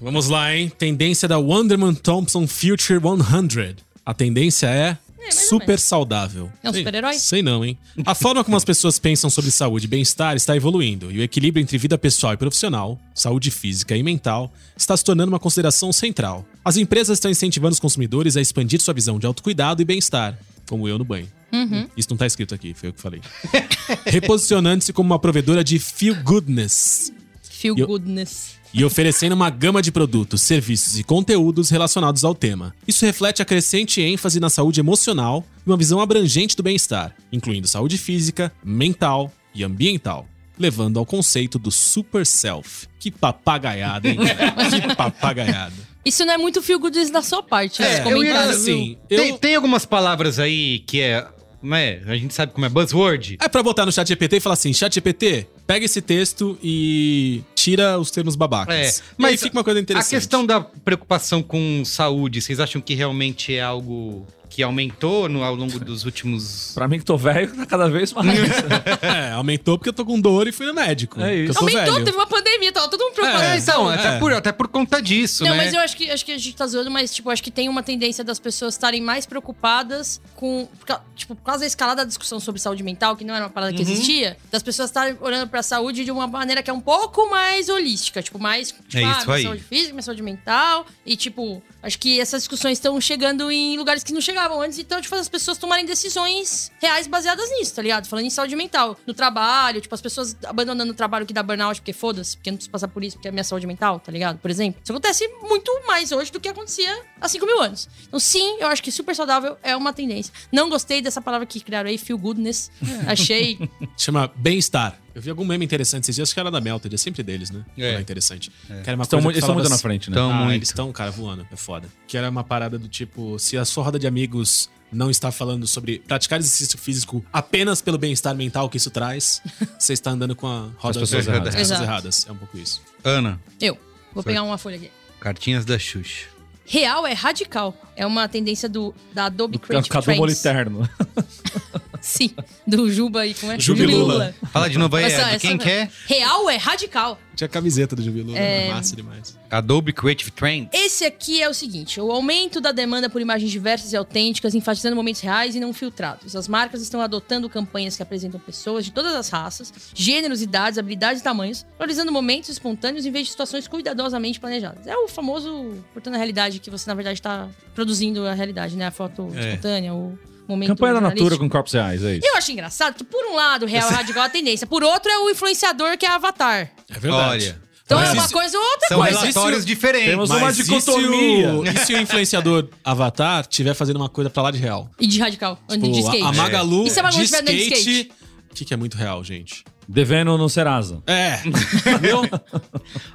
Speaker 4: Vamos lá, hein? Tendência da Wonderman Thompson Future 100. A tendência é,
Speaker 3: mais ou
Speaker 4: super
Speaker 3: menos.
Speaker 4: saudável.
Speaker 3: É um
Speaker 4: Sei-
Speaker 3: super-herói?
Speaker 4: Sei não, hein? A forma como as pessoas pensam sobre saúde e bem-estar está evoluindo, e o equilíbrio entre vida pessoal e profissional, saúde física e mental, está se tornando uma consideração central. As empresas estão incentivando os consumidores a expandir sua visão de autocuidado e bem-estar, como eu no banho.
Speaker 3: Uhum.
Speaker 4: Isso não tá escrito aqui, foi eu que falei. Reposicionando-se como uma provedora de feel goodness,
Speaker 3: Feel
Speaker 4: Eu-
Speaker 3: goodness.
Speaker 4: e oferecendo uma gama de produtos, serviços e conteúdos relacionados ao tema. Isso reflete a crescente ênfase na saúde emocional e uma visão abrangente do bem-estar, incluindo saúde física, mental e ambiental. Levando ao conceito do super self. Que papagaiada, hein? que papagaiada.
Speaker 3: Isso não é muito feel goodness da sua parte,
Speaker 1: É,
Speaker 3: né? os
Speaker 1: eu
Speaker 4: Mas,
Speaker 1: ia-
Speaker 3: comentários.
Speaker 4: assim,
Speaker 1: Tem,
Speaker 4: eu.
Speaker 1: tem algumas palavras aí que é. Né? A gente sabe como é buzzword.
Speaker 4: É pra botar no chat GPT e falar assim: chat GPT, pega esse texto e tira os termos babacas.
Speaker 1: É,
Speaker 4: mas aí
Speaker 1: mas
Speaker 4: fica uma coisa
Speaker 1: A
Speaker 4: interessante.
Speaker 1: questão da preocupação com saúde, vocês acham que realmente é algo que aumentou no, ao longo dos últimos.
Speaker 2: Pra mim que tô velho, tá cada vez mais.
Speaker 1: Uhum.
Speaker 4: É, aumentou porque eu tô com dor e fui no médico.
Speaker 2: É isso.
Speaker 4: Eu sou
Speaker 3: Aumentou,
Speaker 4: velho.
Speaker 3: teve uma pandemia, tava todo mundo preocupado.
Speaker 1: É, então,
Speaker 4: É.
Speaker 1: Até, por, até por conta disso,
Speaker 3: Não,
Speaker 1: né?
Speaker 3: mas eu acho que, acho que a gente tá zoando, mas, tipo, acho que tem uma tendência das pessoas estarem mais preocupadas com. por ca- Tipo, por causa da escalada da discussão sobre saúde mental, que não era uma parada que existia, das pessoas estarem olhando pra saúde de uma maneira que é um pouco mais holística. Tipo, mais. Tipo,
Speaker 1: É
Speaker 3: ah,
Speaker 1: isso
Speaker 3: minha
Speaker 1: aí.
Speaker 3: saúde física, minha saúde mental. E, tipo, acho que essas discussões estão chegando em lugares que não chegavam antes. Então, tipo, as pessoas tomarem decisões reais baseadas nisso, tá ligado? Falando em saúde mental. No trabalho, tipo, as pessoas abandonando o trabalho que dá burnout, porque foda-se, porque eu não preciso passar por isso, porque é minha saúde mental, tá ligado? Por exemplo. Isso acontece muito mais hoje do que acontecia há 5 mil anos. Então, sim, eu acho que super saudável é uma tendência. Não gostei dessa palavra que criaram aí, feel goodness. Achei.
Speaker 4: Chama Bem-Estar. Eu vi algum meme interessante esses dias, acho que era da Melted, é sempre deles, né?
Speaker 1: É.
Speaker 4: Quando É. interessante. Que era uma
Speaker 2: Estão mu-
Speaker 4: coisa que
Speaker 2: eles estão
Speaker 4: falava
Speaker 2: muito na
Speaker 4: assim-
Speaker 2: frente, né?
Speaker 1: Então,
Speaker 4: Ah,
Speaker 1: muito.
Speaker 4: eles estão, cara, voando. É foda. Que era uma parada do tipo, se a sua roda de amigos não está falando sobre praticar exercício físico apenas pelo bem-estar mental que isso traz, você está andando com a roda
Speaker 2: pessoas
Speaker 4: errada,
Speaker 1: erradas.
Speaker 4: as pessoas
Speaker 3: Exato.
Speaker 4: erradas. É um pouco isso.
Speaker 1: Ana,
Speaker 3: Eu. Vou pegar uma folha aqui.
Speaker 1: cartinhas da Xuxa.
Speaker 3: Real é radical. É uma tendência do, da Adobe Creative
Speaker 2: Cadê o bolo
Speaker 3: Trends.
Speaker 2: eterno?
Speaker 3: Sim, do Juba aí, como é?
Speaker 4: Jubilula.
Speaker 1: Fala de novo aí,
Speaker 3: Essa-
Speaker 1: Ed,
Speaker 3: essa
Speaker 1: quem
Speaker 3: não.
Speaker 1: quer?
Speaker 3: Real é radical.
Speaker 4: Tinha a camiseta do Jubilu, é... massa demais.
Speaker 1: Adobe Creative Trends.
Speaker 3: Esse aqui é o seguinte: o aumento da demanda por imagens diversas e autênticas, enfatizando momentos reais e não filtrados. As marcas estão adotando campanhas que apresentam pessoas de todas as raças, gêneros, idades, habilidades e tamanhos, valorizando momentos espontâneos em vez de situações cuidadosamente planejadas. É o famoso portando a realidade que você, na verdade, está produzindo a realidade, né? A foto
Speaker 1: É.
Speaker 3: espontânea, o momento.
Speaker 2: Campanha da Natura
Speaker 3: jornalístico.
Speaker 2: com corpos reais, é isso.
Speaker 3: E eu acho engraçado que, por um lado, o real é radical a tendência, por outro, é o influenciador que é avatar.
Speaker 4: É verdade.
Speaker 1: Olha.
Speaker 3: Então
Speaker 4: Mas
Speaker 3: é uma
Speaker 4: isso-
Speaker 3: coisa ou outra
Speaker 1: São
Speaker 4: Mas
Speaker 3: coisa.
Speaker 1: relatórios
Speaker 4: isso-
Speaker 1: diferentes.
Speaker 2: Temos
Speaker 1: mas-
Speaker 2: uma
Speaker 4: e se
Speaker 2: dicotomia.
Speaker 4: o- E se o influenciador avatar estiver fazendo uma coisa pra lá de real?
Speaker 3: E de radical.
Speaker 4: Pô,
Speaker 2: Tipo,
Speaker 3: de skate.
Speaker 4: Tipo, a, a Magalu
Speaker 3: E se a Magalu
Speaker 4: de
Speaker 3: estiver andando de
Speaker 4: skate.
Speaker 3: skate?
Speaker 4: O que, que é muito real, gente?
Speaker 2: Devendo no Serasa.
Speaker 4: É. Entendeu?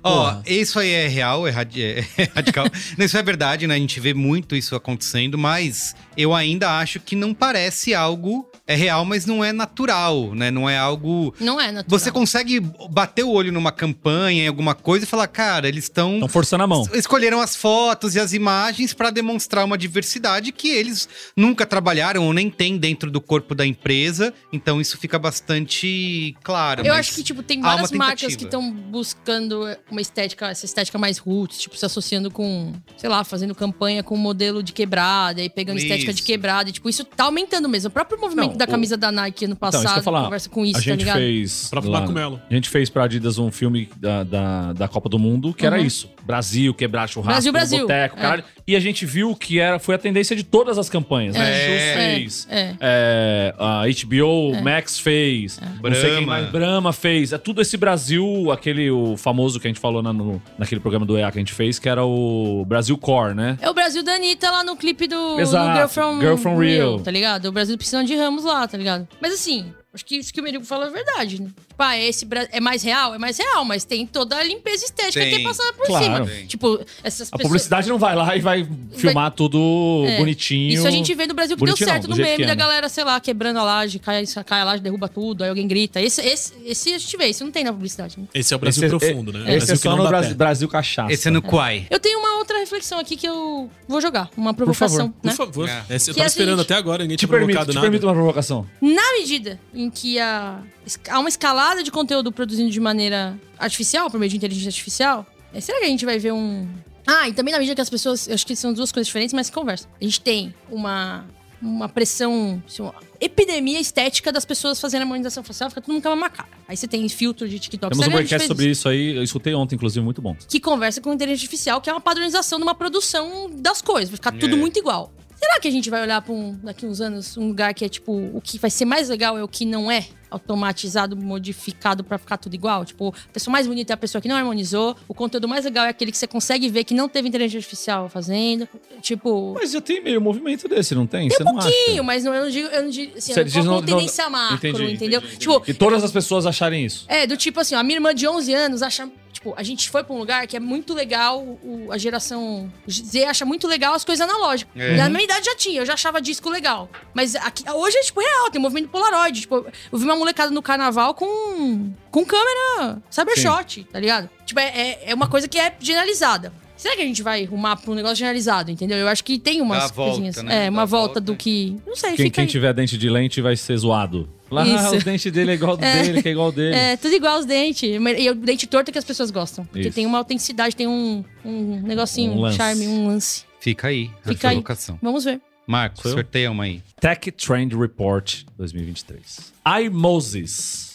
Speaker 1: Ó, isso aí é real, é, radi- é radical. não, isso é verdade, né? A gente vê muito isso acontecendo, mas eu ainda acho que não parece algo. É real, mas não é natural, né? Não é algo.
Speaker 3: Não é, natural.
Speaker 1: Você consegue bater o olho numa campanha, em alguma coisa, e falar, cara, eles estão.
Speaker 2: Estão forçando a mão.
Speaker 1: Escolheram as fotos e as imagens para demonstrar uma diversidade que eles nunca trabalharam ou nem têm dentro do corpo da empresa. Então isso fica bastante claro.
Speaker 3: Eu
Speaker 1: mas-
Speaker 3: acho que, tipo, tem
Speaker 1: há
Speaker 3: várias
Speaker 1: uma
Speaker 3: marcas
Speaker 1: tentativa.
Speaker 3: que estão buscando uma estética, essa estética mais roots, tipo, se associando com, sei lá, fazendo campanha com um modelo de quebrada, e pegando estética de
Speaker 1: Isso.
Speaker 3: quebrada, e, tipo, isso tá aumentando mesmo. O próprio movimento da camisa da Nike ano passado.
Speaker 2: Então, isso que eu ia falar.
Speaker 3: Conversa com isso,
Speaker 2: a
Speaker 3: tá
Speaker 2: gente
Speaker 3: ligado?
Speaker 2: fez.
Speaker 4: O próprio
Speaker 2: lá-
Speaker 4: Marco Melo.
Speaker 2: A gente fez pra Adidas um filme da, da, da Copa do Mundo que era isso: Brasil, quebrar churrasco,
Speaker 3: Uhum.
Speaker 2: um
Speaker 3: Brasil, Brasil.
Speaker 2: boteco,
Speaker 3: É.
Speaker 2: caralho. E a gente viu que era, foi a tendência de todas as campanhas, né?
Speaker 1: É.
Speaker 2: Show
Speaker 3: É,
Speaker 2: fez.
Speaker 3: é.
Speaker 2: é, a HBO, Max fez.
Speaker 3: É.
Speaker 2: Não sei quem
Speaker 1: Brahma.
Speaker 2: mais. Brahma fez. É tudo esse Brasil, aquele o famoso que a gente falou na- no, naquele programa do EA que a gente fez, que era o Brasil Core, né?
Speaker 3: É o Brasil da Anitta lá no clipe do,
Speaker 2: Exato,
Speaker 3: do Girl From,
Speaker 2: Girl From Rio.
Speaker 3: Tá ligado? O Brasil precisando de ramos lá, tá ligado? Mas assim, acho que isso que o Merigo fala é verdade, né? Tipo, ah, esse Bra- é mais real? É mais real, mas tem toda a limpeza estética
Speaker 1: Tem.
Speaker 3: que é passada por
Speaker 2: Claro.
Speaker 3: cima.
Speaker 1: Tem.
Speaker 3: Tipo, essas
Speaker 2: A
Speaker 3: pessoas-
Speaker 2: publicidade não vai lá e vai filmar tudo
Speaker 3: É.
Speaker 2: bonitinho.
Speaker 3: Isso a gente vê no Brasil que
Speaker 2: Bonitinho
Speaker 3: deu
Speaker 2: não,
Speaker 3: certo
Speaker 2: do
Speaker 3: no
Speaker 2: jeito
Speaker 3: meme
Speaker 2: que é,
Speaker 3: da
Speaker 2: né?
Speaker 3: galera, sei lá, quebrando a laje, cai, cai a laje, derruba tudo, aí alguém grita. Esse, esse, esse a gente vê, isso não tem na publicidade. né?
Speaker 4: Esse é o Brasil
Speaker 2: Esse é-
Speaker 4: profundo, né? O
Speaker 2: Esse
Speaker 4: Brasil
Speaker 2: é
Speaker 4: que
Speaker 2: só
Speaker 4: não
Speaker 2: no
Speaker 4: dá
Speaker 2: Brasil,
Speaker 4: pé.
Speaker 2: Brasil Cachaça.
Speaker 1: Esse é no Quai.
Speaker 3: Eu tenho uma outra reflexão aqui que eu vou jogar, uma
Speaker 2: Por favor,
Speaker 3: provocação,
Speaker 4: Por
Speaker 3: né?
Speaker 4: favor.
Speaker 1: É.
Speaker 4: Esse eu
Speaker 3: Que a
Speaker 4: tava esperando
Speaker 3: gente-
Speaker 4: até agora, ninguém
Speaker 2: Te
Speaker 4: tinha
Speaker 2: permito,
Speaker 4: provocado
Speaker 2: te
Speaker 4: nada.
Speaker 2: permito uma provocação.
Speaker 3: Na medida em que a- há uma escalada de conteúdo produzido de maneira artificial, por meio de inteligência artificial, eh, será que a gente vai ver um. Ah, e também na medida que as pessoas. eu Acho que são duas coisas diferentes, mas conversa. A gente tem uma. Uma pressão, assim, uma epidemia estética das pessoas fazendo harmonização facial, fica todo mundo com a mesma cara. Aí você tem filtro de TikTok.
Speaker 2: Temos um
Speaker 3: Será que a gente
Speaker 2: podcast
Speaker 3: fez
Speaker 2: sobre isso aí, eu escutei ontem, inclusive, muito bom.
Speaker 3: que conversa com inteligência artificial, que é uma padronização de uma produção das coisas. Vai ficar tudo
Speaker 1: É.
Speaker 3: muito igual. Será que a gente vai olhar para um, daqui uns anos um lugar que é tipo o que vai ser mais legal é o que não é automatizado, modificado pra ficar tudo igual? Tipo, a pessoa mais bonita é a pessoa que não harmonizou, o conteúdo mais legal é aquele que você consegue ver que não teve inteligência artificial fazendo. Tipo,
Speaker 2: Mas já tem meio movimento desse, não
Speaker 3: Um
Speaker 2: tem? Você não acha?
Speaker 3: pouquinho, mas não, eu não digo, eu não digo, assim,
Speaker 2: Você
Speaker 3: eu não
Speaker 2: diz
Speaker 3: coloco
Speaker 2: não-
Speaker 3: uma tendência macro,
Speaker 2: Entendi,
Speaker 3: entendeu?
Speaker 1: entendi,
Speaker 3: tipo,
Speaker 2: E todas as pessoas acharem isso.
Speaker 3: é, do tipo assim, ó, a minha irmã de 11 anos acha. Tipo, a gente foi pra um lugar que é muito legal, o- a geração Z acha muito legal as coisas analógicas.
Speaker 1: É.
Speaker 3: Na minha idade já tinha, eu já achava disco legal. Mas aqui- hoje é, tipo, real, tem movimento Polaroid. Tipo, eu vi uma molecada no carnaval com, com câmera Cybershot, tá ligado? Tipo, é, é- é uma coisa que é generalizada. Será que a gente vai arrumar pra um negócio generalizado, entendeu? Eu acho que tem umas
Speaker 1: Dá a volta,
Speaker 3: coisinhas.
Speaker 1: né?
Speaker 3: É,
Speaker 1: Dá
Speaker 3: uma
Speaker 1: a
Speaker 3: volta,
Speaker 1: volta,
Speaker 3: do
Speaker 1: né?
Speaker 3: que. Não sei,
Speaker 2: Quem,
Speaker 3: fica
Speaker 2: quem
Speaker 3: aí.
Speaker 2: tiver dente de lente vai ser zoado. Lá,
Speaker 3: Isso.
Speaker 2: o dente dele é igual ao dele, que é igual ao dele.
Speaker 3: É, tudo igual os dentes. Mas- E o dente torto é que as pessoas gostam. Porque
Speaker 2: Isso.
Speaker 3: tem uma autenticidade, tem um, um negocinho,
Speaker 2: Um
Speaker 3: um,
Speaker 2: lance.
Speaker 3: charme, um lance.
Speaker 1: Fica aí a
Speaker 3: Fica aí.
Speaker 1: provocação.
Speaker 3: Vamos ver.
Speaker 1: Marcos,
Speaker 2: Sou eu?
Speaker 1: sorteia uma aí.
Speaker 2: Tech Trend Report 2023. iMoses.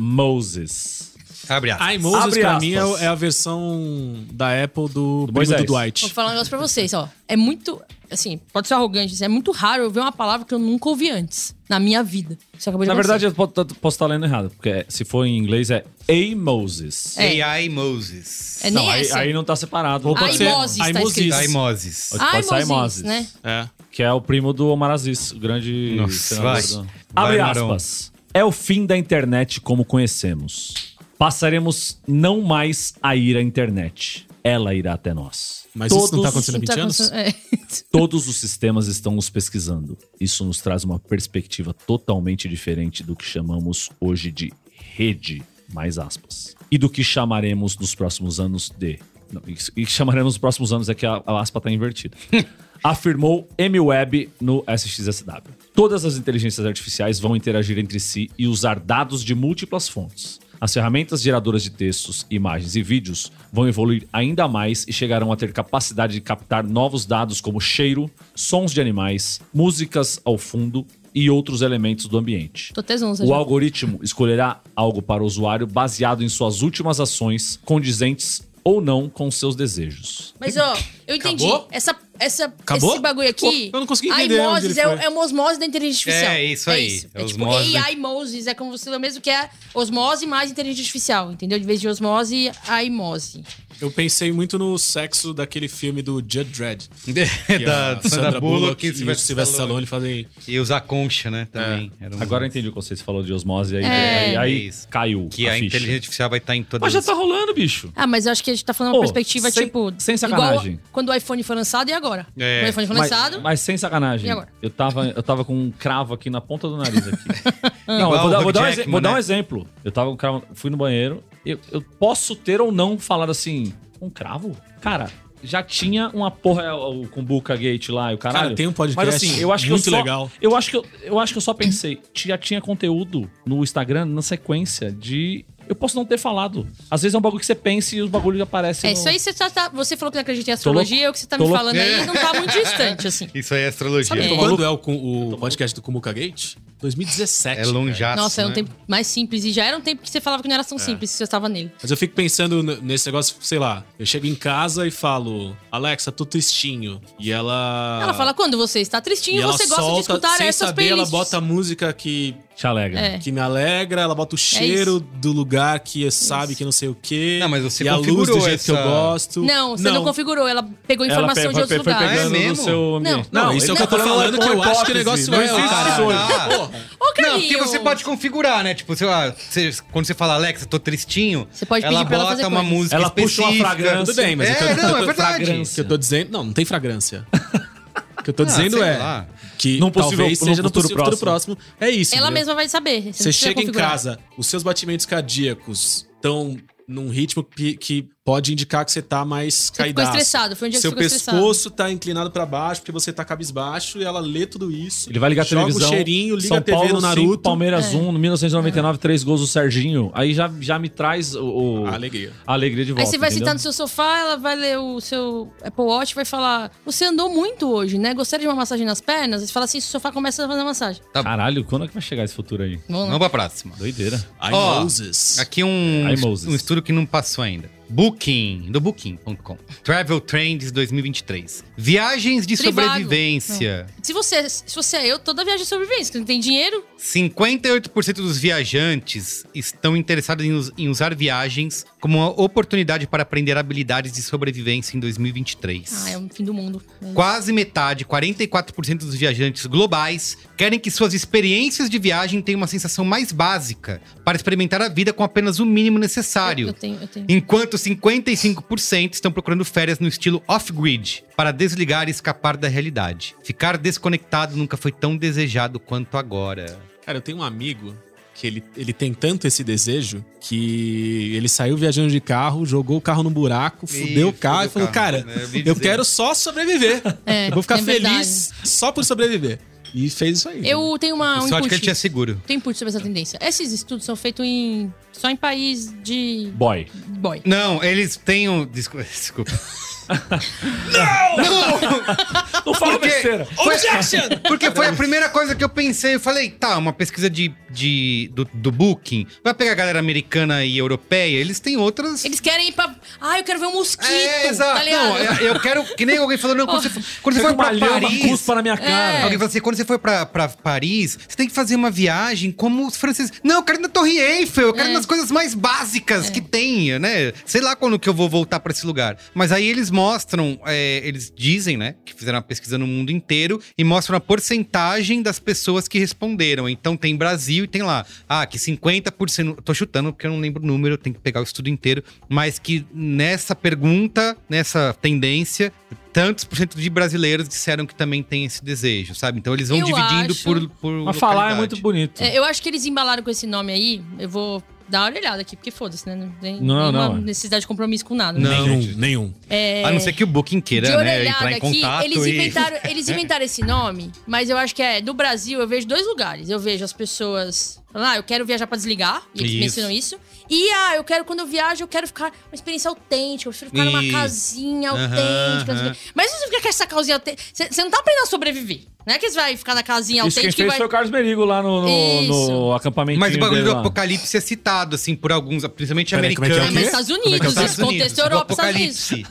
Speaker 2: iMoses.
Speaker 1: Abre aspas.
Speaker 4: iMoses,
Speaker 2: Abre
Speaker 4: pra
Speaker 2: aspas.
Speaker 4: mim, é o- é a versão da Apple do, do primo
Speaker 2: Moisés.
Speaker 4: do Dwight.
Speaker 3: Vou falar um negócio pra vocês, ó. É muito. Assim, pode ser arrogante, assim, é muito raro eu ver uma palavra que eu nunca ouvi antes na minha vida. Isso acabou de
Speaker 2: Na
Speaker 3: acontecer.
Speaker 2: verdade, eu po- tô- posso estar lendo errado, porque é- se for em inglês é A-Moses.
Speaker 3: É.
Speaker 1: AI Moses.
Speaker 3: É
Speaker 2: Não,
Speaker 3: nem
Speaker 2: aí,
Speaker 3: essa.
Speaker 2: aí não tá separado.
Speaker 4: Ou pode ser
Speaker 3: iMoses, tá
Speaker 4: iMoses.
Speaker 3: escrito.
Speaker 1: AI Moses.
Speaker 2: Pode
Speaker 3: Ai,
Speaker 2: ser
Speaker 3: Moses,
Speaker 2: Moses.
Speaker 3: né?
Speaker 4: É.
Speaker 2: que é o primo do Omar Aziz, o grande
Speaker 1: Nossa,
Speaker 2: senador
Speaker 1: vai.
Speaker 2: do-
Speaker 1: Vai,
Speaker 2: Abre
Speaker 1: Marão.
Speaker 2: aspas. É o fim da internet como conhecemos. Passaremos não mais a ir à internet. Ela irá até nós.
Speaker 4: Mas isso não
Speaker 2: Todos-
Speaker 4: tá acontecendo há
Speaker 3: Não
Speaker 4: 20
Speaker 3: tá
Speaker 4: anos?
Speaker 3: acontecendo- é.
Speaker 2: Todos os sistemas estão nos pesquisando. Isso nos traz uma perspectiva totalmente diferente do que chamamos hoje de rede, mais aspas. E do que chamaremos nos próximos anos de. Não, isso- e que chamaremos nos próximos anos é que a, a aspa está invertida. Afirmou M. Webb no SXSW. Todas as inteligências artificiais vão interagir entre si e usar dados de múltiplas fontes. As ferramentas geradoras de textos, imagens e vídeos vão evoluir ainda mais e chegarão a ter capacidade de captar novos dados como cheiro, sons de animais, músicas ao fundo e outros elementos do ambiente.
Speaker 3: Tô tesonça
Speaker 2: O
Speaker 3: já.
Speaker 2: algoritmo escolherá algo para o usuário baseado em suas últimas ações, condizentes ou não com seus desejos.
Speaker 3: Mas, ó, eu entendi.
Speaker 4: Acabou?
Speaker 3: Essa, essa,
Speaker 4: Acabou?
Speaker 3: Esse bagulho aqui.
Speaker 4: Eu não consegui entender onde
Speaker 3: iMoses
Speaker 4: ele
Speaker 3: é, o-
Speaker 4: foi.
Speaker 3: é uma osmose da inteligência artificial.
Speaker 1: É, isso aí.
Speaker 3: É,
Speaker 1: É
Speaker 3: tipo
Speaker 1: osmose.
Speaker 3: AI Moses. É como você lê mesmo que é osmose mais inteligência artificial, entendeu? De vez de osmose, aimose.
Speaker 4: Eu pensei muito no sexo daquele filme do Judd Dredd. que a
Speaker 1: da Sandra Bullock
Speaker 4: e o Sylvester Stallone fazem...
Speaker 1: E usar concha, né? Também. Era um-
Speaker 2: Agora eu entendi o que vocês falaram de osmose aí, aí,
Speaker 3: É.
Speaker 2: aí
Speaker 1: Isso.
Speaker 2: caiu
Speaker 1: Que
Speaker 2: a,
Speaker 1: a
Speaker 2: ficha.
Speaker 1: inteligência artificial vai estar em
Speaker 2: Mas
Speaker 1: todas
Speaker 2: já
Speaker 1: as
Speaker 2: tá rolando, bicho.
Speaker 3: Ah, mas eu acho que a gente tá falando uma
Speaker 2: Pô,
Speaker 3: perspectiva,
Speaker 2: sem-
Speaker 3: tipo.
Speaker 2: sem sacanagem.
Speaker 3: Igual quando o iPhone foi lançado e agora.
Speaker 1: É.
Speaker 3: Quando o iPhone foi
Speaker 2: Mas,
Speaker 3: Tá lançado.
Speaker 2: mas sem sacanagem.
Speaker 3: E agora?
Speaker 2: Eu tava, eu tava com um cravo aqui na ponta do nariz aqui. não, eu
Speaker 1: Igual
Speaker 2: vou,
Speaker 1: o
Speaker 2: dar,
Speaker 1: Hugh
Speaker 2: vou dar um,
Speaker 1: Jackman,
Speaker 2: exe- vou dar um
Speaker 1: né?
Speaker 2: exemplo. Eu tava com um cravo, fui no banheiro. Eu, eu posso ter ou não falado assim, um cravo? Cara, já tinha uma porra é, o Kumbuka Gate lá e o caralho.
Speaker 4: Cara, tem um podcast
Speaker 2: Mas assim, eu acho que eu
Speaker 4: muito
Speaker 2: só-
Speaker 4: legal.
Speaker 2: Eu acho que eu, eu acho que eu só pensei, já tinha conteúdo no Instagram na sequência de Eu posso não ter falado. Às vezes é um bagulho que você pensa e os bagulhos aparecem.
Speaker 3: É
Speaker 2: no-
Speaker 3: isso aí, você, só tá- você falou que não acredita em
Speaker 2: Tô louco.
Speaker 3: astrologia, o que você tá
Speaker 2: Tô
Speaker 3: me
Speaker 2: louco.
Speaker 3: falando
Speaker 1: É.
Speaker 3: aí não tá muito distante, assim.
Speaker 1: Isso aí é astrologia.
Speaker 3: Sabe
Speaker 1: É,
Speaker 3: como-
Speaker 4: Quando é o, cu-
Speaker 2: Tá
Speaker 4: o podcast do Kumuka Gate? 2017.
Speaker 1: é longeaço,
Speaker 3: Nossa, era um
Speaker 1: né? É.
Speaker 3: tempo mais simples. E já era um tempo que você falava que não era tão simples, você estava nele.
Speaker 4: Mas eu fico pensando n- nesse negócio, sei lá, eu chego em casa e falo, Alexa, tô tristinho. E ela.
Speaker 3: Ela fala, quando você está
Speaker 4: e
Speaker 3: tristinho,
Speaker 4: ela
Speaker 3: você gosta de
Speaker 4: solta,
Speaker 3: escutar
Speaker 4: sem
Speaker 3: essas
Speaker 4: saber, ela
Speaker 3: playlists.
Speaker 4: bota a música que,
Speaker 2: Te alegra.
Speaker 3: É.
Speaker 4: que me alegra, ela bota o cheiro do lugar que é, sabe que não sei o quê.
Speaker 1: Não, mas você
Speaker 4: e a luz
Speaker 1: configurou
Speaker 4: do jeito que eu
Speaker 1: essa-
Speaker 4: gosto.
Speaker 3: Não, você não. configurou, ela pegou
Speaker 2: Ela
Speaker 3: informação
Speaker 2: pe-
Speaker 3: de outros
Speaker 2: foi, foi
Speaker 3: lugares.
Speaker 1: Ah, é
Speaker 2: pegando no
Speaker 1: mesmo?
Speaker 2: seu ambiente.
Speaker 4: Não, isso é o que eu
Speaker 3: tá
Speaker 4: tô falando, que eu acho que o negócio
Speaker 2: não
Speaker 4: é.
Speaker 2: existe
Speaker 4: cara.
Speaker 2: isso hoje.
Speaker 1: Ah,
Speaker 3: Ô, Carlinhos!
Speaker 1: Não, porque você pode configurar, né? Tipo, sei lá, você- quando você fala Alexa, tô tristinho,
Speaker 3: Você pode
Speaker 1: ela
Speaker 3: pedir pra ela
Speaker 1: bota
Speaker 3: fazer
Speaker 1: uma
Speaker 3: coisas.
Speaker 1: música
Speaker 2: Ela puxa
Speaker 1: específica.
Speaker 2: uma fragrância.
Speaker 4: Tudo bem, mas
Speaker 1: é,
Speaker 4: eu tô- eu tô-
Speaker 1: não, é
Speaker 4: eu tô-
Speaker 1: verdade.
Speaker 4: O que eu tô dizendo. Não, não tem fragrância. O que eu tô
Speaker 1: Ah,
Speaker 4: dizendo
Speaker 1: sei
Speaker 4: é
Speaker 1: lá.
Speaker 4: que
Speaker 2: Num possível-
Speaker 4: talvez
Speaker 2: num
Speaker 4: seja no
Speaker 2: futuro
Speaker 4: possível futuro próximo. É isso.
Speaker 3: Ela
Speaker 4: entendeu?
Speaker 3: mesma vai saber. não
Speaker 4: Você
Speaker 3: precisa
Speaker 4: chega em
Speaker 3: configurar.
Speaker 4: casa, os seus batimentos cardíacos estão num ritmo que, que pode indicar que você tá mais
Speaker 3: Você ficou
Speaker 4: caidaço.
Speaker 3: estressado, foi um dia que você
Speaker 4: Seu
Speaker 3: ficou estressado.
Speaker 4: pescoço tá inclinado pra baixo porque você tá cabisbaixo e ela lê tudo isso.
Speaker 2: Ele vai ligar a
Speaker 4: joga
Speaker 2: televisão.
Speaker 4: o cheirinho, liga
Speaker 2: São
Speaker 4: a TV
Speaker 2: Paulo,
Speaker 4: no
Speaker 2: cinco,
Speaker 4: Naruto.
Speaker 2: Palmeiras 1, no 1999, três gols do Serginho. Aí já, já me traz o, o-
Speaker 4: Ah, alegria.
Speaker 2: a alegria de volta.
Speaker 3: Aí você vai
Speaker 2: entendeu?
Speaker 3: sentar no seu sofá, ela vai ler o seu Apple Watch e vai falar: Você andou muito hoje, né? Gostaria de uma massagem nas pernas? Você fala assim: o sofá começa a fazer massagem.
Speaker 2: Caralho, quando é que vai chegar esse futuro aí?
Speaker 3: Vamos lá.
Speaker 1: Vamos pra próxima.
Speaker 2: Doideira.
Speaker 4: Ai,
Speaker 1: Ó,
Speaker 4: Moses.
Speaker 1: Aqui um,
Speaker 2: Ai, Moses.
Speaker 1: um estudo que não passou ainda. Booking, do Booking.com. Travel Trends 2023. Viagens de
Speaker 3: Trivago.
Speaker 1: sobrevivência.
Speaker 3: Se você, se você é eu, toda viagem é sobrevivência, que não tem dinheiro,
Speaker 1: 58% dos viajantes estão interessados em, us- em usar viagens como uma oportunidade para aprender habilidades de sobrevivência em 2023.
Speaker 3: ah, é o fim do mundo.
Speaker 1: Quase metade, 44% dos viajantes globais, querem que suas experiências de viagem tenham uma sensação mais básica, para experimentar a vida com apenas o mínimo
Speaker 3: Eu, eu
Speaker 1: necessário.
Speaker 3: tenho, eu tenho.
Speaker 1: Enquanto 55% estão procurando férias no estilo off-grid, para desligar e escapar da realidade. Ficar desconectado nunca foi tão desejado quanto agora.
Speaker 4: Cara, eu tenho um amigo que ele, ele tem tanto esse desejo que ele saiu viajando de carro, jogou o carro num buraco, fudeu o carro e falou: Cara,
Speaker 1: É,
Speaker 4: eu quero só sobreviver.
Speaker 3: É,
Speaker 4: eu vou ficar
Speaker 3: é
Speaker 4: feliz só por sobreviver. E fez isso aí.
Speaker 3: Eu tenho uma, um
Speaker 1: Sorte é que
Speaker 3: input.
Speaker 1: ele tinha seguro.
Speaker 3: Tem input sobre essa tendência. Esses estudos são feitos em só em país de
Speaker 2: Boy.
Speaker 3: boy.
Speaker 1: Não, eles têm um. Desculpa. desculpa.
Speaker 2: Não fala besteira.
Speaker 1: foi, porque foi a primeira coisa que eu pensei. Eu falei, tá, uma pesquisa de, de, do, do Booking. Vai pegar a galera americana e europeia, eles têm outras.
Speaker 3: Eles querem ir pra. Ah, eu quero ver um mosquito.
Speaker 1: É, exato.
Speaker 3: Tá ligado?
Speaker 1: não, eu, eu quero. Que nem alguém falou, não, quando você, for- quando você
Speaker 2: Você
Speaker 1: for
Speaker 2: uma
Speaker 1: pra
Speaker 2: lhama,
Speaker 1: Paris.
Speaker 2: cuspa na minha cara.
Speaker 1: Alguém falou assim, quando você for pra, pra Paris, você tem que fazer uma viagem como os franceses. Não, eu quero ir na Torre Eiffel, eu quero ir nas coisas mais básicas que tem, né? Sei lá quando que eu vou voltar pra esse lugar. Mas aí eles mostram, é, eles dizem, né, que fizeram uma pesquisa no mundo inteiro e mostram a porcentagem das pessoas que responderam. Então tem Brasil e tem lá, ah, que 50%, tô chutando porque eu não lembro o número, eu tenho que pegar o estudo inteiro, mas que nessa pergunta, nessa tendência, tantos por cento de brasileiros disseram que também tem esse desejo, sabe? Então eles vão
Speaker 3: Eu
Speaker 1: dividindo
Speaker 3: acho-
Speaker 1: por, por.
Speaker 2: Mas falar é
Speaker 1: localidade.
Speaker 2: muito bonito.
Speaker 3: É, eu acho que eles embalaram com esse nome aí. Eu vou dar uma olhada aqui, porque foda-se, né? Não tem
Speaker 2: Não,
Speaker 3: nenhuma
Speaker 2: não, é.
Speaker 3: necessidade de compromisso com nada. né?
Speaker 1: Não,
Speaker 4: nenhum,
Speaker 1: gente.
Speaker 4: nenhum.
Speaker 3: É,
Speaker 1: A não ser que o Booking
Speaker 3: de
Speaker 1: queira, né?
Speaker 3: orelhada
Speaker 1: Entrar em
Speaker 3: aqui,
Speaker 1: contato
Speaker 3: eles
Speaker 1: e.
Speaker 3: inventaram, eles inventaram esse nome, mas eu acho que é do Brasil, eu vejo dois lugares. Eu vejo as pessoas falando, ah, eu quero viajar pra desligar, e eles
Speaker 1: Isso.
Speaker 3: mencionam isso. E ah, eu quero, quando eu viajo, eu quero ficar uma experiência autêntica, eu prefiro ficar numa
Speaker 1: Isso.
Speaker 3: casinha
Speaker 1: Aham,
Speaker 3: autêntica. não sei o
Speaker 1: aham.
Speaker 3: quê. Mas se você fica com essa casinha autêntica, você você não tá aprendendo a sobreviver. Não é que você vai ficar na casinha
Speaker 2: Isso quem
Speaker 3: autêntica e
Speaker 2: fez
Speaker 3: vai...
Speaker 2: foi o Carlos Merigo lá no, no,
Speaker 3: Isso.
Speaker 2: no acampamento.
Speaker 1: Mas o bagulho do
Speaker 2: dele lá.
Speaker 1: apocalipse é citado, assim, por alguns, principalmente
Speaker 4: Peraí, como é que é?
Speaker 3: É,
Speaker 1: americanos.
Speaker 3: mas
Speaker 4: quê?
Speaker 3: Estados
Speaker 1: Como é que é
Speaker 3: Unidos,
Speaker 1: os Estados
Speaker 3: esse
Speaker 1: Unidos?
Speaker 3: contexto Europa,
Speaker 1: Do
Speaker 3: Estados Unidos.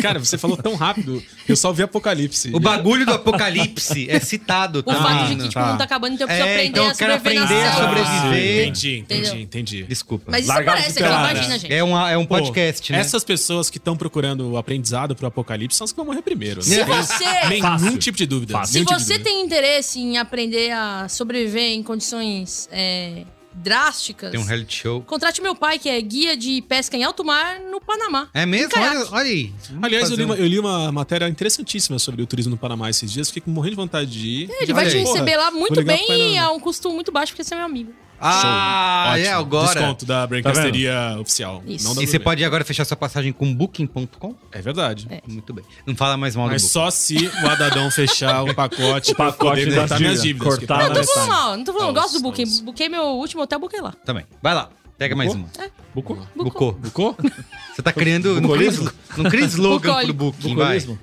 Speaker 4: Cara, você falou tão rápido, eu só vi Apocalipse.
Speaker 1: O bagulho do apocalipse é citado.
Speaker 3: O
Speaker 1: tá?
Speaker 3: fato de
Speaker 1: Não.
Speaker 3: que, tipo,
Speaker 4: tá.
Speaker 3: não tá acabando, então eu preciso
Speaker 1: É,
Speaker 3: aprender
Speaker 1: então
Speaker 3: a
Speaker 1: eu quero
Speaker 3: sobreviver na
Speaker 1: aprender a
Speaker 3: selva.
Speaker 1: sobreviver. sobreviver.
Speaker 4: Ah, Entendi, entendi,
Speaker 3: Entendeu?
Speaker 4: entendi.
Speaker 1: Desculpa.
Speaker 3: Mas isso
Speaker 2: Largado
Speaker 3: aparece,
Speaker 2: de
Speaker 3: aquela
Speaker 2: pelada.
Speaker 3: vagina, gente.
Speaker 1: É, uma, é um
Speaker 4: Pô,
Speaker 1: podcast, né?
Speaker 4: Essas pessoas que estão procurando o aprendizado pro Apocalipse são as que vão morrer primeiro.
Speaker 3: Se
Speaker 4: né?
Speaker 3: você
Speaker 4: Nenhum
Speaker 2: Fácil.
Speaker 4: tipo de dúvida.
Speaker 2: Fácil.
Speaker 3: Se
Speaker 4: nenhum tipo de
Speaker 3: você
Speaker 4: dúvida.
Speaker 3: tem interesse em aprender a sobreviver em condições é, drásticas,
Speaker 1: Tem um reality show.
Speaker 3: contrate meu pai, que é guia de pesca em alto mar no Panamá.
Speaker 1: É mesmo?
Speaker 3: caiaque.
Speaker 1: Olha, olha aí. Vamos
Speaker 4: Aliás, eu
Speaker 1: fazer
Speaker 4: li,
Speaker 1: um-
Speaker 4: uma, eu li uma matéria interessantíssima sobre o turismo no Panamá esses dias, fiquei morrendo de vontade de ir.
Speaker 3: É, Ele vai
Speaker 1: Olha
Speaker 3: te
Speaker 1: aí.
Speaker 3: receber lá muito
Speaker 4: vou ligar pro
Speaker 3: bem e
Speaker 4: Panamá.
Speaker 3: a um custo muito baixo, porque você é meu amigo.
Speaker 1: Ah,
Speaker 4: Ótimo.
Speaker 1: é agora.
Speaker 4: Desconto da Brancasteria oficial.
Speaker 3: Isso.
Speaker 4: Não da
Speaker 1: E você
Speaker 4: gourmet.
Speaker 1: pode agora fechar sua passagem com booking.com?
Speaker 4: É verdade.
Speaker 1: Muito bem. Não fala mais mal
Speaker 4: Mas
Speaker 1: do Booking.
Speaker 4: só se o Adadão fechar o pacote, pra eu
Speaker 2: pacote
Speaker 4: poder
Speaker 2: da
Speaker 4: cortar minhas
Speaker 2: dívida.
Speaker 4: dívidas.
Speaker 2: Cortar
Speaker 4: que tá
Speaker 2: na
Speaker 3: Não tô
Speaker 4: começando.
Speaker 3: falando mal, não tô falando,
Speaker 4: Vamos,
Speaker 3: gosto do Booking.
Speaker 4: vamos.
Speaker 1: Tá
Speaker 3: Buquei meu último é hotel, buquei lá.
Speaker 1: Também. Vai lá. Pega mais uma.
Speaker 3: Ah,
Speaker 2: Bucô?
Speaker 1: Bucô.
Speaker 2: Bucô?
Speaker 1: Você tá criando. Não cria,
Speaker 2: Bucolismo?
Speaker 1: não cria slogan pro
Speaker 3: Bucólico.
Speaker 1: Booking, vai.
Speaker 2: Bucolismo?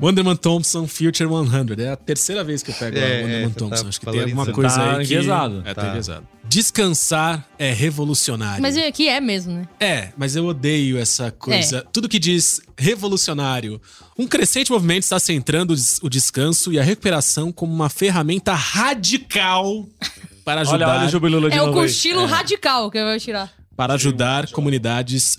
Speaker 4: Wonderman Thompson Future 100. É a terceira vez que eu pego
Speaker 1: É,
Speaker 4: a
Speaker 1: é,
Speaker 4: Wonderman
Speaker 1: você
Speaker 4: Thompson.
Speaker 1: tá
Speaker 4: Acho que tem alguma
Speaker 1: valorizando.
Speaker 4: coisa
Speaker 2: Tá
Speaker 4: aí que...
Speaker 2: enviesado.
Speaker 4: É, tá
Speaker 1: Tá.
Speaker 4: enviesado. Descansar é revolucionário.
Speaker 3: Mas eu aqui é mesmo, né?
Speaker 4: É, mas eu odeio essa
Speaker 3: É.
Speaker 4: coisa. Tudo que diz revolucionário. Um crescente movimento está centrando o des- o descanso e a recuperação como uma ferramenta radical para
Speaker 2: Olha,
Speaker 4: ajudar,
Speaker 2: olha o Jubilula de
Speaker 3: É o
Speaker 2: novo aí.
Speaker 3: cochilo radical que eu vou tirar.
Speaker 4: para ajudar comunidades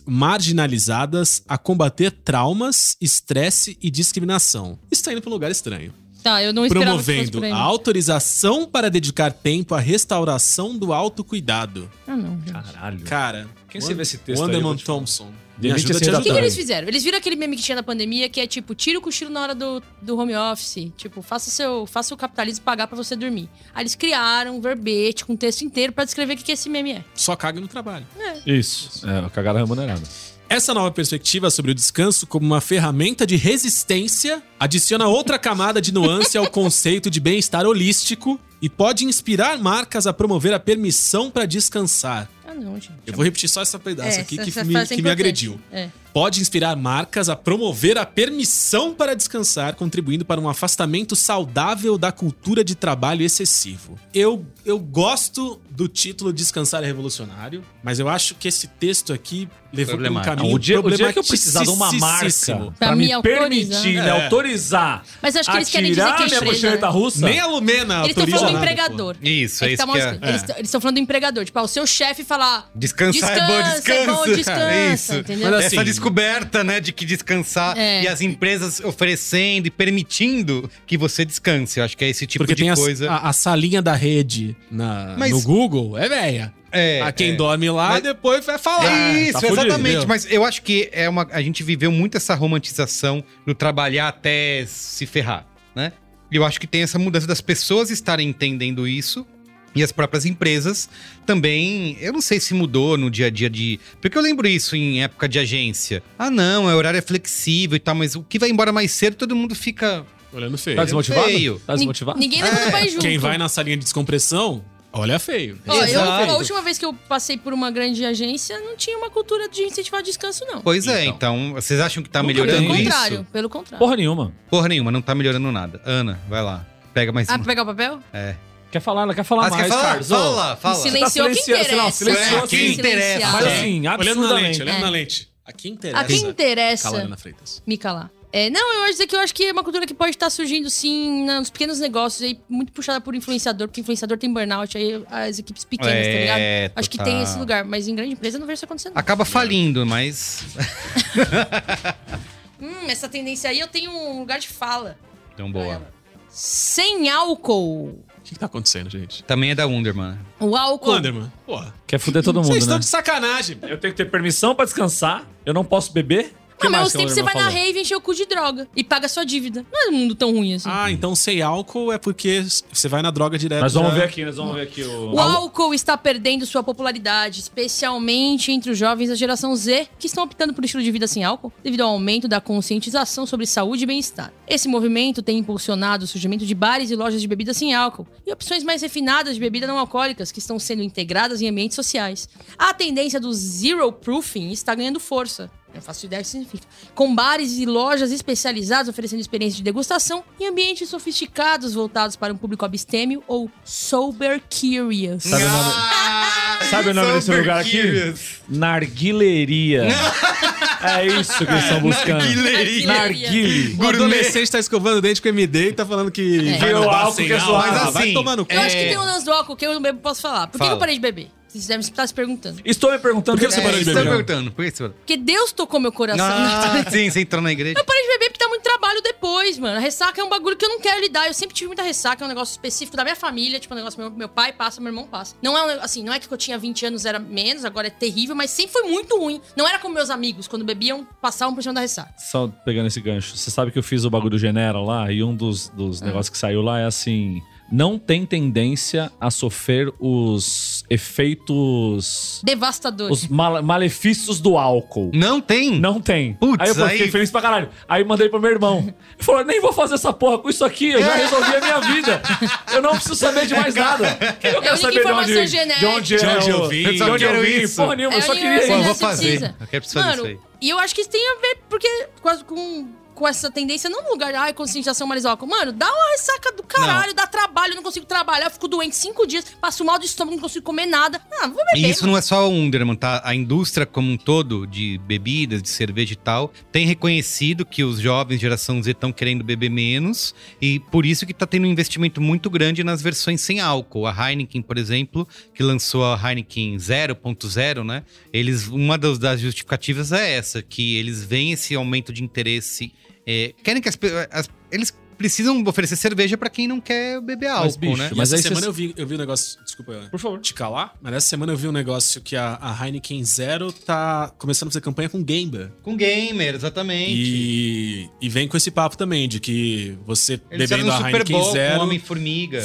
Speaker 4: marginalizadas a combater traumas, estresse e discriminação. Isso está indo para um lugar estranho.
Speaker 3: Tá, eu não esperava que fosse por
Speaker 4: Promovendo
Speaker 3: aí.
Speaker 4: a
Speaker 3: não.
Speaker 4: autorização para dedicar tempo à restauração do autocuidado.
Speaker 3: Ah, não. gente.
Speaker 2: Caralho.
Speaker 4: Cara,
Speaker 2: Quem escreveu esse texto aí? Eu
Speaker 4: Wonderman
Speaker 2: vou te falar.
Speaker 4: Thompson. Me
Speaker 2: Demite
Speaker 4: ajuda a
Speaker 2: esse
Speaker 3: O
Speaker 4: te
Speaker 3: que, que
Speaker 4: ajudar.
Speaker 2: redator.
Speaker 3: eles fizeram? Eles viram aquele meme que tinha na pandemia que é tipo, tira o cochilo na hora do, do home office. Tipo, faça, seu, faça o capitalismo pagar pra você dormir. Aí eles criaram um verbete com um texto inteiro pra descrever o que, que esse meme é.
Speaker 4: Só caga no trabalho.
Speaker 2: Isso. É, a cagada remunerada.
Speaker 4: Essa nova perspectiva sobre o descanso como uma ferramenta de resistência adiciona outra camada de nuance ao conceito de bem-estar holístico e pode inspirar marcas a promover a permissão para descansar.
Speaker 3: Ah, não, gente.
Speaker 4: Eu vou repetir só essa pedaço
Speaker 3: É,
Speaker 4: aqui
Speaker 3: essa-
Speaker 4: que,
Speaker 3: essa
Speaker 4: me,
Speaker 3: frase é
Speaker 4: que me
Speaker 3: importante.
Speaker 4: agrediu.
Speaker 3: É.
Speaker 4: Pode inspirar marcas a promover a permissão para descansar, contribuindo para um afastamento saudável da cultura de trabalho excessivo. Eu, eu gosto do título Descansar é Revolucionário, mas eu acho que esse texto aqui levou para um
Speaker 1: Problemático.
Speaker 4: caminho
Speaker 2: Ah, o, dia, o dia que eu precisar de uma
Speaker 4: problematicíssimo.
Speaker 2: marca
Speaker 3: Pra
Speaker 2: pra
Speaker 3: me
Speaker 2: me
Speaker 3: autorizar.
Speaker 2: permitir, me
Speaker 4: É.
Speaker 2: autorizar
Speaker 3: Mas acho que
Speaker 2: a
Speaker 3: eles querem dizer
Speaker 2: tirar
Speaker 3: que é
Speaker 2: minha
Speaker 3: empresa.
Speaker 2: mochileta
Speaker 4: tá
Speaker 3: né?
Speaker 2: russa... Tá
Speaker 4: Nem a Lumena
Speaker 3: Eles estão
Speaker 4: autoriza
Speaker 3: tá falando do
Speaker 4: nada, pô.
Speaker 3: empregador.
Speaker 1: Isso, é,
Speaker 3: que tá
Speaker 1: isso
Speaker 3: uma-
Speaker 1: que
Speaker 3: eles
Speaker 1: é.
Speaker 3: t- Eles estão falando do empregador. Tipo, ah, o seu chefe falar.
Speaker 1: Descansar é bom,
Speaker 3: Descansa, é bom,
Speaker 1: descansa.
Speaker 3: descansa,
Speaker 1: isso.
Speaker 3: entendeu?
Speaker 4: Mas assim-
Speaker 1: Essa descoberta, né, de que descansar
Speaker 3: É.
Speaker 1: e as empresas oferecendo e permitindo que você descanse. Eu acho que é esse tipo
Speaker 4: Porque
Speaker 1: de
Speaker 4: tem a,
Speaker 1: coisa.
Speaker 4: a, a salinha da rede na,
Speaker 1: Mas-
Speaker 4: no Google, é velha.
Speaker 1: É,
Speaker 4: a quem
Speaker 1: é.
Speaker 4: dorme lá,
Speaker 1: Mas-
Speaker 4: depois vai falar.
Speaker 1: É isso,
Speaker 4: Tá fudido,
Speaker 1: exatamente.
Speaker 4: entendeu?
Speaker 1: Mas eu acho que é uma, a gente viveu muito essa romantização do trabalhar até se ferrar, né? E eu acho que tem essa mudança das pessoas estarem entendendo isso e as próprias empresas também. Eu não sei se mudou no dia a dia de. Porque eu lembro isso em época de agência. Ah, não, é horário é flexível e tal, mas o que vai embora mais cedo, todo mundo fica.
Speaker 4: Olhando feio.
Speaker 2: Tá desmotivado?
Speaker 1: Feio.
Speaker 2: Tá desmotivado?
Speaker 3: Ninguém levanta vai junto.
Speaker 4: é, Quem vai na salinha de descompressão, olha feio.
Speaker 3: Ó, eu,
Speaker 1: Exato.
Speaker 3: a última vez que eu passei por uma grande agência, não tinha uma cultura de incentivar descanso, não.
Speaker 1: Pois é,
Speaker 4: Então.
Speaker 1: então, vocês acham que tá
Speaker 2: Nunca
Speaker 1: melhorando
Speaker 3: Pelo
Speaker 2: Tem
Speaker 3: contrário,
Speaker 1: isso?
Speaker 3: pelo contrário.
Speaker 2: Porra nenhuma.
Speaker 1: Porra nenhuma, não tá melhorando nada. Ana, vai lá. Pega mais
Speaker 3: Ah,
Speaker 1: uma.
Speaker 3: pra pegar o papel?
Speaker 2: Quer falar? Ela quer falar
Speaker 1: Ah, você
Speaker 2: mais,
Speaker 1: quer falar?
Speaker 2: Carlos. Ô,
Speaker 1: Fala, fala.
Speaker 3: Tá Silenciou quem
Speaker 2: tá silenciando, sei lá,
Speaker 3: interessa.
Speaker 2: silenciou
Speaker 3: Ah,
Speaker 1: quem interessa.
Speaker 3: silenciado.
Speaker 2: Mas
Speaker 4: É.
Speaker 2: assim,
Speaker 4: Olhando na lente,
Speaker 2: absurdamente.
Speaker 4: olhando
Speaker 3: É.
Speaker 4: na lente. A quem interessa.
Speaker 3: A quem
Speaker 4: Cala, Ana
Speaker 3: interessa
Speaker 4: Freitas.
Speaker 3: me calar. É, não, eu acho que eu acho que é uma cultura que pode estar surgindo sim nos pequenos negócios aí, muito puxada por influenciador, porque influenciador tem burnout aí as equipes pequenas, tá ligado?
Speaker 1: É,
Speaker 3: Acho que
Speaker 1: total.
Speaker 3: tem esse lugar, mas em grande empresa eu não vejo isso acontecendo. não.
Speaker 1: Acaba falindo, mas.
Speaker 3: Hum, essa tendência aí eu tenho um lugar de fala.
Speaker 1: Então,
Speaker 3: pra
Speaker 1: boa.
Speaker 3: ela. Sem álcool.
Speaker 4: O que, que tá acontecendo, gente?
Speaker 1: Também é da Wonderman.
Speaker 3: O álcool.
Speaker 4: Wanderman, porra.
Speaker 2: Quer fuder todo mundo,
Speaker 4: Vocês estão
Speaker 2: né?
Speaker 4: de sacanagem.
Speaker 2: Eu tenho que ter permissão pra descansar. Eu não posso beber.
Speaker 3: Ah, mas
Speaker 2: é
Speaker 3: aos
Speaker 2: um que a
Speaker 3: tempos você
Speaker 2: Lorena
Speaker 3: vai na
Speaker 2: falou?
Speaker 3: rave encher o cu de droga e paga sua dívida. Não é um mundo tão ruim assim.
Speaker 4: Ah, então sem álcool é porque você vai na droga direto.
Speaker 2: Nós vamos
Speaker 4: já.
Speaker 2: ver aqui, nós vamos ver aqui o...
Speaker 3: O álcool está perdendo sua popularidade, especialmente entre os jovens da geração Z, que estão optando por um estilo de vida sem álcool, devido ao aumento da conscientização sobre saúde e bem-estar. Esse movimento tem impulsionado o surgimento de bares e lojas de bebidas sem álcool e opções mais refinadas de bebida não alcoólicas que estão sendo integradas em ambientes sociais. A tendência do zero proofing está ganhando força. Não faço ideia do que significa. Com bares e lojas especializadas oferecendo experiência de degustação e ambientes sofisticados voltados para um público abstêmio ou sober curious.
Speaker 2: Sabe o nome- Sabe o nome desse lugar aqui? Narguileria. é isso que eles estão buscando.
Speaker 1: Narguileria.
Speaker 2: Narguile.
Speaker 4: O adolescente tá escovando o dente com MD e tá falando que
Speaker 3: É.
Speaker 4: vai no
Speaker 2: Viu,
Speaker 4: bar
Speaker 2: álcool
Speaker 4: sem
Speaker 2: que é
Speaker 4: álcool.
Speaker 2: suave.
Speaker 4: Mas
Speaker 1: Mas
Speaker 4: vai
Speaker 1: assim,
Speaker 4: tomar no cu.
Speaker 3: Eu acho que
Speaker 1: É.
Speaker 3: tem um lance do álcool que eu não bebo, posso falar. Por que,
Speaker 1: Fala.
Speaker 3: eu parei de beber? Vocês devem estar se perguntando.
Speaker 2: Estou me perguntando... é
Speaker 4: Por que você parou de
Speaker 1: Você
Speaker 4: beber?
Speaker 1: tá perguntando, por que você parou?
Speaker 3: Porque Deus tocou meu coração.
Speaker 1: Ah, sim, você entrou na igreja.
Speaker 3: Eu parei de beber porque dá muito trabalho depois, mano. A ressaca é um bagulho que eu não quero lidar. Eu sempre tive muita ressaca, é um negócio específico da minha família, tipo, um negócio meu, meu pai passa, meu irmão passa. Não é um, ne- assim, não é que eu tinha 20 anos, era menos, agora é terrível, mas sempre foi muito ruim. Não era como meus amigos, quando bebiam, passavam por cima da ressaca.
Speaker 2: Só pegando esse gancho, você sabe que eu fiz o bagulho do Genera lá e um dos, dos negócios que saiu lá é assim: não tem tendência a sofrer os efeitos.
Speaker 3: Devastador.
Speaker 2: os male- malefícios do álcool.
Speaker 1: Não tem?
Speaker 2: Não tem.
Speaker 1: Putz,
Speaker 2: aí eu pô, fiquei
Speaker 1: aí-
Speaker 2: feliz pra caralho. Aí mandei pro meu irmão. Ele falou: nem vou fazer essa porra com isso aqui, eu já
Speaker 1: É.
Speaker 2: resolvi a minha vida. Eu não preciso saber de mais nada. Que eu
Speaker 3: É a
Speaker 2: quero
Speaker 3: única
Speaker 2: saber de onde,
Speaker 3: informação É
Speaker 2: de onde é.
Speaker 1: De onde eu
Speaker 2: o-
Speaker 1: vim.
Speaker 2: De onde eu vim.
Speaker 1: Isso.
Speaker 2: Porra nenhuma, eu só queria
Speaker 1: Pô, eu vou
Speaker 2: isso.
Speaker 3: você
Speaker 1: fazer.
Speaker 3: precisa.
Speaker 1: Eu quero precisar
Speaker 3: Mano,
Speaker 1: disso aí.
Speaker 3: E eu acho que isso tem a ver porque com, as- com, com essa tendência, não no lugar de ai, conscientização mais álcool. Mano, dá uma ressaca do caralho, dá trabalho, eu não consigo trabalhar, eu fico doente cinco dias, passo mal do estômago, não consigo comer nada. Ah, vou beber.
Speaker 1: E isso não é só o Underman, tá? A indústria como um todo de bebidas, de cerveja e tal, tem reconhecido que os jovens geração Z estão querendo beber menos e por isso que tá tendo um investimento muito grande nas versões sem álcool. A Heineken, por exemplo, que lançou a Heineken 0.0, né? Eles, uma das, das justificativas é essa, que eles veem esse aumento de interesse, é, querem que as, pe- as- eles precisam oferecer cerveja pra quem não quer beber álcool,
Speaker 2: bicho,
Speaker 1: né?
Speaker 4: E
Speaker 2: Mas
Speaker 4: essa
Speaker 2: aí
Speaker 4: semana
Speaker 2: cês-
Speaker 4: eu, vi, eu vi um negócio. Desculpa
Speaker 2: Por favor.
Speaker 4: te calar, mas essa semana eu vi um negócio que a, a Heineken Zero tá começando a fazer campanha com Gamba.
Speaker 1: Com gamer, exatamente.
Speaker 4: E, e vem com esse papo também de que você
Speaker 1: Eles fizeram
Speaker 4: bebendo a
Speaker 1: um Super
Speaker 4: Heineken
Speaker 1: Bowl
Speaker 4: Zero,
Speaker 1: com Homem-Formiga.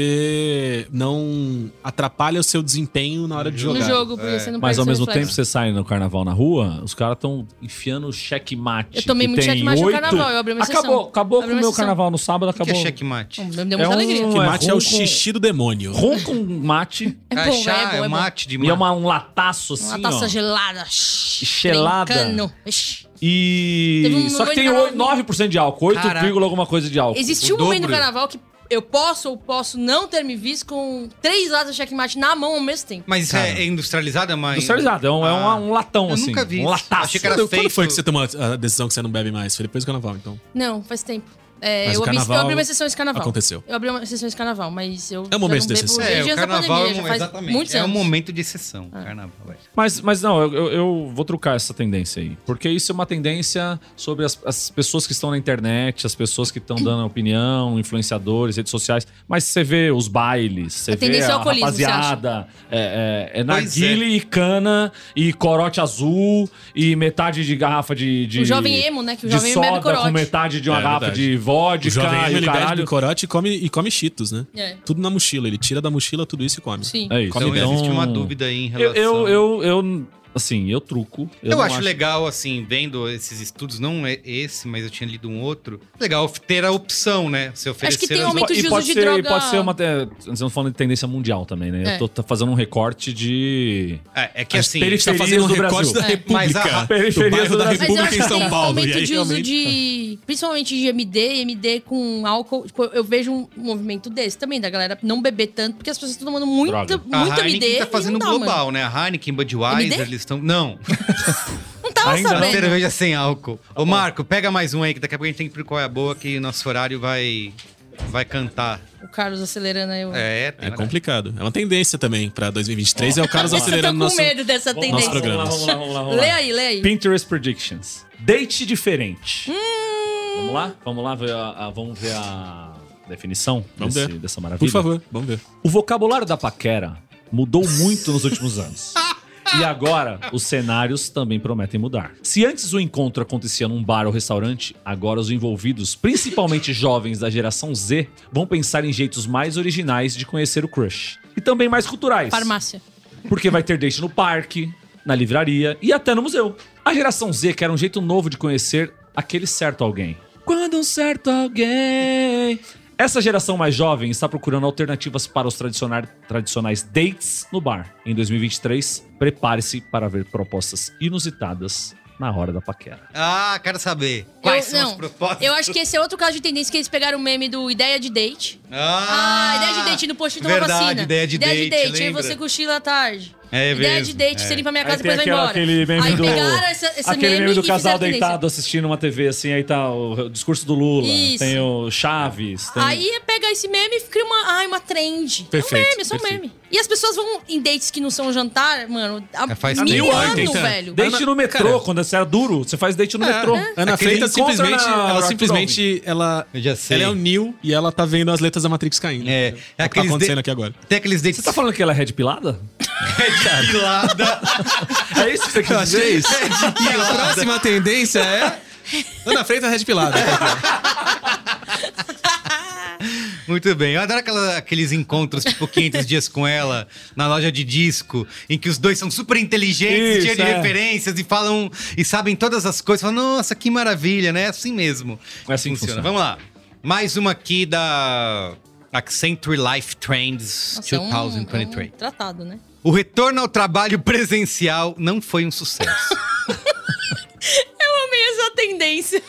Speaker 4: você não atrapalha o seu desempenho na hora de
Speaker 1: No
Speaker 4: jogar.
Speaker 3: No jogo,
Speaker 1: É.
Speaker 3: porque você não
Speaker 2: Mas
Speaker 3: perde
Speaker 2: ao
Speaker 3: seu
Speaker 2: mesmo
Speaker 3: reflexo.
Speaker 2: tempo, você sai no carnaval na rua, os caras estão enfiando checkmate.
Speaker 3: Eu tomei
Speaker 2: que
Speaker 3: muito
Speaker 2: tem
Speaker 3: checkmate no
Speaker 2: oito.
Speaker 3: carnaval, eu abri uma
Speaker 2: Acabou,
Speaker 3: sessão.
Speaker 2: acabou com
Speaker 3: Abri
Speaker 2: o
Speaker 3: uma
Speaker 2: meu
Speaker 3: sessão.
Speaker 2: carnaval no sábado,
Speaker 1: O que é
Speaker 2: acabou.
Speaker 1: checkmate?
Speaker 3: Me deu muita
Speaker 2: É um-
Speaker 3: alegria.
Speaker 4: Que mate é
Speaker 2: rum
Speaker 4: o
Speaker 2: com-
Speaker 4: xixi do demônio.
Speaker 2: Rum com um mate
Speaker 3: É
Speaker 1: Ah,
Speaker 3: bom,
Speaker 1: chá,
Speaker 3: velho, é bom, é bom.
Speaker 1: mate de
Speaker 2: e é
Speaker 1: mate.
Speaker 2: uma, um lataço assim,
Speaker 3: Uma taça
Speaker 2: ó.
Speaker 3: gelada.
Speaker 2: Gelada. É
Speaker 3: Trincando. Ixi. Teve
Speaker 2: E.
Speaker 3: um
Speaker 2: Só que tem
Speaker 3: número
Speaker 2: oi- 9% de álcool, 8,
Speaker 1: Caraca.
Speaker 2: vírgula alguma coisa de álcool.
Speaker 3: Existe
Speaker 1: O
Speaker 3: um momento do
Speaker 1: dobro.
Speaker 3: carnaval que eu posso ou posso não ter me visto com três latas de checkmate na mão ao mesmo tempo.
Speaker 1: Mas isso é- é industrializado, é uma...
Speaker 2: Industrializado, é um, é um-
Speaker 1: Ah.
Speaker 2: um latão
Speaker 1: Eu
Speaker 2: assim.
Speaker 1: nunca vi
Speaker 2: Um
Speaker 1: isso.
Speaker 2: lataço.
Speaker 1: Achei que era
Speaker 4: Quando, quando
Speaker 1: feito-
Speaker 4: foi que você tomou a a decisão que você não bebe mais? Foi depois do carnaval, então.
Speaker 3: Não, faz tempo. É,
Speaker 4: Mas
Speaker 3: eu,
Speaker 4: o
Speaker 3: abri,
Speaker 4: carnaval
Speaker 3: eu abri uma sessão de carnaval.
Speaker 4: aconteceu.
Speaker 3: Eu abri uma sessão de carnaval, mas eu.
Speaker 4: É um momento de
Speaker 3: eu não bebo
Speaker 4: exceção.
Speaker 3: desde
Speaker 1: É, o
Speaker 3: antes da
Speaker 1: carnaval
Speaker 3: pandemia,
Speaker 1: é
Speaker 3: já
Speaker 1: um,
Speaker 3: faz muitos
Speaker 1: exatamente. É um
Speaker 3: anos. Ah.
Speaker 1: momento de exceção. Carnaval, é.
Speaker 2: Mas, mas não, eu, eu- eu vou trocar essa tendência aí. Porque isso é uma tendência sobre as, as pessoas que estão na internet, as pessoas que estão dando opinião, influenciadores, redes sociais. Mas você vê os bailes, você
Speaker 3: A
Speaker 2: vê
Speaker 3: tendência é o
Speaker 2: a
Speaker 3: alcoolismo,
Speaker 2: rapaziada, é, é,
Speaker 1: Pois
Speaker 2: é narguile e cana, e corote azul, e metade de garrafa de... de
Speaker 3: O jovem emo, né? Que o
Speaker 2: de
Speaker 3: jovem emo bebe
Speaker 2: soda com
Speaker 3: corote.
Speaker 2: metade de uma
Speaker 4: É,
Speaker 2: garrafa
Speaker 4: verdade.
Speaker 2: de vodka
Speaker 4: O jovem emo,
Speaker 2: e o
Speaker 4: ele bebe
Speaker 2: caralho.
Speaker 4: do corote e come, e come cheetos, né?
Speaker 3: É,
Speaker 4: Tudo na mochila. Ele tira da mochila tudo isso e come.
Speaker 3: sim.
Speaker 2: É isso.
Speaker 1: Então,
Speaker 4: Então,
Speaker 1: existe uma dúvida aí em
Speaker 2: Eu,
Speaker 1: relação...
Speaker 2: eu, eu, eu- assim, eu truco.
Speaker 1: Eu
Speaker 2: não
Speaker 1: acho, legal, assim, vendo esses estudos, não é esse, mas eu tinha lido um outro. Legal ter a opção, né? Se oferecer...
Speaker 3: que tem
Speaker 1: as-
Speaker 3: um aumento-
Speaker 2: Po-
Speaker 3: de
Speaker 2: e
Speaker 3: uso
Speaker 2: pode
Speaker 3: de
Speaker 2: ser,
Speaker 3: droga-
Speaker 2: Pode ser uma. é, Nós estamos falando de tendência mundial também, né?
Speaker 3: É.
Speaker 2: Eu tô, tá fazendo um recorte de.
Speaker 1: É, é que
Speaker 4: As
Speaker 1: assim...
Speaker 2: periferias
Speaker 4: periferias tá fazendo um
Speaker 2: do
Speaker 4: recorte
Speaker 2: Brasil.
Speaker 4: da
Speaker 1: É. Mas
Speaker 4: República.
Speaker 1: a-
Speaker 4: do
Speaker 2: Periferias
Speaker 4: bairro
Speaker 2: do
Speaker 4: da
Speaker 2: Brasil.
Speaker 3: Mas eu
Speaker 4: República
Speaker 3: acho
Speaker 4: em
Speaker 3: que tem
Speaker 4: São
Speaker 3: um
Speaker 4: Paulo. E
Speaker 3: aumento
Speaker 4: aí,
Speaker 3: de uso
Speaker 4: realmente...
Speaker 3: de. Principalmente de MD, MD com álcool. Tipo, Eu vejo um movimento desse também, da galera não beber tanto, porque as pessoas estão tomando muita,
Speaker 2: Droga.
Speaker 1: A
Speaker 3: muito
Speaker 1: Heineken
Speaker 3: MD.
Speaker 1: tá
Speaker 3: e não
Speaker 1: fazendo
Speaker 3: dá,
Speaker 1: global,
Speaker 3: mano.
Speaker 1: né? A Heineken, Budweiser,
Speaker 3: MD?
Speaker 1: eles estão... Não,
Speaker 3: Não tava
Speaker 2: Ainda não.
Speaker 1: a
Speaker 3: sabendo.
Speaker 1: cerveja sem álcool. Ô, Marco, pega mais um aí, que daqui a pouco a gente tem que ir pro Qual é a Boa, que nosso horário vai... Vai cantar.
Speaker 3: O Carlos acelerando aí. o-
Speaker 1: É, tem
Speaker 4: É
Speaker 1: horário.
Speaker 4: complicado. É uma tendência também pra 2023. É o Carlos
Speaker 3: Vocês estão
Speaker 4: acelerando
Speaker 3: tá com
Speaker 4: nosso...
Speaker 3: medo dessa
Speaker 2: Vamos lá,
Speaker 3: tendência.
Speaker 4: Nosso programa.
Speaker 2: Vamos lá, vamos lá, vamos lá.
Speaker 3: Lê aí, lê aí.
Speaker 2: Pinterest Predictions. Date diferente. Vamos lá? Vamos lá ver a, a- vamos ver a definição
Speaker 4: Vamos
Speaker 2: desse-
Speaker 4: ver.
Speaker 2: dessa
Speaker 4: Por
Speaker 2: maravilha.
Speaker 4: favor, vamos ver.
Speaker 2: O vocabulário da paquera mudou muito nos últimos anos. E agora, os cenários também prometem mudar. Se antes o encontro acontecia num bar ou restaurante, agora os envolvidos, principalmente jovens da geração Z, vão pensar em jeitos mais originais de conhecer o crush. E também mais culturais.
Speaker 3: Farmácia.
Speaker 2: Porque vai ter date no parque, na livraria e até no museu. A geração Z quer um jeito novo de conhecer aquele certo alguém. Quando um certo alguém. Essa geração mais jovem está procurando alternativas para os tradicionar- tradicionais dates no bar. Em 2023, prepare-se para ver propostas inusitadas na hora da paquera.
Speaker 1: Ah, quero saber. Quais
Speaker 3: Eu-
Speaker 1: são
Speaker 3: não,
Speaker 1: as propostas?
Speaker 3: Eu acho que esse é outro caso de tendência que eles pegaram o meme do ideia de date.
Speaker 1: Ah,
Speaker 3: Ah, ideia de date no posto toma
Speaker 1: verdade,
Speaker 3: vacina.
Speaker 1: ideia de date,
Speaker 3: aí
Speaker 1: lembra?
Speaker 3: você cochila à tarde.
Speaker 1: É
Speaker 3: ideia
Speaker 1: mesmo,
Speaker 3: de date,
Speaker 1: é.
Speaker 3: você limpa a minha
Speaker 2: Aí
Speaker 3: casa e
Speaker 2: tem
Speaker 3: depois vai
Speaker 2: aquela-
Speaker 3: embora.
Speaker 2: aquele meme
Speaker 3: aí
Speaker 2: do-
Speaker 3: pegaram essa, esse
Speaker 2: Aquele meme do
Speaker 3: e
Speaker 2: casal
Speaker 3: fizeram tendência.
Speaker 2: deitado assistindo uma TV, assim, aí tá o, o discurso do Lula,
Speaker 3: Isso.
Speaker 2: tem o Chaves, tem...
Speaker 3: Aí pega esse meme e cria uma, ai, uma trend. é
Speaker 4: Perfeito,
Speaker 3: um meme, é só um
Speaker 4: perfeito.
Speaker 3: meme. E as pessoas vão em dates que não são jantar, mano, há
Speaker 1: É, faz
Speaker 3: mil
Speaker 1: tempo.
Speaker 3: anos,
Speaker 4: Tem, cara.
Speaker 3: velho.
Speaker 2: Date
Speaker 4: Ana-
Speaker 2: no metrô,
Speaker 4: Cara.
Speaker 2: quando você era duro, você faz date no metrô.
Speaker 4: Ana
Speaker 2: Aquele
Speaker 4: Freitas
Speaker 2: encontro
Speaker 4: simplesmente,
Speaker 2: na-
Speaker 4: ela
Speaker 2: Arthur
Speaker 4: simplesmente, ela,
Speaker 1: Eu já sei.
Speaker 4: ela é o Neo e ela tá vendo as letras da Matrix caindo.
Speaker 1: É, é
Speaker 4: o que tá
Speaker 1: aqueles de-
Speaker 4: acontecendo aqui agora.
Speaker 1: Tem aqueles dates
Speaker 2: Você tá falando que ela é red pilada?
Speaker 1: de pilada.
Speaker 2: É isso que você quer
Speaker 1: né?
Speaker 2: dizer?
Speaker 4: isso.
Speaker 1: É
Speaker 4: E a próxima tendência é Ana Freitas Red Pilada.
Speaker 1: Muito bem. Eu adoro aquela- aqueles encontros, tipo, 500 dias com ela, na loja de disco, em que os dois são super inteligentes,
Speaker 2: Isso,
Speaker 1: cheios de
Speaker 2: é.
Speaker 1: referências e falam e sabem todas as coisas. Falam, nossa, que maravilha, né? É assim mesmo.
Speaker 2: É assim que funciona.
Speaker 1: Vamos lá. Mais uma aqui da Accenture Life Trends
Speaker 3: Nossa, é um-
Speaker 1: 2023.
Speaker 3: é um tratado, né?
Speaker 1: O retorno ao trabalho presencial não foi um sucesso.
Speaker 3: Eu amei essa tendência.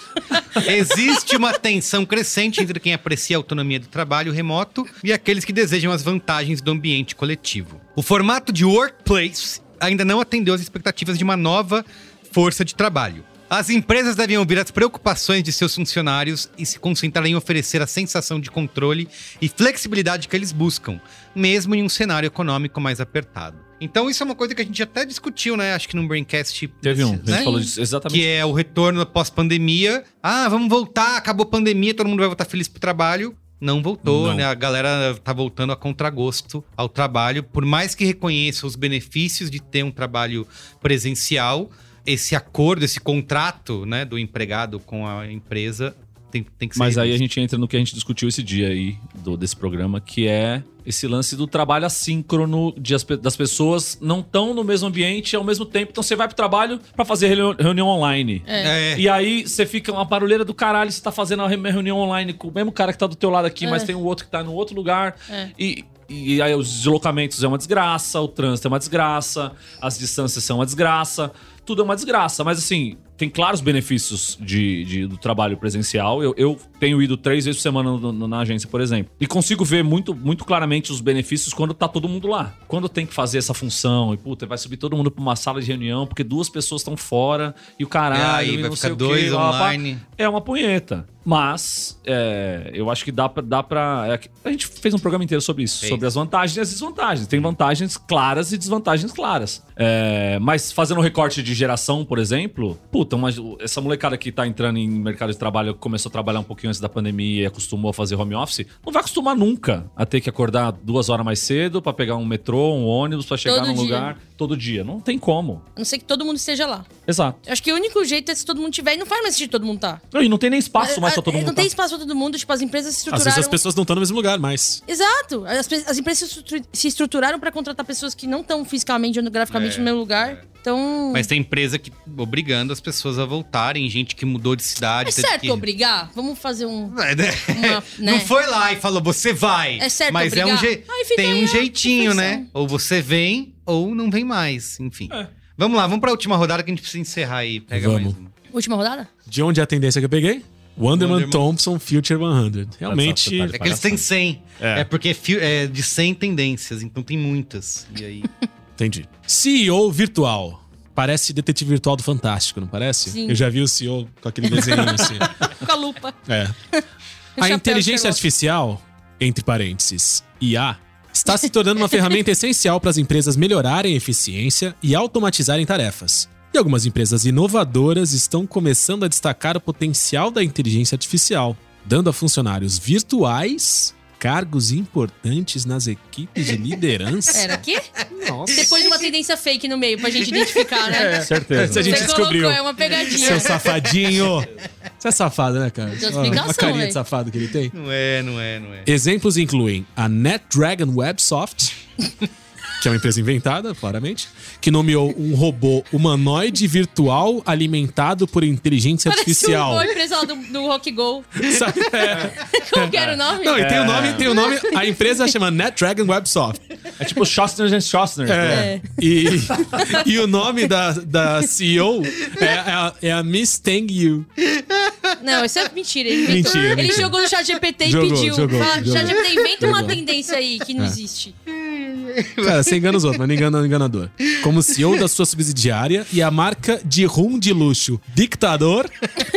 Speaker 1: Existe uma tensão crescente entre quem aprecia a autonomia do trabalho remoto e aqueles que desejam as vantagens do ambiente coletivo. O formato de workplace ainda não atendeu às expectativas de uma nova força de trabalho. As empresas devem ouvir as preocupações de seus funcionários e se concentrar em oferecer a sensação de controle e flexibilidade que eles buscam, mesmo em um cenário econômico mais apertado. Então, isso é uma coisa que a gente até discutiu, né? Acho que num Braincast.
Speaker 2: Teve um, a gente
Speaker 1: né?
Speaker 2: falou disso, exatamente.
Speaker 1: Que é o retorno pós-pandemia. Ah, vamos voltar, acabou a pandemia, todo mundo vai voltar feliz pro trabalho. Não voltou,
Speaker 2: Não.
Speaker 1: né? A galera tá voltando a contragosto ao trabalho. Por mais que reconheça os benefícios de ter um trabalho presencial, esse acordo, esse contrato, né, do empregado com a empresa tem, tem que ser.
Speaker 2: Mas aí a
Speaker 1: revisto.
Speaker 2: gente entra no que a gente discutiu esse dia aí do, desse programa, que é esse lance do trabalho assíncrono de as pe- das pessoas não estão no mesmo ambiente ao mesmo tempo. Então você vai pro trabalho pra fazer reuni- reunião online.
Speaker 1: É.
Speaker 2: E aí você fica uma barulheira do caralho, você tá fazendo a re- reunião online com o mesmo cara que tá do teu lado aqui, mas tem um outro que tá no outro lugar.
Speaker 3: É.
Speaker 2: E, e aí os deslocamentos é uma desgraça, o trânsito é uma desgraça, as distâncias são uma desgraça, tudo é uma desgraça. Mas assim, tem claros benefícios de, de- do trabalho presencial. Eu, eu tenho ido três vezes por semana no- no- na agência, por exemplo. E consigo ver muito, muito claramente os benefícios quando tá todo mundo lá. Quando tem que fazer essa função, e puta, vai subir todo mundo pra uma sala de reunião, porque duas pessoas estão fora, e o caralho,
Speaker 1: aí
Speaker 2: e
Speaker 1: vai
Speaker 2: não
Speaker 1: ficar
Speaker 2: sei o quê,
Speaker 1: dois
Speaker 2: blá, blá, blá.
Speaker 1: online.
Speaker 2: É uma punheta. Mas é, eu acho que dá pra. Dá pra é que- a gente fez um programa inteiro sobre isso,
Speaker 1: Fez.
Speaker 2: sobre as vantagens e as desvantagens. Tem vantagens claras e desvantagens claras. É, mas fazendo um recorte de geração, por exemplo, puta, uma- essa molecada que tá entrando em mercado de trabalho, começou a trabalhar um pouquinho antes da pandemia e acostumou a fazer home office, não vai acostumar nunca a ter que acordar duas horas mais cedo pra pegar um metrô, um ônibus, pra chegar
Speaker 3: Todo
Speaker 2: num
Speaker 3: dia.
Speaker 2: lugar todo dia. Não tem como.
Speaker 3: A não ser que todo mundo esteja lá.
Speaker 2: Exato.
Speaker 3: Eu acho que o único jeito é se todo mundo tiver. E não faz mais sentido todo mundo estar.
Speaker 2: E não tem nem espaço mais pra
Speaker 3: Ah,
Speaker 2: todo mundo.
Speaker 3: Não tem
Speaker 2: tá.
Speaker 3: espaço pra todo mundo. Tipo, as empresas se
Speaker 4: Às
Speaker 3: estruturaram...
Speaker 4: vezes as pessoas não estão no mesmo lugar mais.
Speaker 3: Exato. As, pe- as empresas se estru- se estruturaram pra contratar pessoas que não estão fisicamente ou geograficamente
Speaker 1: É,
Speaker 3: no mesmo lugar. Então...
Speaker 1: Mas tem empresa que obrigando as pessoas a voltarem, gente que mudou de
Speaker 4: tá
Speaker 1: cidade.
Speaker 3: é
Speaker 1: teve
Speaker 3: certo
Speaker 1: que-
Speaker 3: obrigar? Vamos fazer um...
Speaker 1: É, né?
Speaker 3: Uma- né?
Speaker 1: Não foi lá e falou, você vai.
Speaker 3: É certo
Speaker 1: Mas é um
Speaker 3: obrigar.
Speaker 1: je...
Speaker 3: Aí fica
Speaker 1: tem
Speaker 3: aí
Speaker 1: um
Speaker 3: a
Speaker 1: jeitinho, né?
Speaker 3: refeição.
Speaker 1: Ou você vem ou não vem mais. Enfim. Vamos lá, vamos pra última rodada que a gente precisa encerrar aí. Pega
Speaker 4: Vamos.
Speaker 1: mais uma.
Speaker 3: Última rodada?
Speaker 4: De onde é a tendência que eu peguei? Wonderman,
Speaker 1: Wonderman.
Speaker 4: Thompson Future 100. Realmente,
Speaker 2: Tá, tá, tá,
Speaker 1: É que eles têm 100. É, porque fi- é de 100 tendências, então tem muitas. E aí.
Speaker 4: entendi. CEO virtual. Parece detetive virtual do Fantástico, não parece?
Speaker 3: Sim.
Speaker 4: Eu já vi o CEO com aquele desenho assim.
Speaker 3: Com a lupa.
Speaker 4: É.
Speaker 3: O
Speaker 4: A
Speaker 3: chapéu
Speaker 4: inteligência
Speaker 3: de
Speaker 4: artificial, entre parênteses, IA, está se tornando uma ferramenta essencial para as empresas melhorarem a eficiência e automatizarem tarefas. E algumas empresas inovadoras estão começando a destacar o potencial da inteligência artificial, dando a funcionários virtuais cargos importantes nas equipes de liderança.
Speaker 3: Era aqui?
Speaker 4: Nossa.
Speaker 3: Depois de uma tendência fake no meio pra gente identificar, né?
Speaker 4: Essa a
Speaker 2: Certeza.
Speaker 4: gente
Speaker 3: Você
Speaker 4: descobriu.
Speaker 3: colocou, é uma pegadinha.
Speaker 4: Seu safadinho! Você é safado, né, cara?
Speaker 3: Deu
Speaker 4: Olha, Uma
Speaker 3: explicação,
Speaker 4: carinha de
Speaker 3: velho.
Speaker 4: safado que ele tem.
Speaker 1: não é, não é, não é.
Speaker 4: Exemplos incluem a NetDragon Websoft, que é uma empresa inventada, claramente, que nomeou um robô humanoide virtual alimentado por inteligência
Speaker 3: Parece um
Speaker 4: artificial.
Speaker 3: boy preso lá do, do Rock Go.
Speaker 4: Sabe? É.
Speaker 3: Como que era o nome?
Speaker 4: Não, é- e tem o nome, tem o nome. A empresa chama NetDragon Websoft.
Speaker 2: É tipo Shostner and Shostner.
Speaker 4: É. E, e o nome da, da CEO é, a, é a Miss Tang Yu.
Speaker 3: Não, isso é mentira. Ele, inventou.
Speaker 4: Mentira,
Speaker 3: ele
Speaker 4: mentira.
Speaker 3: jogou no chat GPT e
Speaker 4: Jogou,
Speaker 3: pediu.
Speaker 4: jogou,
Speaker 3: Fala,
Speaker 4: jogou.
Speaker 3: chat GPT, inventa uma
Speaker 4: Jogou. É.
Speaker 3: tendência aí que não existe.
Speaker 4: Cara, É, você engana os outros, mas não engana o enganador. Como CEO da sua subsidiária e a marca de rum de luxo, Dictador.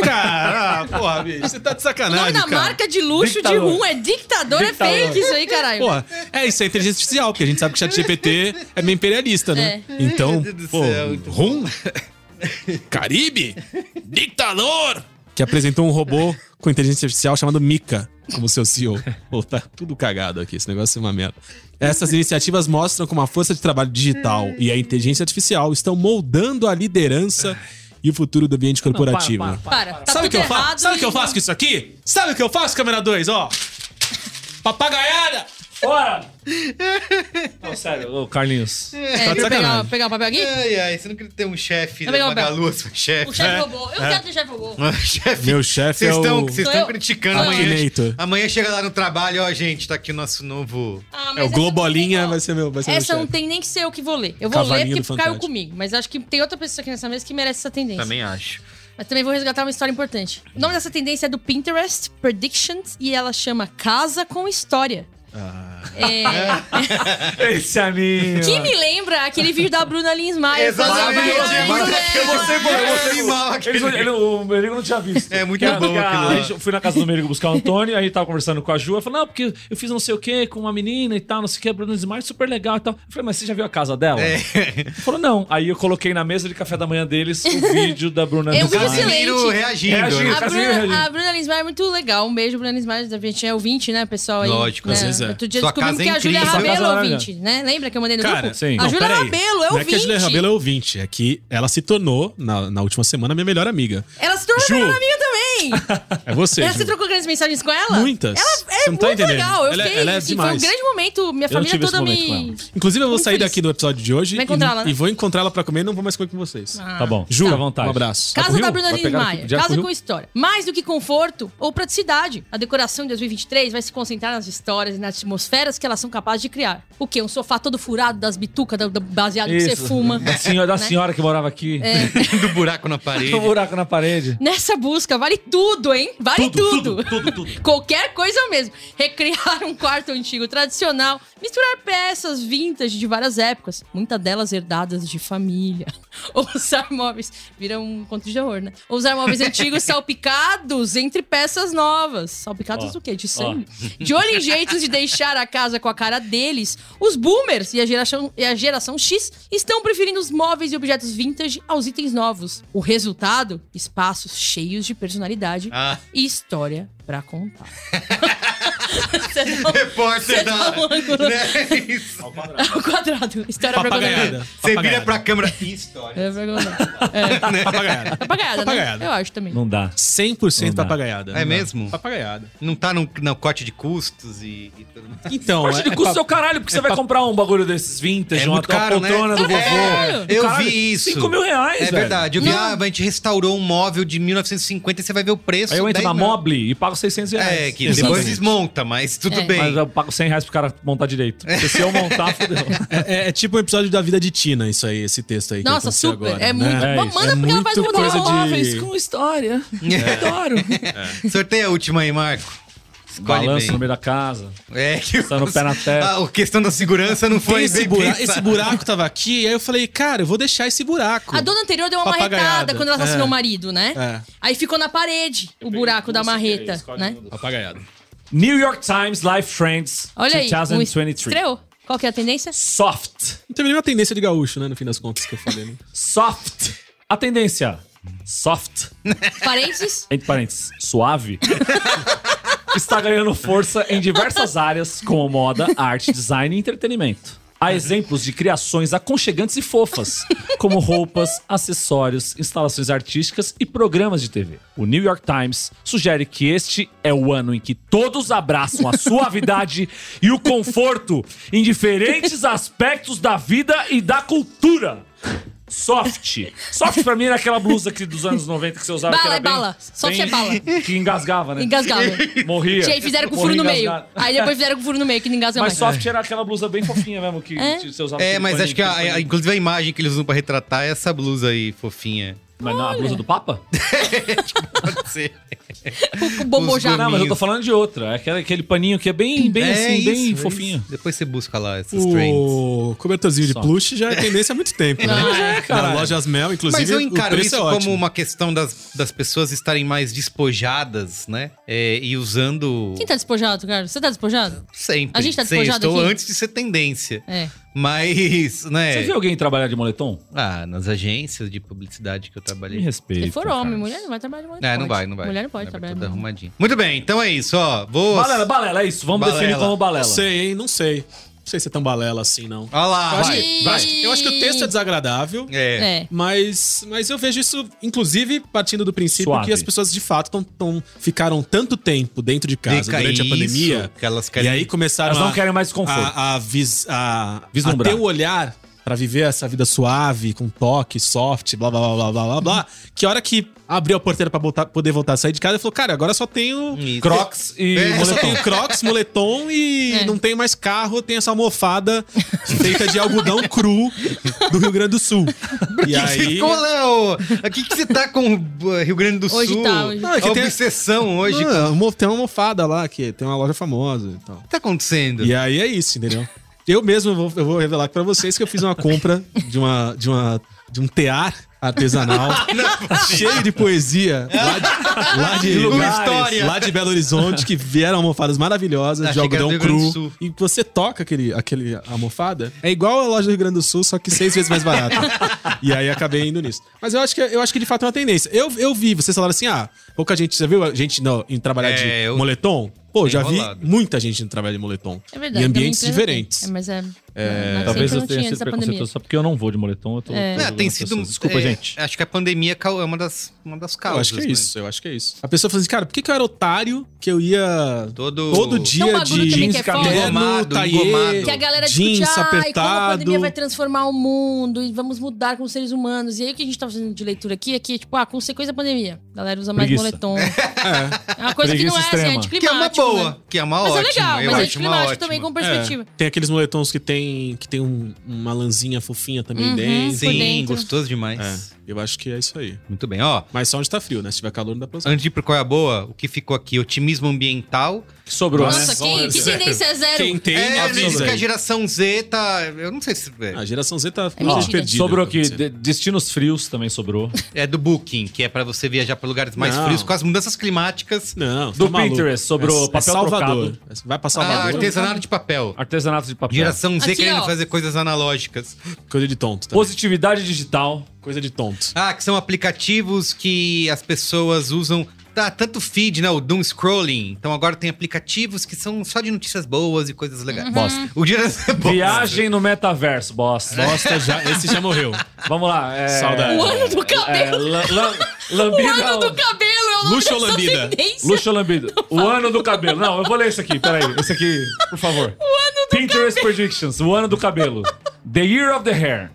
Speaker 4: Cara, porra, bicho, você tá de
Speaker 3: O nome
Speaker 4: sacanagem,
Speaker 3: da
Speaker 4: cara.
Speaker 3: marca de luxo de
Speaker 2: Dictador.
Speaker 3: rum é dictador, é
Speaker 2: Dictador.
Speaker 3: fake isso aí, caralho.
Speaker 4: Porra, é isso, é inteligência artificial, porque a gente sabe que o ChatGPT é meio imperialista, né?
Speaker 3: É.
Speaker 1: Meu
Speaker 4: Então,
Speaker 1: Deus do
Speaker 4: pô,
Speaker 1: céu, muito
Speaker 4: rum? Caribe? Dictador! Que apresentou um robô com inteligência artificial chamado Mika como seu CEO. Pô, tá tudo cagado aqui, esse negócio é uma merda. Essas iniciativas mostram como a força de trabalho digital e a inteligência artificial estão moldando a liderança e o futuro do ambiente corporativo.
Speaker 2: para, para,
Speaker 3: Para, tá
Speaker 4: Sabe o
Speaker 3: tudo
Speaker 4: que eu
Speaker 3: errado.
Speaker 4: faço? Sabe o que eu
Speaker 3: e-
Speaker 4: faço com isso aqui? Sabe o que eu faço, câmera 2, ó? Papagaiada!
Speaker 2: Fora! Não, sério, ô Carlinhos.
Speaker 3: É,
Speaker 4: tá de
Speaker 3: deixa eu pegar,
Speaker 4: sacanagem. É.
Speaker 3: pegar o papel aqui?
Speaker 1: Ai, ai, você não queria ter um chefe
Speaker 3: Tá
Speaker 1: da
Speaker 3: legal,
Speaker 1: Magalu, seu chefe.
Speaker 3: O
Speaker 4: É.
Speaker 3: chefe robô. Eu quero ter chefe robô.
Speaker 1: chefe.
Speaker 4: Meu chefe
Speaker 1: Vocês
Speaker 4: é
Speaker 1: estão
Speaker 4: o...
Speaker 1: vocês
Speaker 3: Sou
Speaker 1: estão
Speaker 3: eu.
Speaker 1: criticando
Speaker 3: Ah.
Speaker 1: amanhã.
Speaker 4: Akinator.
Speaker 1: Amanhã chega lá no trabalho, ó, gente, tá aqui o nosso novo.
Speaker 3: Ah, mas
Speaker 4: É o
Speaker 3: essa
Speaker 4: Globolinha,
Speaker 3: não
Speaker 4: vai
Speaker 3: tem,
Speaker 4: ser meu, vai
Speaker 3: ó.
Speaker 4: ser meu
Speaker 3: Essa não
Speaker 4: chefe.
Speaker 3: tem nem que ser eu que vou ler. Eu vou
Speaker 4: Cavalinho
Speaker 3: ler
Speaker 4: do
Speaker 3: porque
Speaker 4: Fantástico.
Speaker 3: caiu comigo. Mas acho que tem outra pessoa aqui nessa mesa que merece essa tendência.
Speaker 1: acho.
Speaker 3: Mas também vou resgatar uma história importante. O nome dessa tendência é do Pinterest Predictions e ela chama Casa com História.
Speaker 2: Esse amigo.
Speaker 3: Que me lembra aquele vídeo da Bruna Lins Maia.
Speaker 1: Exatamente,
Speaker 3: Quando ela vai
Speaker 1: mas-
Speaker 3: lá e-
Speaker 1: você foi- você- animal aquele.
Speaker 2: Eles- um- ele- o Merigo não tinha visto.
Speaker 1: É muito
Speaker 2: Que era-
Speaker 1: bom
Speaker 2: que a-
Speaker 1: aquilo lá.
Speaker 2: a gente- Eu fui na casa do Merigo buscar o Antônio, aí tava conversando com a Ju. Eu falei, não, porque eu fiz não sei o que com uma menina e tal, não sei o que, a Bruna Ismar, super legal e tal. Eu falei, mas você já viu a casa dela? É. Falou, não. Aí eu coloquei na mesa de café da manhã deles o vídeo da Bruna
Speaker 3: Eu vi
Speaker 2: Ismar.
Speaker 3: esse
Speaker 1: Casimiro
Speaker 3: Excelente.
Speaker 1: reagindo.
Speaker 2: Reagindo.
Speaker 1: né?
Speaker 3: A
Speaker 4: Assim
Speaker 2: Casimiro
Speaker 3: Bruna,
Speaker 2: Regina.
Speaker 3: a Bruna Lismar é muito legal. Um beijo, Bruna Lismar. A gente é ouvinte, né, pessoal? Aí,
Speaker 1: Lógico,
Speaker 3: né?
Speaker 4: às vezes é.
Speaker 3: Outro dia
Speaker 1: Sua
Speaker 3: descobrimos
Speaker 1: casa é
Speaker 3: que a Júlia
Speaker 1: incrível.
Speaker 2: Sua
Speaker 3: Rabelo é
Speaker 2: casa é
Speaker 3: ouvinte, né? Lembra que eu mandei no
Speaker 4: Cara,
Speaker 3: grupo?
Speaker 2: sim.
Speaker 3: A
Speaker 2: Não,
Speaker 3: Júlia
Speaker 4: peraí.
Speaker 3: Rabelo é
Speaker 4: Não é que a Julia
Speaker 3: ouvinte.
Speaker 4: Rabelo é ouvinte, é que ela se tornou, na, na última semana, minha melhor amiga.
Speaker 3: Ela se tornou
Speaker 4: é Ju.
Speaker 3: melhor amiga também.
Speaker 4: É você.
Speaker 3: Ela
Speaker 4: Ju.
Speaker 3: se trocou grandes mensagens com ela?
Speaker 4: Muitas.
Speaker 3: Ela é
Speaker 4: Você não
Speaker 3: muito
Speaker 4: tá entendendo.
Speaker 3: legal. Eu
Speaker 4: Ela é-
Speaker 3: fiquei,
Speaker 4: ela é
Speaker 3: assim,
Speaker 4: demais.
Speaker 3: Foi um grande momento. Minha
Speaker 2: não
Speaker 3: família
Speaker 2: tive esse
Speaker 3: toda me...
Speaker 2: momento com
Speaker 4: Inclusive, eu vou
Speaker 3: Muito
Speaker 4: sair
Speaker 3: feliz.
Speaker 4: daqui do episódio de hoje
Speaker 3: Vai
Speaker 4: e,
Speaker 3: encontrar ela, né? Ah,
Speaker 4: e vou encontrá-la pra comer e não vou mais comer com vocês.
Speaker 2: Tá bom.
Speaker 4: Ju,
Speaker 2: Fica à vontade.
Speaker 4: um abraço. Tá
Speaker 2: Vai pro
Speaker 3: Casa da
Speaker 2: Rio?
Speaker 3: Bruna
Speaker 2: Vai pegar
Speaker 3: Lindmaia.
Speaker 2: o Jack
Speaker 3: Casa
Speaker 2: pro
Speaker 3: com
Speaker 2: Rio?
Speaker 3: história. Mais do que conforto ou praticidade. A decoração de 2023 vai se concentrar nas histórias e nas atmosferas que elas são capazes de criar. O quê? Um sofá todo furado das bitucas da- da- baseado que você fuma.
Speaker 2: Da senhora, da
Speaker 3: Né?
Speaker 2: senhora que morava aqui. É.
Speaker 1: Do buraco na parede.
Speaker 2: um buraco na parede.
Speaker 3: Nessa busca, vale tudo, hein? Vale
Speaker 2: tudo,
Speaker 3: tudo.
Speaker 2: tudo, tudo.
Speaker 3: Qualquer coisa mesmo. Recriar um quarto antigo tradicional, misturar peças vintage de várias épocas, muitas delas herdadas de família. Ou usar móveis. Vira um conto de horror, né? Ou usar móveis antigos salpicados entre peças novas. Salpicados
Speaker 2: Ó,
Speaker 3: do quê? De sangue? De olho em jeitos de deixar a casa com a cara deles, os boomers e a, geração, e a geração X estão preferindo os móveis e objetos vintage aos itens novos. O resultado? Espaços cheios de personalidade
Speaker 1: Ah,
Speaker 3: e história pra contar. Você dá um-
Speaker 1: repórter
Speaker 3: Você
Speaker 1: da.
Speaker 3: dá um ângulo.
Speaker 1: Né? Isso.
Speaker 3: ao quadrado. História pra contar.
Speaker 4: Papagaiada.
Speaker 1: Você vira pra câmera. Que história.
Speaker 3: É pra contar. É.
Speaker 4: Papagaiada.
Speaker 3: Papagaiada,
Speaker 4: Papagaiada.
Speaker 3: né? Eu acho também.
Speaker 2: Não dá.
Speaker 4: 100%
Speaker 2: Não dá.
Speaker 4: papagaiada.
Speaker 1: É mesmo?
Speaker 4: Papagaiada.
Speaker 1: Não tá no, no corte de custos e, e tudo mais.
Speaker 4: Então,
Speaker 2: Parte de
Speaker 4: é-
Speaker 2: custo
Speaker 4: é
Speaker 2: seu caralho, porque você vai comprar um bagulho desses vintage,
Speaker 1: É
Speaker 2: uma,
Speaker 1: muito caro,
Speaker 2: uma
Speaker 1: né?
Speaker 2: poltrona do vovô.
Speaker 1: É, eu
Speaker 2: Caralho,
Speaker 1: vi isso.
Speaker 2: 5 mil reais,
Speaker 1: É
Speaker 2: velho.
Speaker 1: verdade. Eu vi, ah, a gente restaurou um móvel de 1950 e você vai ver o preço.
Speaker 2: Aí eu entro
Speaker 1: 10
Speaker 2: na
Speaker 1: mil.
Speaker 2: Mobile e pago 600 reais.
Speaker 1: né? É, que
Speaker 4: Exatamente.
Speaker 1: depois desmonta, mas tudo
Speaker 3: É.
Speaker 1: bem.
Speaker 2: Mas eu pago 100 reais pro cara montar
Speaker 1: É.
Speaker 2: direito. Porque se eu montar, fodeu.
Speaker 4: É, é tipo um episódio da vida de Tina, isso aí, esse texto aí. que
Speaker 3: Nossa,
Speaker 4: aconteceu
Speaker 3: super.
Speaker 4: agora,
Speaker 3: é
Speaker 4: né?
Speaker 3: muito.
Speaker 2: É
Speaker 3: Bom,
Speaker 2: isso.
Speaker 3: Manda
Speaker 4: É
Speaker 3: porque ela faz
Speaker 4: muito
Speaker 3: mudar
Speaker 4: coisa de- Móveis
Speaker 2: com história.
Speaker 1: É.
Speaker 2: Adoro.
Speaker 1: Sorteia a última aí, Marco. Escolhe
Speaker 2: Balanço no
Speaker 1: bem.
Speaker 2: meio da casa.
Speaker 1: É que
Speaker 2: Tá no pé na testa.
Speaker 1: Ah, a questão da segurança não
Speaker 4: Tem
Speaker 1: foi
Speaker 4: esse,
Speaker 1: bem
Speaker 4: bura-
Speaker 1: pensada.
Speaker 4: esse buraco tava aqui, aí eu falei, cara, eu vou deixar esse buraco.
Speaker 3: A dona anterior deu uma
Speaker 4: Papagaiada.
Speaker 3: marretada quando ela assassinou
Speaker 4: É.
Speaker 3: o marido, né?
Speaker 4: É.
Speaker 3: Aí ficou na parede o buraco da marreta, né?
Speaker 4: Papagaiada.
Speaker 2: New York Times Life Friends
Speaker 3: Olha aí. um est-
Speaker 2: 2023.
Speaker 3: Estreou. Qual que é a tendência?
Speaker 2: Soft.
Speaker 4: Não teve nenhuma tendência de gaúcho, né, no fim das contas, que eu falei. Né?
Speaker 2: Soft. A tendência. Soft.
Speaker 3: Parênteses.
Speaker 2: Entre parênteses. Suave. Está ganhando força em diversas áreas, como moda, arte, design e entretenimento. Há exemplos de criações aconchegantes e fofas, como roupas, acessórios, instalações artísticas e programas de TV. O New York Times sugere que este é o ano em que todos abraçam a suavidade e o conforto em diferentes aspectos da vida e da cultura. Soft. Soft pra mim era aquela blusa que dos anos 90 que você usava. que
Speaker 3: Bala,
Speaker 2: era
Speaker 3: é
Speaker 2: bem-
Speaker 3: bala. Soft
Speaker 2: bem-
Speaker 3: é bala.
Speaker 2: Que engasgava, né?
Speaker 3: Engasgava.
Speaker 2: Morria.
Speaker 3: Gente, fizeram com furo no
Speaker 2: Morria
Speaker 3: meio.
Speaker 2: engasgado.
Speaker 3: Aí depois fizeram com furo no meio, que não engasga
Speaker 2: Mas
Speaker 3: mais.
Speaker 2: soft era aquela blusa bem fofinha mesmo que você usava.
Speaker 1: É,
Speaker 2: aquele
Speaker 1: mas acho
Speaker 2: paninho,
Speaker 1: que a-
Speaker 2: aquele
Speaker 1: a-
Speaker 2: paninho.
Speaker 1: inclusive a imagem que eles usam pra retratar é essa blusa aí, fofinha.
Speaker 2: Mas não, a blusa do Papa?
Speaker 1: Pode ser.
Speaker 3: O bobo
Speaker 1: Os
Speaker 3: já.
Speaker 1: gourmet.
Speaker 2: Não, mas eu tô falando de outra. É aquela- aquele paninho que é bem, bem
Speaker 1: É
Speaker 2: assim,
Speaker 1: isso,
Speaker 2: bem
Speaker 1: é
Speaker 2: fofinho.
Speaker 1: isso. Depois você busca lá essas trends.
Speaker 4: O cobertorzinho de
Speaker 2: Só.
Speaker 4: plush já é tendência há muito tempo, né?
Speaker 3: Não,
Speaker 4: é, cara. Na loja Asmel, inclusive,
Speaker 1: Mas eu
Speaker 4: o
Speaker 1: encaro
Speaker 4: preço
Speaker 1: isso
Speaker 4: é
Speaker 1: como
Speaker 4: ótimo.
Speaker 1: uma questão das, das pessoas estarem mais despojadas, né? É, e usando
Speaker 3: Quem tá despojado, cara? Você tá despojado?
Speaker 1: sempre.
Speaker 3: A gente tá
Speaker 1: Sim,
Speaker 3: despojado
Speaker 1: estou
Speaker 3: aqui?
Speaker 1: antes de ser tendência.
Speaker 3: É.
Speaker 1: Mas, né?
Speaker 2: Você viu alguém trabalhar de moletom?
Speaker 1: Ah, nas agências de publicidade que eu trabalhei.
Speaker 2: Me respeita.
Speaker 3: Se for homem,
Speaker 2: cara.
Speaker 3: mulher não vai trabalhar de moletom.
Speaker 1: É, não vai, não vai.
Speaker 3: Mulher não pode
Speaker 1: Vai
Speaker 3: trabalhar de
Speaker 1: Toda
Speaker 3: moletom.
Speaker 1: arrumadinha. Muito bem, então é isso, ó. Vou.
Speaker 2: Balela, balela, é isso. Vamos
Speaker 1: Balela.
Speaker 2: definir como
Speaker 4: Não
Speaker 2: balela.
Speaker 4: sei, hein? Não sei. Não sei se é tão balela assim, não.
Speaker 1: Olha lá,
Speaker 4: eu, acho
Speaker 1: Ah, vai.
Speaker 4: que, eu acho que- eu acho que o texto é desagradável.
Speaker 1: É.
Speaker 3: É.
Speaker 4: Mas, mas eu vejo isso, inclusive, partindo do princípio
Speaker 2: Suave.
Speaker 4: que as pessoas de fato tão, tão- ficaram tanto tempo dentro de casa
Speaker 1: Fica
Speaker 4: durante a
Speaker 1: isso,
Speaker 4: pandemia.
Speaker 1: que elas
Speaker 4: E
Speaker 1: querem-
Speaker 4: aí começaram
Speaker 2: Elas não
Speaker 4: a-
Speaker 2: querem mais desconforto.
Speaker 4: a, a, vis- a- a
Speaker 2: Vislumbrar.
Speaker 4: ter o olhar pra viver essa vida suave, com toque, soft, blá blá blá blá blá blá blá. Que a hora que abriu a porteira pra voltar- poder voltar a sair de casa, ele falou: Cara, agora só tenho.
Speaker 1: Isso.
Speaker 2: Crocs e
Speaker 1: É.
Speaker 4: Eu só
Speaker 2: moletom.
Speaker 4: tenho crocs, moletom e
Speaker 3: É.
Speaker 4: não tenho mais carro, eu tenho essa almofada feita de algodão cru do Rio Grande do Sul. E aí.
Speaker 1: Qual é o... Aqui que você tá com o eh, Rio Grande do
Speaker 3: Hoje
Speaker 1: Sul?
Speaker 3: tá, hoje
Speaker 4: Não, é
Speaker 1: A
Speaker 4: que tem,
Speaker 1: obsessão hoje. O
Speaker 4: Ah, almo- tem uma almofada lá, que tem uma loja famosa e tal.
Speaker 1: que tá acontecendo?
Speaker 4: E aí é isso, entendeu? Eu mesmo vou, eu vou revelar aqui pra vocês que eu fiz uma compra de uma de uma de um tear artesanal
Speaker 1: é
Speaker 4: cheio de poesia lá de, lá de
Speaker 1: Que lugares.
Speaker 4: lá de Belo Horizonte que vieram almofadas maravilhosas
Speaker 1: Achei
Speaker 4: de
Speaker 1: que era do
Speaker 4: algodão
Speaker 1: Rio Grande do
Speaker 4: cru
Speaker 1: Sul.
Speaker 4: e você toca aquele aquele almofada é igual a loja do Rio Grande do Sul só que seis vezes mais barata e aí acabei indo nisso mas eu acho que eu acho que de fato é uma tendência eu, eu vi vocês falaram assim ah pouca gente já viu a gente não em trabalhar de
Speaker 1: É, eu-
Speaker 4: moletom pô
Speaker 1: Tem
Speaker 4: já vi
Speaker 1: rolado.
Speaker 4: muita gente no trabalho de moletom
Speaker 3: É verdade.
Speaker 4: em ambientes
Speaker 3: também tem.
Speaker 4: diferentes
Speaker 3: É, mas é. na-
Speaker 2: Talvez
Speaker 3: na-
Speaker 2: eu
Speaker 3: sempre não
Speaker 2: tenha
Speaker 3: tinha
Speaker 2: sido
Speaker 3: antes da pandemia.
Speaker 2: preconceituoso só porque eu não vou de moletom. Eu tô, tô
Speaker 1: Não,
Speaker 2: julgando
Speaker 1: tem
Speaker 2: as
Speaker 1: sido.
Speaker 2: pessoas. Desculpa,
Speaker 1: é,
Speaker 2: gente.
Speaker 1: Acho que a pandemia ca- é uma das, uma das causas.
Speaker 4: eu acho que é
Speaker 1: né?
Speaker 4: isso, eu acho que é isso. A pessoa fala assim, cara, por que, que eu era otário que eu ia
Speaker 1: Todo,
Speaker 4: todo
Speaker 3: É um
Speaker 4: dia
Speaker 3: bagulho também
Speaker 4: de
Speaker 3: que é foda.
Speaker 4: terno,
Speaker 1: Engomado,
Speaker 4: taie,
Speaker 1: engomado.
Speaker 3: Que é a galera discute,
Speaker 4: jeans
Speaker 3: ah, e como a pandemia
Speaker 4: apertado.
Speaker 3: vai transformar o mundo e vamos mudar como seres humanos. E aí o que a gente tá fazendo de leitura aqui é que, tipo, ah, consequência da pandemia. A galera usa mais
Speaker 2: Preguiça.
Speaker 3: moletom. É
Speaker 4: É,
Speaker 3: uma coisa que não
Speaker 2: Preguiça
Speaker 3: é assim,
Speaker 2: extrema.
Speaker 1: Que é
Speaker 3: anticlimático.
Speaker 1: uma boa,
Speaker 3: né?
Speaker 1: que é uma
Speaker 3: Mas
Speaker 1: ótima.
Speaker 3: é legal,
Speaker 1: eu
Speaker 3: mas é
Speaker 1: acho uma
Speaker 3: anticlimático
Speaker 1: ótima.
Speaker 3: também com
Speaker 4: é.
Speaker 3: perspectiva.
Speaker 4: Tem aqueles moletons que tem, que tem um- uma lãzinha fofinha também
Speaker 3: Uhum.
Speaker 4: dentro.
Speaker 3: por
Speaker 1: Sim,
Speaker 3: dentro.
Speaker 1: gostoso demais.
Speaker 4: É, eu acho que é isso aí.
Speaker 1: Muito bem, ó.
Speaker 4: Mas só onde tá frio, né? Se tiver calor, não dá pra usar.
Speaker 1: Antes de ir pro Qual é a Boa, o que ficou aqui? Otimismo ambiental.
Speaker 2: Que sobrou,
Speaker 4: Nossa,
Speaker 2: né?
Speaker 3: Nossa, quem, que
Speaker 4: Zero.
Speaker 3: tendência é zero?
Speaker 4: Quem tem,
Speaker 1: é, diz
Speaker 4: avisa.
Speaker 1: que a
Speaker 4: aí.
Speaker 1: geração Z tá. Eu não sei se.
Speaker 4: A
Speaker 1: É,
Speaker 4: geração Z tá
Speaker 3: mentira.
Speaker 4: muito perdida.
Speaker 2: Sobrou
Speaker 4: eu tô
Speaker 2: aqui.
Speaker 4: dizendo.
Speaker 2: de- Destinos frios também sobrou.
Speaker 1: é do Booking, que é pra você viajar pra lugares mais
Speaker 4: Não.
Speaker 1: frios com as mudanças climáticas.
Speaker 4: Não, você
Speaker 2: Do
Speaker 4: tá maluco.
Speaker 2: Pinterest, sobrou
Speaker 4: é, é
Speaker 2: papel
Speaker 4: Salvador. Vai pra
Speaker 1: Ah,
Speaker 4: Salvador.
Speaker 1: artesanato de papel.
Speaker 2: Artesanato de papel.
Speaker 1: Geração Z
Speaker 3: Aqui,
Speaker 1: querendo
Speaker 3: ó.
Speaker 1: fazer coisas analógicas.
Speaker 4: Coisa de tonto. também.
Speaker 2: Positividade digital.
Speaker 4: Coisa de tonto.
Speaker 1: Ah, que são aplicativos que as pessoas usam. Tá, tanto feed, né? O Doom Scrolling. Então agora tem aplicativos que são só de notícias boas e coisas legais.
Speaker 2: Uhum. Bosta.
Speaker 1: O é geração.
Speaker 2: Viagem no metaverso, bosta.
Speaker 4: Bosta já. Esse já morreu.
Speaker 2: Vamos lá. É...
Speaker 4: Saudade.
Speaker 3: O ano do
Speaker 2: É,
Speaker 3: cabelo.
Speaker 2: la- la-
Speaker 3: O
Speaker 2: lambida.
Speaker 3: ano do cabelo é o nome
Speaker 4: Luxo
Speaker 3: dessa
Speaker 4: ou lambida?
Speaker 3: tendência.
Speaker 2: Luxo lambido. O ano do cabelo. Não, eu vou ler isso aqui. Peraí. Esse aqui, por favor. O ano do Pinterest Predictions. O ano do cabelo. The Year of the Hair.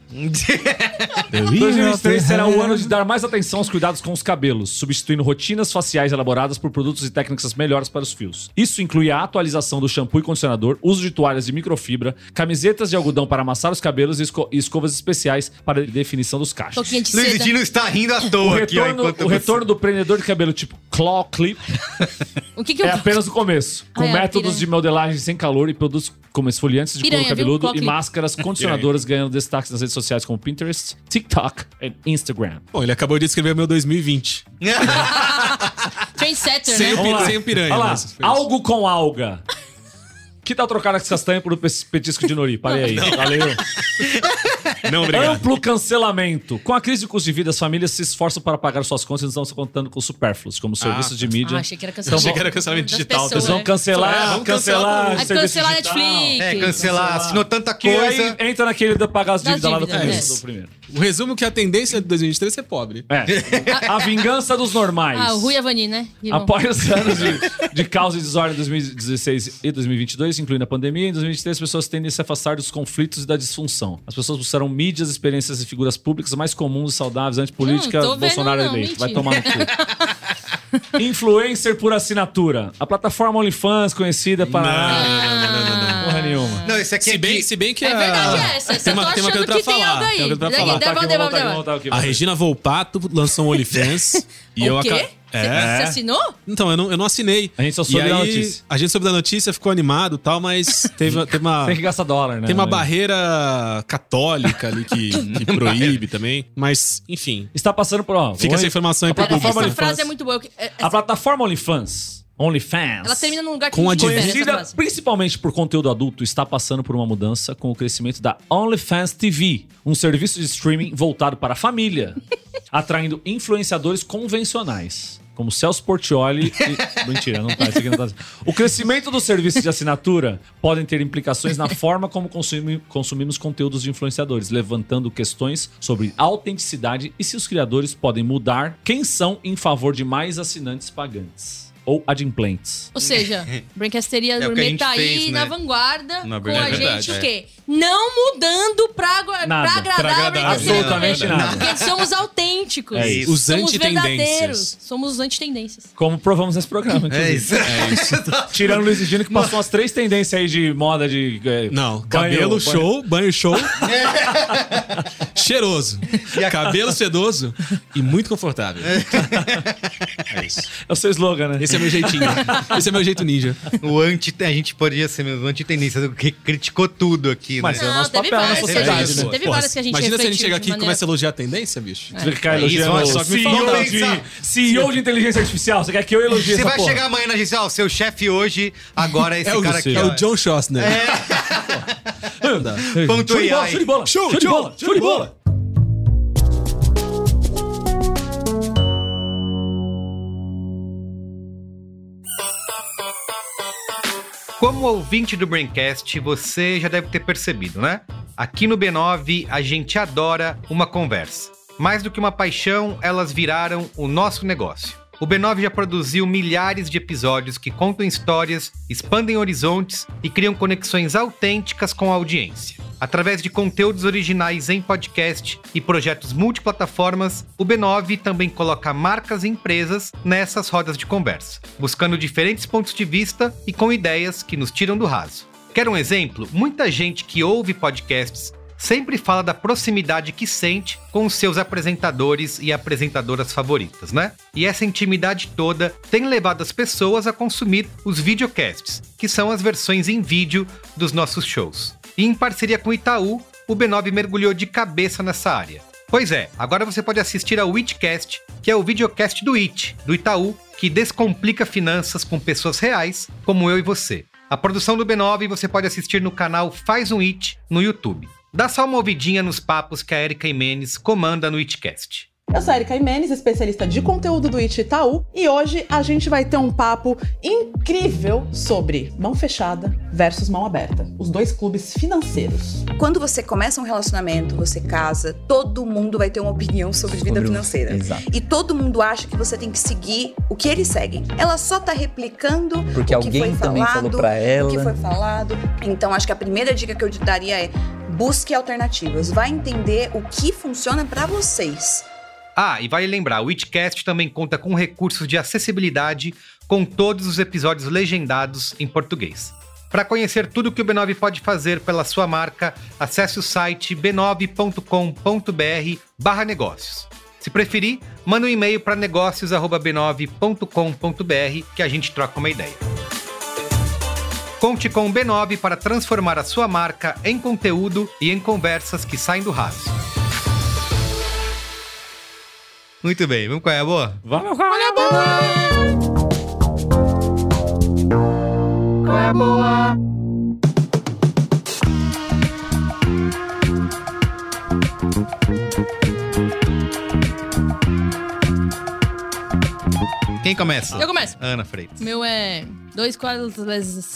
Speaker 2: 2023 será o ano de dar mais atenção aos cuidados com os cabelos, substituindo rotinas faciais elaboradas por produtos e técnicas melhores para os fios. Isso inclui a atualização do shampoo e condicionador, uso de toalhas de microfibra, camisetas de algodão para amassar os cabelos e, esco- e escovas especiais para definição dos cachos.
Speaker 3: Toquinha Um de
Speaker 1: Luiz
Speaker 3: seda.
Speaker 1: Dino está rindo à
Speaker 2: O
Speaker 1: toa aqui, ó,
Speaker 2: retorno,
Speaker 1: enquanto
Speaker 2: o retorno do prendedor de cabelo tipo claw clip
Speaker 3: O que que eu...
Speaker 2: é apenas o começo, com
Speaker 3: Ah, é,
Speaker 2: métodos
Speaker 3: piranha.
Speaker 2: de modelagem sem calor e produtos como esfoliantes de
Speaker 3: Piranha,
Speaker 2: couro
Speaker 3: viu?
Speaker 2: cabeludo
Speaker 3: Claw
Speaker 2: e
Speaker 3: clip.
Speaker 2: máscaras condicionadoras ganhando destaques nas redes sociais como Pinterest, TikTok e Instagram.
Speaker 4: Bom, ele acabou de escrever meu 2020.
Speaker 3: Trendsetter,
Speaker 4: Sem
Speaker 3: né?
Speaker 4: o pi-
Speaker 2: Vamos lá.
Speaker 4: sem o piranha.
Speaker 2: Olha lá,
Speaker 4: mas foi isso.
Speaker 2: algo com alga. Que tal trocar as castanhas por um pes- petisco de nori? Parei aí. Valeu.
Speaker 4: Não, obrigado.
Speaker 2: Amplo cancelamento. Com a crise de custo de vida, as famílias se esforçam para pagar suas contas e não estão contando com superfluos, como serviços de mídia.
Speaker 3: Ah, achei que era
Speaker 4: Eu
Speaker 3: cancelamento.
Speaker 4: achei que era cancelamento
Speaker 3: das
Speaker 4: digital.
Speaker 3: pessoas.
Speaker 2: Vocês vão
Speaker 3: É.
Speaker 4: É,
Speaker 2: cancelar,
Speaker 4: vamos cancelar
Speaker 2: cancelar,
Speaker 4: tudo.
Speaker 3: Ah,
Speaker 2: serviço
Speaker 3: cancelar
Speaker 2: digital.
Speaker 3: Netflix.
Speaker 1: É, cancelar, assinou tanta
Speaker 2: Que
Speaker 1: coisa.
Speaker 2: aí entra naquele da pagar as
Speaker 3: Das
Speaker 2: dívidas lá do
Speaker 3: dívidas,
Speaker 2: começo
Speaker 4: é.
Speaker 2: do primeiro.
Speaker 4: O resumo é que a tendência de 2023 é ser pobre.
Speaker 2: É. A vingança dos normais.
Speaker 3: Ah, o Rui Avani, né? Que bom.
Speaker 2: Após os anos de, de caos e desordem em 2016 e 2022, incluindo a pandemia, em 2023 as pessoas tendem a se afastar dos conflitos e da disfunção. As pessoas buscaram mídias, experiências e figuras públicas mais comuns e saudáveis, antipolítica,
Speaker 3: Não, tô vendo
Speaker 2: Bolsonaro
Speaker 3: não,
Speaker 2: eleito. Vai
Speaker 3: mentira.
Speaker 2: tomar no cu. Influencer por assinatura. A plataforma OnlyFans, conhecida para...
Speaker 3: Ah,
Speaker 2: Porra nenhuma.
Speaker 1: Não, esse aqui
Speaker 4: Se
Speaker 1: é
Speaker 4: bem,
Speaker 1: que-
Speaker 4: se bem que
Speaker 3: É
Speaker 4: a-
Speaker 3: verdade essa. Essa
Speaker 4: Tem
Speaker 3: eu tô
Speaker 4: uma, tem uma coisa
Speaker 3: achando
Speaker 4: pra
Speaker 3: que tem
Speaker 4: falar.
Speaker 3: algo aí.
Speaker 4: Tem uma coisa pra
Speaker 3: Daqui,
Speaker 4: falar.
Speaker 3: daqui. Devolve,
Speaker 2: aqui, vou voltar
Speaker 3: devolve,
Speaker 2: aqui, vou voltar aqui,
Speaker 4: A
Speaker 2: vou-
Speaker 4: Regina Volpato lançou um OnlyFans e eu
Speaker 3: o quê?
Speaker 4: aca-
Speaker 3: Você você
Speaker 4: É.
Speaker 3: assinou?
Speaker 4: Então, eu não, eu não assinei.
Speaker 2: A gente só
Speaker 4: E
Speaker 2: soube da
Speaker 4: aí,
Speaker 2: notícia.
Speaker 4: A gente soube da notícia, ficou animado e tal, mas teve, uma- teve uma.
Speaker 2: Tem que gastar dólar, né?
Speaker 4: Tem uma
Speaker 2: Né?
Speaker 4: barreira católica ali que, que proíbe também. Mas, enfim.
Speaker 2: Está passando por... Ó,
Speaker 4: Fica
Speaker 2: Oi?
Speaker 4: essa informação aí pro né?
Speaker 3: Cara,
Speaker 2: plataforma
Speaker 4: público.
Speaker 3: essa
Speaker 2: OnlyFans.
Speaker 3: frase é muito boa. Eu que- é- é-
Speaker 2: A plataforma OnlyFans. OnlyFans.
Speaker 3: Ela termina num lugar que
Speaker 4: Com
Speaker 3: a gente
Speaker 4: advento.
Speaker 3: perde essa
Speaker 2: Conhecida
Speaker 3: frase.
Speaker 2: principalmente por conteúdo adulto, está passando por uma mudança com o crescimento da OnlyFans TV, um serviço de streaming voltado para a família, atraindo influenciadores convencionais. como Celso Portioli. E... Mentira, não tá, isso aqui não tá. O crescimento dos serviços de assinatura podem ter implicações na forma como consumi- consumimos conteúdos de influenciadores, levantando questões sobre autenticidade e se os criadores podem mudar quem são em favor de mais assinantes pagantes ou adimplentes.
Speaker 3: Ou seja, Brancasteria
Speaker 1: É o que a
Speaker 3: Gourmet
Speaker 1: gente
Speaker 3: tá aí
Speaker 1: fez,
Speaker 3: na
Speaker 1: né?
Speaker 3: vanguarda
Speaker 1: Na
Speaker 3: com a
Speaker 1: verdade,
Speaker 3: gente
Speaker 1: é.
Speaker 3: o quê? Não mudando pra, agu- pra
Speaker 2: Nada, pra
Speaker 3: agradar, a
Speaker 4: agradar.
Speaker 3: Brancasteria Gourmet.
Speaker 2: Absolutamente nada.
Speaker 3: Porque somos autênticos.
Speaker 2: É
Speaker 1: isso.
Speaker 4: Os
Speaker 3: somos verdadeiros.
Speaker 4: antitendências.
Speaker 3: Somos os antitendências.
Speaker 2: Como provamos nesse
Speaker 1: É
Speaker 2: programa, inclusive.
Speaker 1: isso. É isso.
Speaker 2: Tirando o Luiz e Gino, que passou umas três tendências aí de moda de. eh,
Speaker 4: Não,
Speaker 2: banho-
Speaker 4: cabelo
Speaker 2: banho-
Speaker 4: show, banho show. Cheiroso. Cabelo sedoso e muito confortável. É isso.
Speaker 2: É o seu slogan, né?
Speaker 4: Esse é meu jeitinho. Esse é meu jeito ninja.
Speaker 1: O anti, a gente poderia ser mesmo antitendência, que criticou tudo aqui,
Speaker 2: Mas
Speaker 1: né?
Speaker 2: é o nosso
Speaker 3: Ah, teve
Speaker 2: papel na
Speaker 3: várias,
Speaker 2: sociedade,
Speaker 3: teve-
Speaker 2: né?
Speaker 3: Teve
Speaker 4: Porra,
Speaker 3: várias que a gente
Speaker 4: Imagina se a gente
Speaker 3: refletiu
Speaker 4: chega
Speaker 3: de
Speaker 4: aqui e
Speaker 3: maneira-
Speaker 4: começa a elogiar a tendência, bicho.
Speaker 2: Você ficar
Speaker 1: É isso,
Speaker 2: elogiando
Speaker 1: olha
Speaker 2: o
Speaker 1: só que me
Speaker 2: CEO
Speaker 1: falta
Speaker 2: de,
Speaker 1: isso.
Speaker 2: CEO de inteligência artificial. Você quer que eu elogie
Speaker 1: Você
Speaker 2: essa
Speaker 1: vai
Speaker 2: porra?
Speaker 1: chegar amanhã na gente, ó, o seu chefe hoje, agora é esse
Speaker 4: É o,
Speaker 1: cara aqui,
Speaker 4: é
Speaker 1: ó.
Speaker 4: o John Schostner.
Speaker 2: Anda.
Speaker 1: Ponto
Speaker 2: Show de bola,
Speaker 1: AI.
Speaker 2: show de bola, show de bola, show de bola.
Speaker 1: Como ouvinte do Braincast, você já deve ter percebido, né? Aqui no B9, a gente adora uma conversa. Mais do que uma paixão, elas viraram o nosso negócio. O B9 já produziu milhares de episódios que contam histórias, expandem horizontes e criam conexões autênticas com a audiência. Através de conteúdos originais em podcast e projetos multiplataformas, o B9 também coloca marcas e empresas nessas rodas de conversa, buscando diferentes pontos de vista e com ideias que nos tiram do raso. Quer um exemplo? Muita gente que ouve podcasts sempre fala da proximidade que sente com os seus apresentadores e apresentadoras favoritas, né? E essa intimidade toda tem levado as pessoas a consumir os videocasts, que são as versões em vídeo dos nossos shows. E em parceria com o Itaú, o B9 mergulhou de cabeça nessa área. Pois é, agora você pode assistir ao Itcast, que é o videocast do It, do Itaú, que descomplica finanças com pessoas reais, como eu e você. A produção do B9 você pode assistir no canal Faz um It no YouTube. Dá só uma ouvidinha nos papos que a Erika Imenes comanda no Itcast.
Speaker 5: Eu sou a Erika Imenes, especialista de conteúdo do It Itaú, e hoje a gente vai ter um papo incrível sobre mão fechada versus mão aberta, os dois clubes financeiros.
Speaker 6: Quando você começa um relacionamento, você casa, todo mundo vai ter uma opinião sobre vida financeira.
Speaker 7: Exato.
Speaker 6: E todo mundo acha que você tem que seguir o que eles seguem. Ela só tá replicando o
Speaker 7: Porque
Speaker 6: que
Speaker 7: alguém
Speaker 6: foi
Speaker 7: também
Speaker 6: falado,
Speaker 7: falou pra
Speaker 6: o que foi
Speaker 7: ela.
Speaker 6: falado. Então, acho que a primeira dica que eu te daria é busque alternativas. Vai entender o que funciona pra vocês.
Speaker 1: Ah, e vale lembrar, o Itcast também conta com recursos de acessibilidade com todos os episódios legendados em português. Para conhecer tudo que o B9 pode fazer pela sua marca, acesse o site b9.com.br barra negócios. Se preferir, manda um e-mail para negócios.b9.com.br que a gente troca uma ideia. Conte com o B9 para transformar a sua marca em conteúdo e em conversas que saem do raso. Muito bem, vamos qual é a boa?
Speaker 2: Vamos,
Speaker 3: é
Speaker 1: Quem começa?
Speaker 3: Eu começo.
Speaker 1: Ana Freitas.
Speaker 3: O meu é dois quais,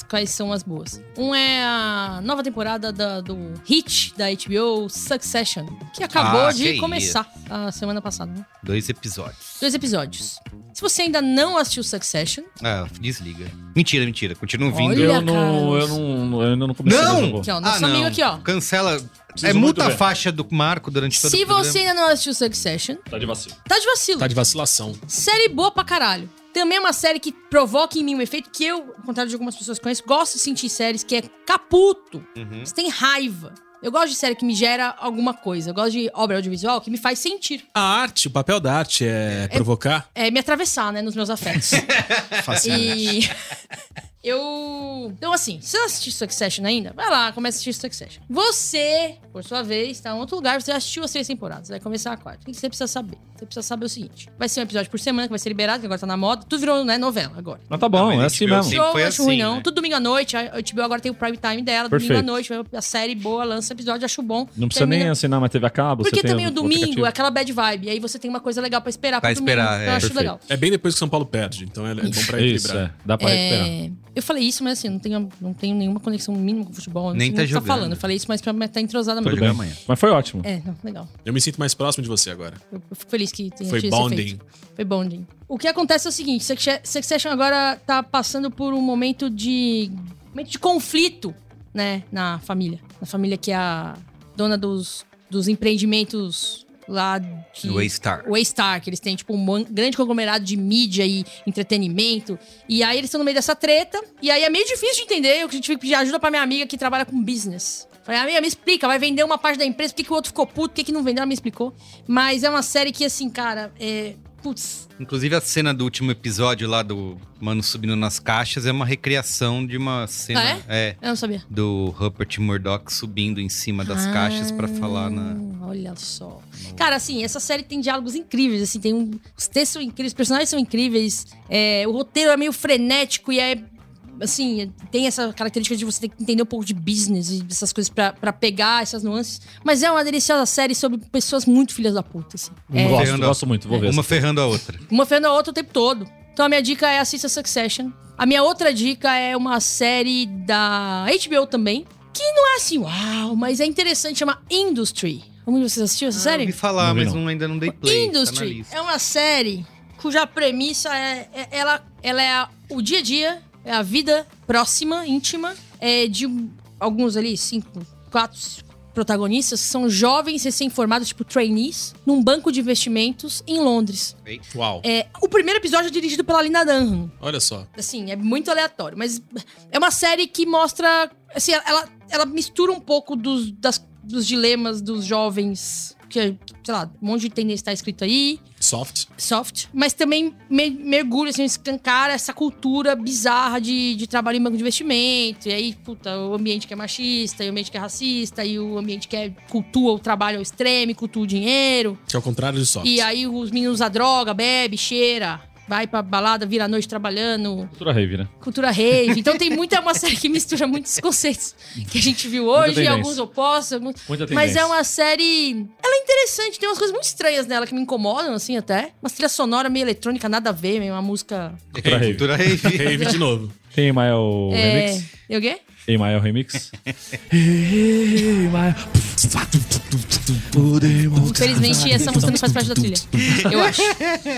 Speaker 3: quais são as boas. Um é a nova temporada da- do Hit da HBO Succession, que acabou
Speaker 1: Ah,
Speaker 3: de
Speaker 1: que
Speaker 3: começar a semana passada. né?
Speaker 1: Dois episódios.
Speaker 3: Dois episódios. Se você ainda não assistiu Succession,
Speaker 1: Ah, desliga. Mentira, mentira. Continuam vindo.
Speaker 3: Olha,
Speaker 2: Eu não, eu
Speaker 3: Carlos.
Speaker 2: não, eu ainda não comecei.
Speaker 1: Não!
Speaker 2: mas eu vou.
Speaker 3: aqui ó, nosso amigo aqui ó.
Speaker 1: Cancela.
Speaker 2: Preciso
Speaker 1: é
Speaker 2: muito
Speaker 1: muita
Speaker 2: ver.
Speaker 1: faixa do Marco durante todo o
Speaker 3: Se
Speaker 1: programa.
Speaker 3: você ainda não assistiu Succession,
Speaker 2: Tá de vacilo.
Speaker 3: tá de vacilo.
Speaker 4: Tá de vacilação.
Speaker 3: Série boa pra caralho. Também é uma série que provoca em mim um efeito que eu, ao contrário de algumas pessoas que conheço, gosto de sentir séries que é caputo.
Speaker 4: Uhum.
Speaker 3: Você tem raiva. Eu gosto de série que me gera alguma coisa. Eu gosto de obra audiovisual que me faz sentir.
Speaker 4: A arte, o papel da arte é provocar.
Speaker 3: É me atravessar, né, nos meus afetos.
Speaker 4: Facilmente.
Speaker 3: e. Eu. Então, assim, se você não assistiu Succession ainda, vai lá, começa a assistir Succession. Você, por sua vez, tá em outro lugar, você assistiu as três temporadas, vai começar a quarta. O que você precisa saber? Você precisa saber o seguinte: vai ser um episódio por semana que vai ser liberado, que agora tá na moda. Tudo virou, né, novela agora.
Speaker 2: Mas tá bom,
Speaker 1: Não,
Speaker 2: é
Speaker 1: mas
Speaker 2: assim
Speaker 1: HBO
Speaker 2: mesmo.
Speaker 1: sim.
Speaker 3: Show,
Speaker 1: foi
Speaker 3: não acho ruim,
Speaker 1: assim,
Speaker 3: não.
Speaker 1: né?
Speaker 3: Tudo domingo à noite. A HBO agora tem o prime time dela, domingo à
Speaker 2: Perfeito.
Speaker 3: noite. A série boa, lança episódio, acho bom.
Speaker 2: Não precisa
Speaker 3: termina-
Speaker 2: nem assinar mais TV a cabo.
Speaker 3: Porque
Speaker 2: você tem
Speaker 3: também o domingo
Speaker 2: aplicativo.
Speaker 3: é aquela bad vibe. Aí você tem uma coisa legal pra esperar
Speaker 1: Pra
Speaker 3: pro domingo.
Speaker 1: esperar,
Speaker 3: Então eu
Speaker 1: é,
Speaker 3: acho
Speaker 2: perfeito.
Speaker 3: legal.
Speaker 4: É bem depois que o São Paulo perde, então é, é bom pra
Speaker 2: Isso,
Speaker 4: equilibrar.
Speaker 2: é. Dá pra recuperar.
Speaker 3: É, eu falei isso, mas assim, não tenho, não tenho nenhuma conexão mínima com o futebol. eu Não
Speaker 1: Nem
Speaker 3: sei
Speaker 1: tá
Speaker 3: o que
Speaker 1: jogando.
Speaker 3: falando. Eu falei isso, mas pra estar entrosada
Speaker 1: Tô
Speaker 2: Tudo
Speaker 3: mesmo.
Speaker 2: bem.
Speaker 1: jogar amanhã.
Speaker 2: Mas foi ótimo.
Speaker 3: É, não, legal.
Speaker 4: Eu me sinto mais próximo de você agora.
Speaker 3: Eu, eu fico feliz que tenha
Speaker 4: Foi
Speaker 3: tido
Speaker 4: bonding.
Speaker 3: esse efeito. Foi bonding. O que acontece é o seguinte, Succe- Succession agora tá passando por um momento de... momento de conflito, né, na família. Na família que é a dona dos, dos empreendimentos lá que...
Speaker 1: Do Waystar.
Speaker 3: Waystar, que eles têm, tipo, um mon- grande conglomerado de mídia e entretenimento. E aí eles estão no meio dessa treta. E aí é meio difícil de entender. Eu tive que pedir ajuda pra minha amiga que trabalha com business. Falei, amiga, me explica, vai vender uma parte da empresa, por que, que o outro ficou puto, por que, que não vendeu? Ela me explicou. Mas é uma série que, assim, cara, é. Putz,
Speaker 1: Inclusive, a cena do último episódio lá do Mano subindo nas caixas é uma recriação de uma cena
Speaker 3: Ah,
Speaker 1: é,
Speaker 3: eu não sabia.
Speaker 1: do Rupert Murdoch subindo em cima das
Speaker 3: Ah,
Speaker 1: caixas pra falar na.
Speaker 3: Olha só. Cara, assim, essa série tem diálogos incríveis, assim, tem um. Os textos são incríveis, os personagens são incríveis, é, o roteiro é meio frenético e é. Assim, tem essa característica de você ter que entender um pouco de business e dessas coisas pra, pra pegar essas nuances. Mas é uma deliciosa série sobre pessoas muito filhas da puta, assim. É,
Speaker 2: Gosto,
Speaker 1: Fernando.
Speaker 2: gosto muito. Vou ver.
Speaker 1: Uma ferrando a outra.
Speaker 3: uma ferrando a outra o tempo todo. Então a minha dica é assista Succession. A minha outra dica é uma série da HBO também, que não é assim, uau, mas é interessante, chama Industry. Algum de vocês assistiu essa
Speaker 1: Ah, Eu
Speaker 3: série?
Speaker 1: ouvi falar,
Speaker 2: Não vi,
Speaker 1: mas
Speaker 2: não.
Speaker 1: não, ainda não dei play. tá na
Speaker 3: Industry
Speaker 1: lista.
Speaker 3: é uma série cuja premissa é, é- ela, ela é a- o dia a dia, é a vida próxima, íntima, é de um- alguns ali, cinco, quatro protagonistas, que são jovens recém-formados, tipo trainees, num banco de investimentos em Londres.
Speaker 4: Uau.
Speaker 3: É, o primeiro episódio é dirigido pela Linda Dunham.
Speaker 4: Olha só.
Speaker 3: Assim, é muito aleatório, mas é uma série que mostra. Assim, ela, ela mistura um pouco dos, das- dos dilemas dos jovens. Que, sei lá, um monte de tendência tá escrito aí
Speaker 4: Soft.
Speaker 3: soft, mas também me- mergulha, assim, escancara essa cultura bizarra de, de trabalho em banco de investimento. E aí, puta, o ambiente que é machista, e o ambiente que é racista, e o ambiente que é, cultua o trabalho ao extremo, e cultua o dinheiro.
Speaker 4: Que é o contrário de soft.
Speaker 3: E aí os meninos usam droga, bebe, cheira, vai pra balada, vira a noite trabalhando,
Speaker 2: Cultura rave,
Speaker 1: É
Speaker 2: né?
Speaker 3: cultura rave. Então tem muita, é uma série que mistura muitos conceitos que a gente viu
Speaker 2: Muita
Speaker 3: hoje,
Speaker 2: tendência.
Speaker 3: alguns opostos, alguns...
Speaker 2: Muita
Speaker 3: Mas
Speaker 2: tendência.
Speaker 3: é uma série. Ela é interessante, tem umas coisas muito estranhas nela que me incomodam, assim, até. Uma trilha sonora meio eletrônica, nada a ver, meio uma música.
Speaker 2: Cultura rave.
Speaker 1: Cultura É rave.
Speaker 4: Rave de novo.
Speaker 2: Tem Emael
Speaker 3: É.
Speaker 2: Remix?
Speaker 3: E o quê?
Speaker 2: Emael Remix? Emael. Podemos.
Speaker 3: Infelizmente, essa música não faz parte da trilha. Eu acho.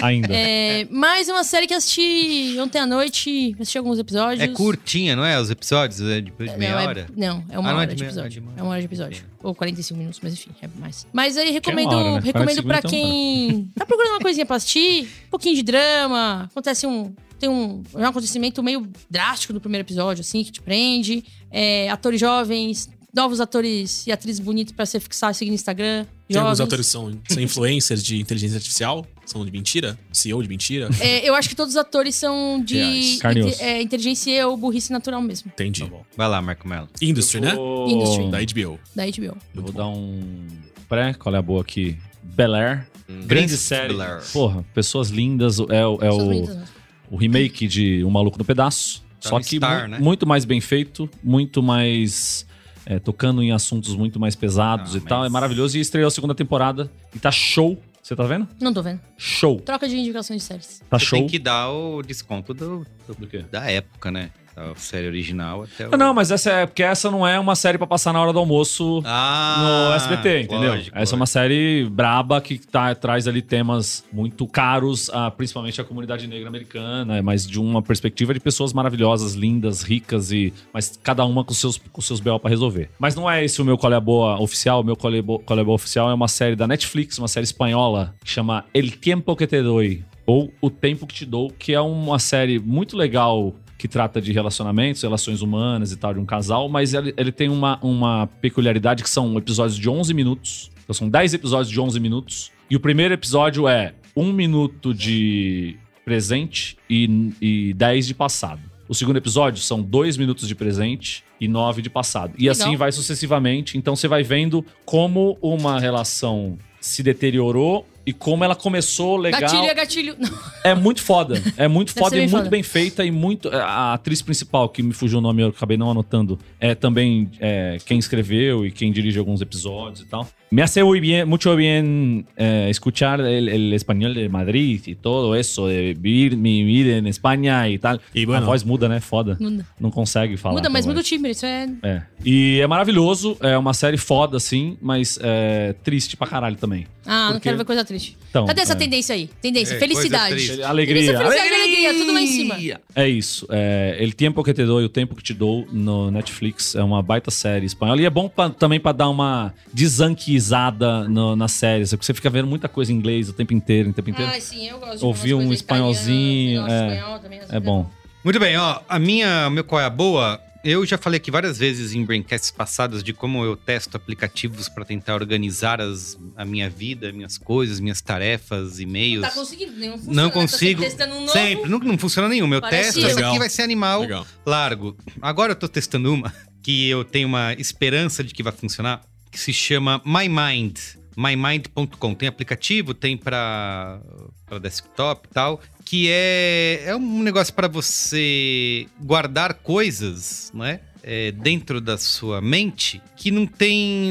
Speaker 2: Ainda.
Speaker 3: É, mas é uma série que eu assisti ontem à noite, assisti alguns episódios.
Speaker 1: É curtinha, não é? Os episódios? É de de meia
Speaker 3: não, é-
Speaker 1: hora?
Speaker 3: não, é uma
Speaker 1: Ah, não, é
Speaker 3: hora
Speaker 1: de
Speaker 3: de
Speaker 1: meia-
Speaker 3: episódio.
Speaker 1: é de uma
Speaker 3: É uma hora de episódio. Ou 45 minutos, mas enfim, é mais. Mas aí
Speaker 2: é uma
Speaker 3: recomendo,
Speaker 2: hora, né?
Speaker 3: recomendo
Speaker 2: 45
Speaker 3: pra
Speaker 2: então,
Speaker 3: quem tá procurando uma coisinha pra assistir, um pouquinho de drama, acontece um tem um, é um acontecimento meio drástico no primeiro episódio, assim, que te prende. É, atores jovens, novos atores e atrizes bonitos pra você fixar, seguir no Instagram.
Speaker 4: Tem alguns
Speaker 3: Jovens.
Speaker 4: atores que são, são influencers de inteligência artificial, são de mentira, CEO de mentira.
Speaker 3: É, eu acho que todos os atores são de
Speaker 4: Reais.
Speaker 2: Carne e
Speaker 3: inte-
Speaker 2: osso.
Speaker 3: é, inteligência ou burrice natural mesmo,
Speaker 4: Entendi.
Speaker 1: Vai lá, Marco Melo.
Speaker 4: Industry, né?
Speaker 2: Vou-
Speaker 3: Industry.
Speaker 4: Da HBO.
Speaker 3: da HBO.
Speaker 2: Eu vou dar um pré, qual é a boa aqui? Bel Air. Grande
Speaker 1: Hum. Grande
Speaker 2: série.
Speaker 1: Bel Air.
Speaker 2: Porra, Pessoas Lindas é, o- é
Speaker 3: Pessoas
Speaker 2: o,
Speaker 3: bonitas, né?
Speaker 2: o remake de Um Maluco no Pedaço.
Speaker 1: Tá
Speaker 2: só
Speaker 1: no
Speaker 2: que
Speaker 1: Star,
Speaker 2: mu-
Speaker 1: né?
Speaker 2: muito mais bem feito, muito mais. é, tocando em assuntos muito mais pesados
Speaker 1: Ah,
Speaker 2: e tal.
Speaker 1: mas-
Speaker 2: É maravilhoso. E estreou a segunda temporada. E tá show. Você tá vendo?
Speaker 3: Não tô vendo.
Speaker 2: Show.
Speaker 3: Troca de indicações de séries.
Speaker 2: Tá
Speaker 1: Você
Speaker 2: show.
Speaker 1: Tem que dar o desconto do, do-
Speaker 2: Do quê?
Speaker 1: da época, né? Da série original até o...
Speaker 2: Ah, Não, mas essa é porque essa não é uma série pra passar na hora do almoço
Speaker 1: Ah,
Speaker 2: no SBT, entendeu?
Speaker 1: lógico,
Speaker 2: essa é uma série braba que tá, traz ali temas muito caros, a, principalmente à comunidade negra americana, mas de uma perspectiva de pessoas maravilhosas, lindas, ricas e mas cada uma com seus com seus BO pra resolver. Mas não é esse o meu qual é a boa oficial, o meu qual é a Bo- Qual é a boa oficial é uma série da Netflix, uma série espanhola que chama El tiempo que te doy ou O Tempo que te dou, que é uma série muito legal que trata de relacionamentos, relações humanas e tal, de um casal, mas ele, ele tem uma, uma peculiaridade que são episódios de 11 minutos. Então são 10 episódios de 11 minutos. E o primeiro episódio é um minuto de presente e, e 10 de passado. O segundo episódio são dois minutos de presente e nove de passado. E
Speaker 3: Legal.
Speaker 2: assim vai sucessivamente. Então você vai vendo como uma relação se deteriorou e como ela começou legal.
Speaker 3: Gatilho é gatilho. Não,
Speaker 2: É muito foda. É muito
Speaker 3: Deve
Speaker 2: foda
Speaker 3: ser
Speaker 2: e
Speaker 3: bem
Speaker 2: muito
Speaker 3: foda.
Speaker 2: bem feita e muito. é, A atriz principal, que me fugiu o nome, eu acabei não anotando, é também é, quem escreveu e quem dirige alguns episódios e tal. Me hace muy bien, mucho bien eh, escuchar el, el español de Madrid e todo eso, de vivir mi vida en España e tal.
Speaker 4: E, bueno.
Speaker 2: A voz muda, né? Foda.
Speaker 3: muda.
Speaker 2: Não consegue falar.
Speaker 3: Hum. muda, mas
Speaker 2: pela
Speaker 3: muda o timbre. Isso é.
Speaker 2: é. E é maravilhoso, é uma série foda, assim, mas é triste pra caralho também.
Speaker 3: Ah, não
Speaker 2: Porque-
Speaker 3: quero ver coisa triste.
Speaker 2: Então,
Speaker 3: Cadê essa
Speaker 2: é.
Speaker 3: tendência aí? Tendência.
Speaker 1: É, coisa
Speaker 3: felicidade.
Speaker 1: triste.
Speaker 2: Alegria.
Speaker 3: Isso é felicidade, alegria, tudo lá em cima.
Speaker 2: É isso. É, El Tempo Que Te Dou e O Tempo Que Te Dou no Netflix. É uma baita série espanhola. E é bom pra- também pra dar uma desanquizada no- nas séries. Porque você fica vendo muita coisa em inglês o tempo inteiro, o tempo inteiro.
Speaker 3: Ah, sim, eu gosto.
Speaker 2: Ouvir um espanholzinho, é. é bom.
Speaker 1: Muito bem, ó. A minha, meu qual é a boa? Eu já falei aqui várias vezes em braincasts passadas de como eu testo aplicativos para tentar organizar as, a minha vida, minhas coisas, minhas tarefas, e-mails.
Speaker 3: Tá conseguindo, nenhum funciona,
Speaker 1: Não
Speaker 3: tá sempre
Speaker 1: consigo.
Speaker 3: testando um novo.
Speaker 1: Sempre, nunca não funciona nenhum. Eu
Speaker 3: Parece
Speaker 1: testo,
Speaker 3: eu.
Speaker 1: essa aqui
Speaker 4: Legal.
Speaker 1: vai ser animal
Speaker 4: Legal.
Speaker 1: largo. Agora eu tô testando uma que eu tenho uma esperança de que vai funcionar, que se chama My Mind. MyMind.com. Tem aplicativo, tem para desktop e tal, que é, é um negócio para você guardar coisas, né? é, dentro da sua mente que não tem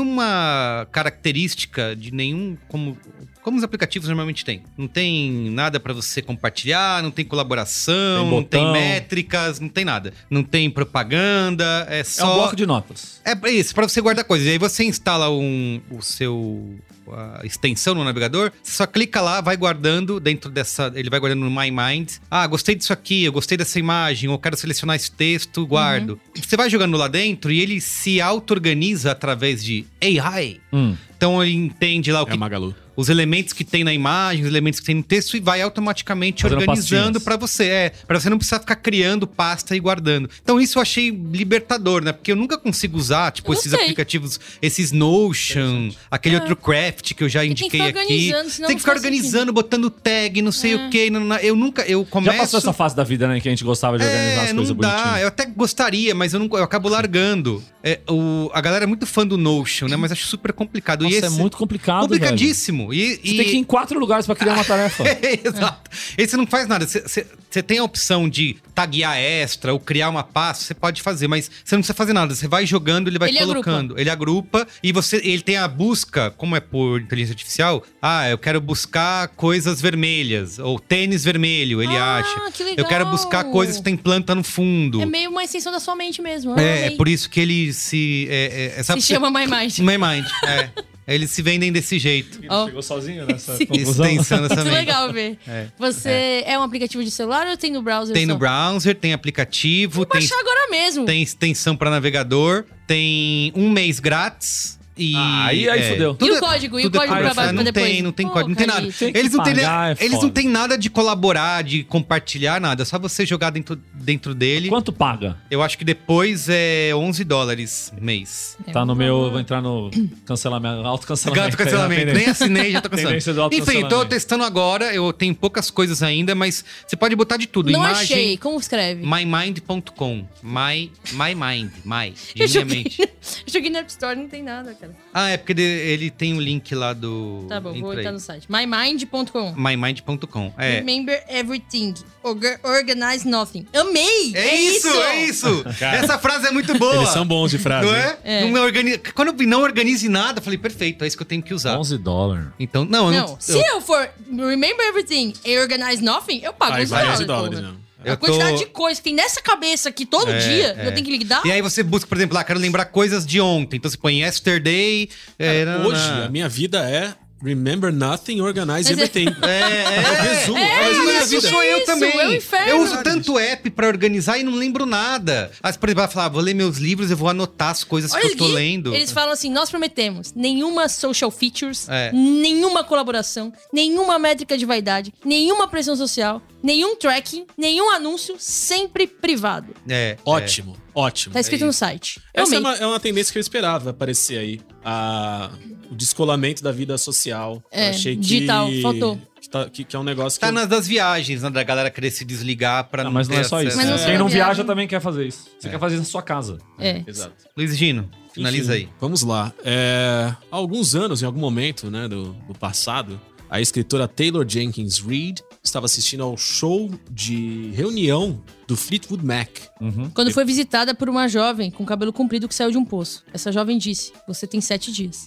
Speaker 1: nenhuma característica de nenhum como como os aplicativos normalmente têm. Não tem nada para você compartilhar, não tem colaboração,
Speaker 2: Tem
Speaker 1: não tem
Speaker 2: botão.
Speaker 1: métricas, não tem nada. Não tem propaganda, é
Speaker 2: É um
Speaker 1: só
Speaker 2: bloco de notas.
Speaker 1: é pra isso, pra você guardar coisas. E aí você instala um, o seu a extensão no navegador, você só clica lá, vai guardando dentro dessa, ele vai guardando no My Mind. Ah, gostei disso aqui, eu gostei dessa imagem, eu quero selecionar esse texto, guardo.
Speaker 2: Uhum.
Speaker 1: Você vai jogando lá dentro e ele se auto-organiza através de AI.
Speaker 2: Hum.
Speaker 1: Então ele entende lá o
Speaker 4: É
Speaker 1: que,
Speaker 4: a Magalu.
Speaker 1: os elementos que tem na imagem, os elementos que tem no texto e vai automaticamente
Speaker 2: Fazendo
Speaker 1: organizando
Speaker 2: pastinhas.
Speaker 1: pra você, é, para você não precisar ficar criando pasta e guardando. Então isso eu achei libertador, né? Porque eu nunca consigo usar, tipo,
Speaker 3: Eu
Speaker 1: esses
Speaker 3: sei.
Speaker 1: aplicativos, esses Notion, aquele
Speaker 3: É.
Speaker 1: outro Craft que eu já
Speaker 3: tem que
Speaker 1: indiquei aqui.
Speaker 3: ficar organizando, senão
Speaker 1: Tem
Speaker 3: não
Speaker 1: que ficar
Speaker 3: faz É.
Speaker 1: organizando, botando tag, não sei o quê, não- não- eu nunca eu
Speaker 2: Já
Speaker 1: começo É,
Speaker 2: passou essa fase da vida, né? Que a gente gostava de organizar as
Speaker 1: não
Speaker 2: coisas
Speaker 1: dá.
Speaker 2: bonitinhas.
Speaker 1: Eu até gostaria, mas eu, não, eu acabo largando. É, o, a galera é muito fã do Notion, né? Mas acho super complicado.
Speaker 2: Nossa,
Speaker 1: e esse
Speaker 2: é muito complicado, velho.
Speaker 1: complicadíssimo. É. E,
Speaker 2: Você
Speaker 1: e-
Speaker 2: tem que ir em quatro lugares pra criar uma tarefa.
Speaker 1: Exato.
Speaker 3: É.
Speaker 1: Esse não faz nada. Você tem a opção de taguear extra ou criar uma pasta, você pode fazer, mas você não precisa fazer nada. Você vai jogando, ele vai
Speaker 3: Ele agrupa.
Speaker 1: colocando. Ele agrupa e você ele tem a busca, como é por inteligência artificial, ah, eu quero buscar coisas vermelhas, ou tênis vermelho, ele
Speaker 3: Ah,
Speaker 1: acha.
Speaker 3: que legal.
Speaker 1: Eu quero buscar coisas que tem planta no fundo.
Speaker 3: É meio uma extensão da sua mente mesmo. eu
Speaker 1: É, é
Speaker 3: amei.
Speaker 1: por isso que ele se. É, é, é,
Speaker 3: Se chama My Mind.
Speaker 1: My Mind. É. Eles se vendem desse jeito.
Speaker 3: Ó.
Speaker 2: Chegou sozinho nessa conclusão.
Speaker 1: Extensando essa
Speaker 3: Muito
Speaker 1: mente.
Speaker 3: legal ver.
Speaker 1: É.
Speaker 3: Você é. um aplicativo de celular ou tem no browser?
Speaker 1: Tem no
Speaker 3: só?
Speaker 1: browser, tem aplicativo,
Speaker 3: Vou
Speaker 1: tem,
Speaker 3: baixar agora mesmo.
Speaker 1: tem extensão para navegador, tem um mês grátis e.
Speaker 2: Ah, aí- aí fudeu.
Speaker 3: E
Speaker 1: tudo
Speaker 3: o
Speaker 1: é-
Speaker 3: código? E o
Speaker 1: tudo é
Speaker 3: código pra
Speaker 1: propriedade.
Speaker 3: baixo pra
Speaker 1: Não
Speaker 3: depois?
Speaker 1: tem, não tem
Speaker 3: Pô,
Speaker 1: código, não tem nada.
Speaker 3: Carice.
Speaker 2: Tem que
Speaker 1: Eles não, têm,
Speaker 2: pagar, é
Speaker 1: eles não
Speaker 2: foda.
Speaker 1: têm nada de colaborar, de compartilhar, nada. É só você jogar dentro, dentro dele.
Speaker 2: Quanto paga?
Speaker 1: Eu acho que depois é 11 dólares mês.
Speaker 3: É,
Speaker 2: Tá no
Speaker 3: vamos
Speaker 2: meu.
Speaker 3: lá.
Speaker 2: Vou entrar no cancelamento. Autocancelamento.
Speaker 1: Gato cancelamento. Nem assinei, já tô cancelando.
Speaker 2: é Tendência do autocancelamento.
Speaker 1: Enfim, tô testando agora. Eu tenho poucas coisas ainda, mas você pode botar de tudo.
Speaker 3: Não
Speaker 1: Imagem,
Speaker 3: achei. Como escreve?
Speaker 1: mymind.com. My, my mind, my, de
Speaker 3: Eu
Speaker 1: minha
Speaker 3: joguei,
Speaker 1: mente.
Speaker 3: eu joguei na App Store, não tem nada, cara.
Speaker 1: Ah, é porque de- ele tem o link lá do...
Speaker 3: Tá bom, vou
Speaker 1: Entra aí.
Speaker 3: entrar no site. mymind.com.
Speaker 1: mymind.com. É.
Speaker 3: Remember everything. Orga- Organize nothing. Amei!
Speaker 1: É isso, é isso! Essa frase é muito boa!
Speaker 4: Eles são bons de frase.
Speaker 1: Não
Speaker 4: hein?
Speaker 1: é? Não organi... Quando eu vi não organize nada, eu falei, perfeito, é isso que eu tenho que usar.
Speaker 2: 11 dólares.
Speaker 1: Então, não, eu não...
Speaker 3: Não, se eu for remember everything e organize nothing, eu pago
Speaker 4: Aí
Speaker 3: 11
Speaker 4: vai
Speaker 3: dólares.
Speaker 4: 11 dólares,
Speaker 3: porra.
Speaker 4: né?
Speaker 1: Eu
Speaker 3: A quantidade
Speaker 1: tô-
Speaker 3: de coisa que tem nessa cabeça aqui todo
Speaker 1: É,
Speaker 3: dia,
Speaker 1: é.
Speaker 3: eu tenho que ligar.
Speaker 1: E aí você busca, por exemplo, ah, quero lembrar coisas de ontem. Então você põe yesterday. é,
Speaker 4: Cara,
Speaker 1: nananã.
Speaker 4: Hoje, a minha vida é Remember Nothing, Organize Everything.
Speaker 1: É, é,
Speaker 4: É o resumo, é o resumo da
Speaker 1: isso um
Speaker 4: vida.
Speaker 1: sou eu
Speaker 3: Isso,
Speaker 1: também.
Speaker 3: é o inferno.
Speaker 1: eu uso tanto app pra organizar e não lembro nada. Aí você, por exemplo, vai falar, ah, vou ler meus livros, eu vou anotar as coisas que eu tô
Speaker 3: aqui,
Speaker 1: lendo.
Speaker 3: Eles falam assim: nós prometemos nenhuma social features,
Speaker 1: É.
Speaker 3: nenhuma colaboração, nenhuma métrica de vaidade, nenhuma pressão social, nenhum tracking, nenhum anúncio, sempre privado.
Speaker 1: É,
Speaker 4: Ótimo, ótimo.
Speaker 3: Tá escrito
Speaker 1: É
Speaker 3: no site. Eu
Speaker 4: Essa é
Speaker 3: amei.
Speaker 4: uma, é uma tendência que eu esperava aparecer aí. A- o descolamento da vida social. Eu
Speaker 3: É,
Speaker 4: achei que.
Speaker 3: digital, faltou.
Speaker 4: Que tá- que, que é um negócio que.
Speaker 1: Tá
Speaker 4: eu-
Speaker 1: nas das viagens, né? Da galera querer se desligar pra
Speaker 2: Ah, mas não é
Speaker 1: ter
Speaker 2: só isso.
Speaker 1: acesso.
Speaker 3: Mas não
Speaker 1: É.
Speaker 3: só
Speaker 2: Quem não
Speaker 3: viagem.
Speaker 2: viaja também quer fazer isso. Você quer fazer isso na sua casa.
Speaker 3: É.
Speaker 4: Exato.
Speaker 1: Luiz Gino, finaliza
Speaker 4: Enfim,
Speaker 1: aí.
Speaker 4: Vamos lá. É, há alguns anos, em algum momento né, do, do passado, a escritora Taylor Jenkins Reid estava assistindo ao show de reunião do Fleetwood Mac.
Speaker 2: Uhum.
Speaker 3: Quando foi visitada por uma jovem com cabelo comprido que saiu de um poço. Essa jovem disse: Você tem sete dias.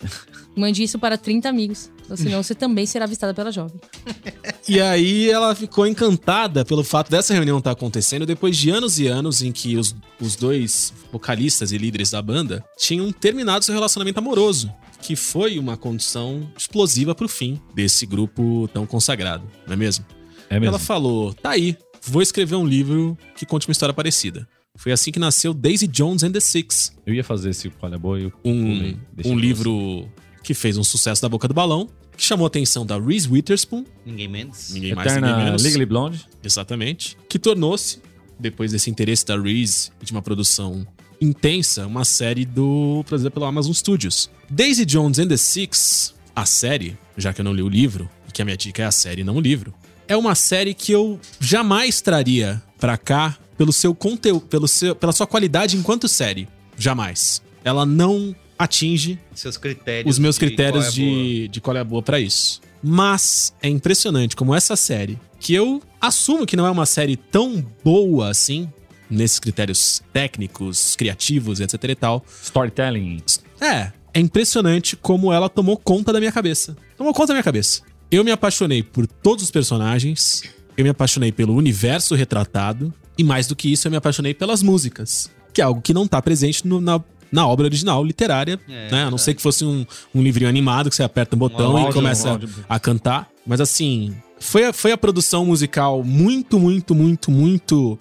Speaker 3: Mande isso para 30 amigos. ou Senão você também será avistada pela jovem.
Speaker 4: E aí ela ficou encantada pelo fato dessa reunião estar acontecendo depois de anos e anos em que os, os dois vocalistas e líderes da banda tinham terminado seu relacionamento amoroso. Que foi uma condição explosiva pro fim desse grupo tão consagrado, não é mesmo?
Speaker 2: É
Speaker 4: Ela falou: tá aí, vou escrever um livro que conte uma história parecida. Foi assim que nasceu Daisy Jones and the Six,
Speaker 2: Eu ia fazer esse palha boa e eu
Speaker 4: um,
Speaker 2: pulei. Deixa
Speaker 4: um
Speaker 2: eu
Speaker 4: livro que fez um sucesso da boca do balão, que chamou a atenção da Reese Witherspoon,
Speaker 1: Ninguém menos.
Speaker 4: ninguém mais, ninguém
Speaker 2: Eterna
Speaker 4: menos,
Speaker 2: Legally Blonde.
Speaker 4: exatamente, que tornou-se, depois desse interesse da Reese e de uma produção intensa, uma série do produzida pela Amazon Studios. Daisy Jones and the Six, a série, já que eu não li o livro, e que a minha dica é a série, não o livro, é uma série que eu jamais traria pra cá pelo seu conteúdo, pelo seu, pela sua qualidade enquanto série. Jamais. Ela não atinge
Speaker 1: Seus critérios.
Speaker 4: os meus
Speaker 1: de
Speaker 4: critérios
Speaker 1: qual é a boa.
Speaker 4: de, de qual é a boa pra isso. Mas é impressionante como essa série, que eu assumo que não é uma série tão boa assim, nesses critérios técnicos, criativos, etc e tal.
Speaker 2: Storytelling.
Speaker 4: É, é impressionante como ela tomou conta da minha cabeça. Tomou conta da minha cabeça. Eu me apaixonei por todos os personagens, eu me apaixonei pelo universo retratado, e mais do que isso, eu me apaixonei pelas músicas, que é algo que não tá presente no- na, na obra original literária, né? A não
Speaker 1: verdade.
Speaker 4: ser que fosse um, um livrinho animado que você aperta um botão e
Speaker 2: áudio,
Speaker 4: começa
Speaker 2: um áudio.
Speaker 4: a cantar. Mas assim, foi a, foi a produção musical muito, muito, muito, muito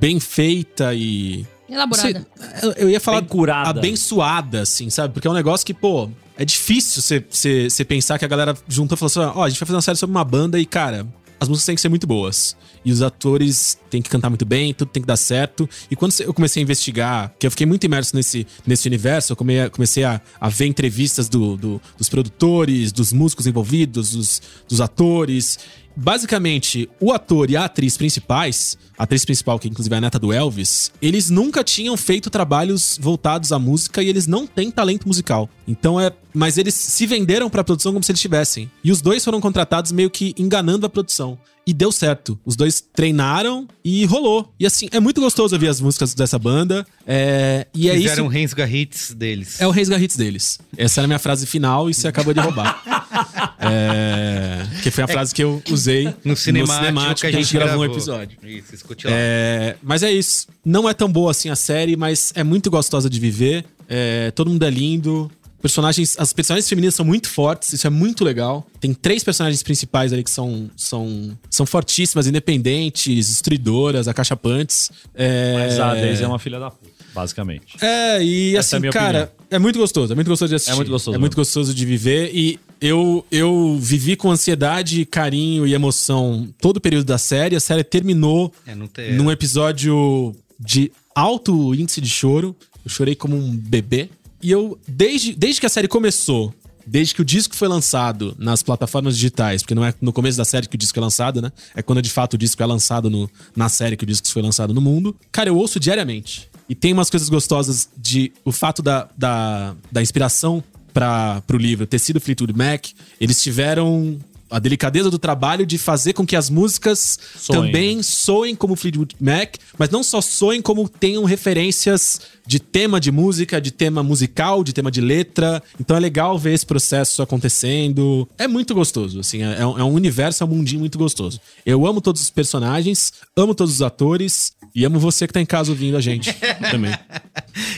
Speaker 4: bem feita e.
Speaker 3: Elaborada.
Speaker 4: Sei- eu- eu ia falar
Speaker 2: Bem curada.
Speaker 4: abençoada, assim, sabe? Porque é um negócio que, pô, é difícil você- você você pensar que a galera juntou e falou assim: ó, a gente vai fazer uma série sobre uma banda e, cara, as músicas têm que ser muito boas. E os atores têm que cantar muito bem, tudo tem que dar certo. E quando eu comecei a investigar, que eu fiquei muito imerso nesse, nesse universo, eu come- comecei a, a ver entrevistas do- do- dos produtores, dos músicos envolvidos, dos, dos atores. Basicamente, o ator e a atriz principais, a atriz principal, que inclusive é a neta do Elvis, eles nunca tinham feito trabalhos voltados à música e eles não têm talento musical. Então é. Mas eles se venderam pra produção como se eles tivessem. E os dois foram contratados meio que enganando a produção. E deu certo. Os dois treinaram e rolou. E assim, é muito gostoso ouvir as músicas dessa banda. É, e é isso.
Speaker 1: Fizeram Rensga Hits deles.
Speaker 4: É o Reis Garrits deles. Essa era a minha frase final e você acabou de roubar. é, que foi a frase que eu usei
Speaker 1: No cinemático,
Speaker 4: que a gente, gravou um episódio.
Speaker 1: Isso, escute lá.
Speaker 4: É, mas é isso. Não é tão boa assim a série, mas é muito gostosa de viver. É, todo mundo é lindo. Personagens, as personagens femininas são muito fortes, isso é muito legal. Tem três personagens principais ali que são, são, são fortíssimas, independentes, destruidoras, acachapantes. É,
Speaker 2: Mas a Daisy é uma filha da puta, basicamente.
Speaker 4: é, e
Speaker 2: Essa é a
Speaker 4: assim,
Speaker 2: minha
Speaker 4: cara, é muito gostoso, é muito gostoso de assistir.
Speaker 2: É muito gostoso
Speaker 4: É muito
Speaker 2: mesmo.
Speaker 4: gostoso de viver e eu, eu vivi com ansiedade, carinho e emoção todo o período da série. A série terminou
Speaker 1: É, não tem-
Speaker 4: num episódio de alto índice de choro. Eu chorei como um bebê. E eu, desde, desde que a série começou, desde que o disco foi lançado nas plataformas digitais, porque não é no começo da série que o disco é lançado, né? É quando de fato o disco é lançado no, na série que o disco foi lançado no mundo. Cara, eu ouço diariamente. E tem umas coisas gostosas de o fato da, da, da inspiração para o livro ter sido Fleetwood Mac. Eles tiveram a delicadeza do trabalho de fazer com que as músicas
Speaker 2: Soem, né?
Speaker 4: também também soem como Fleetwood Mac, mas não só soem como tenham referências de tema de música, de tema musical, de tema de letra. Então é legal ver esse processo acontecendo. É muito gostoso, assim, é, é um é um universo, é um mundinho muito gostoso. Eu amo todos os personagens, amo todos os atores e amo você que tá em casa ouvindo a gente também.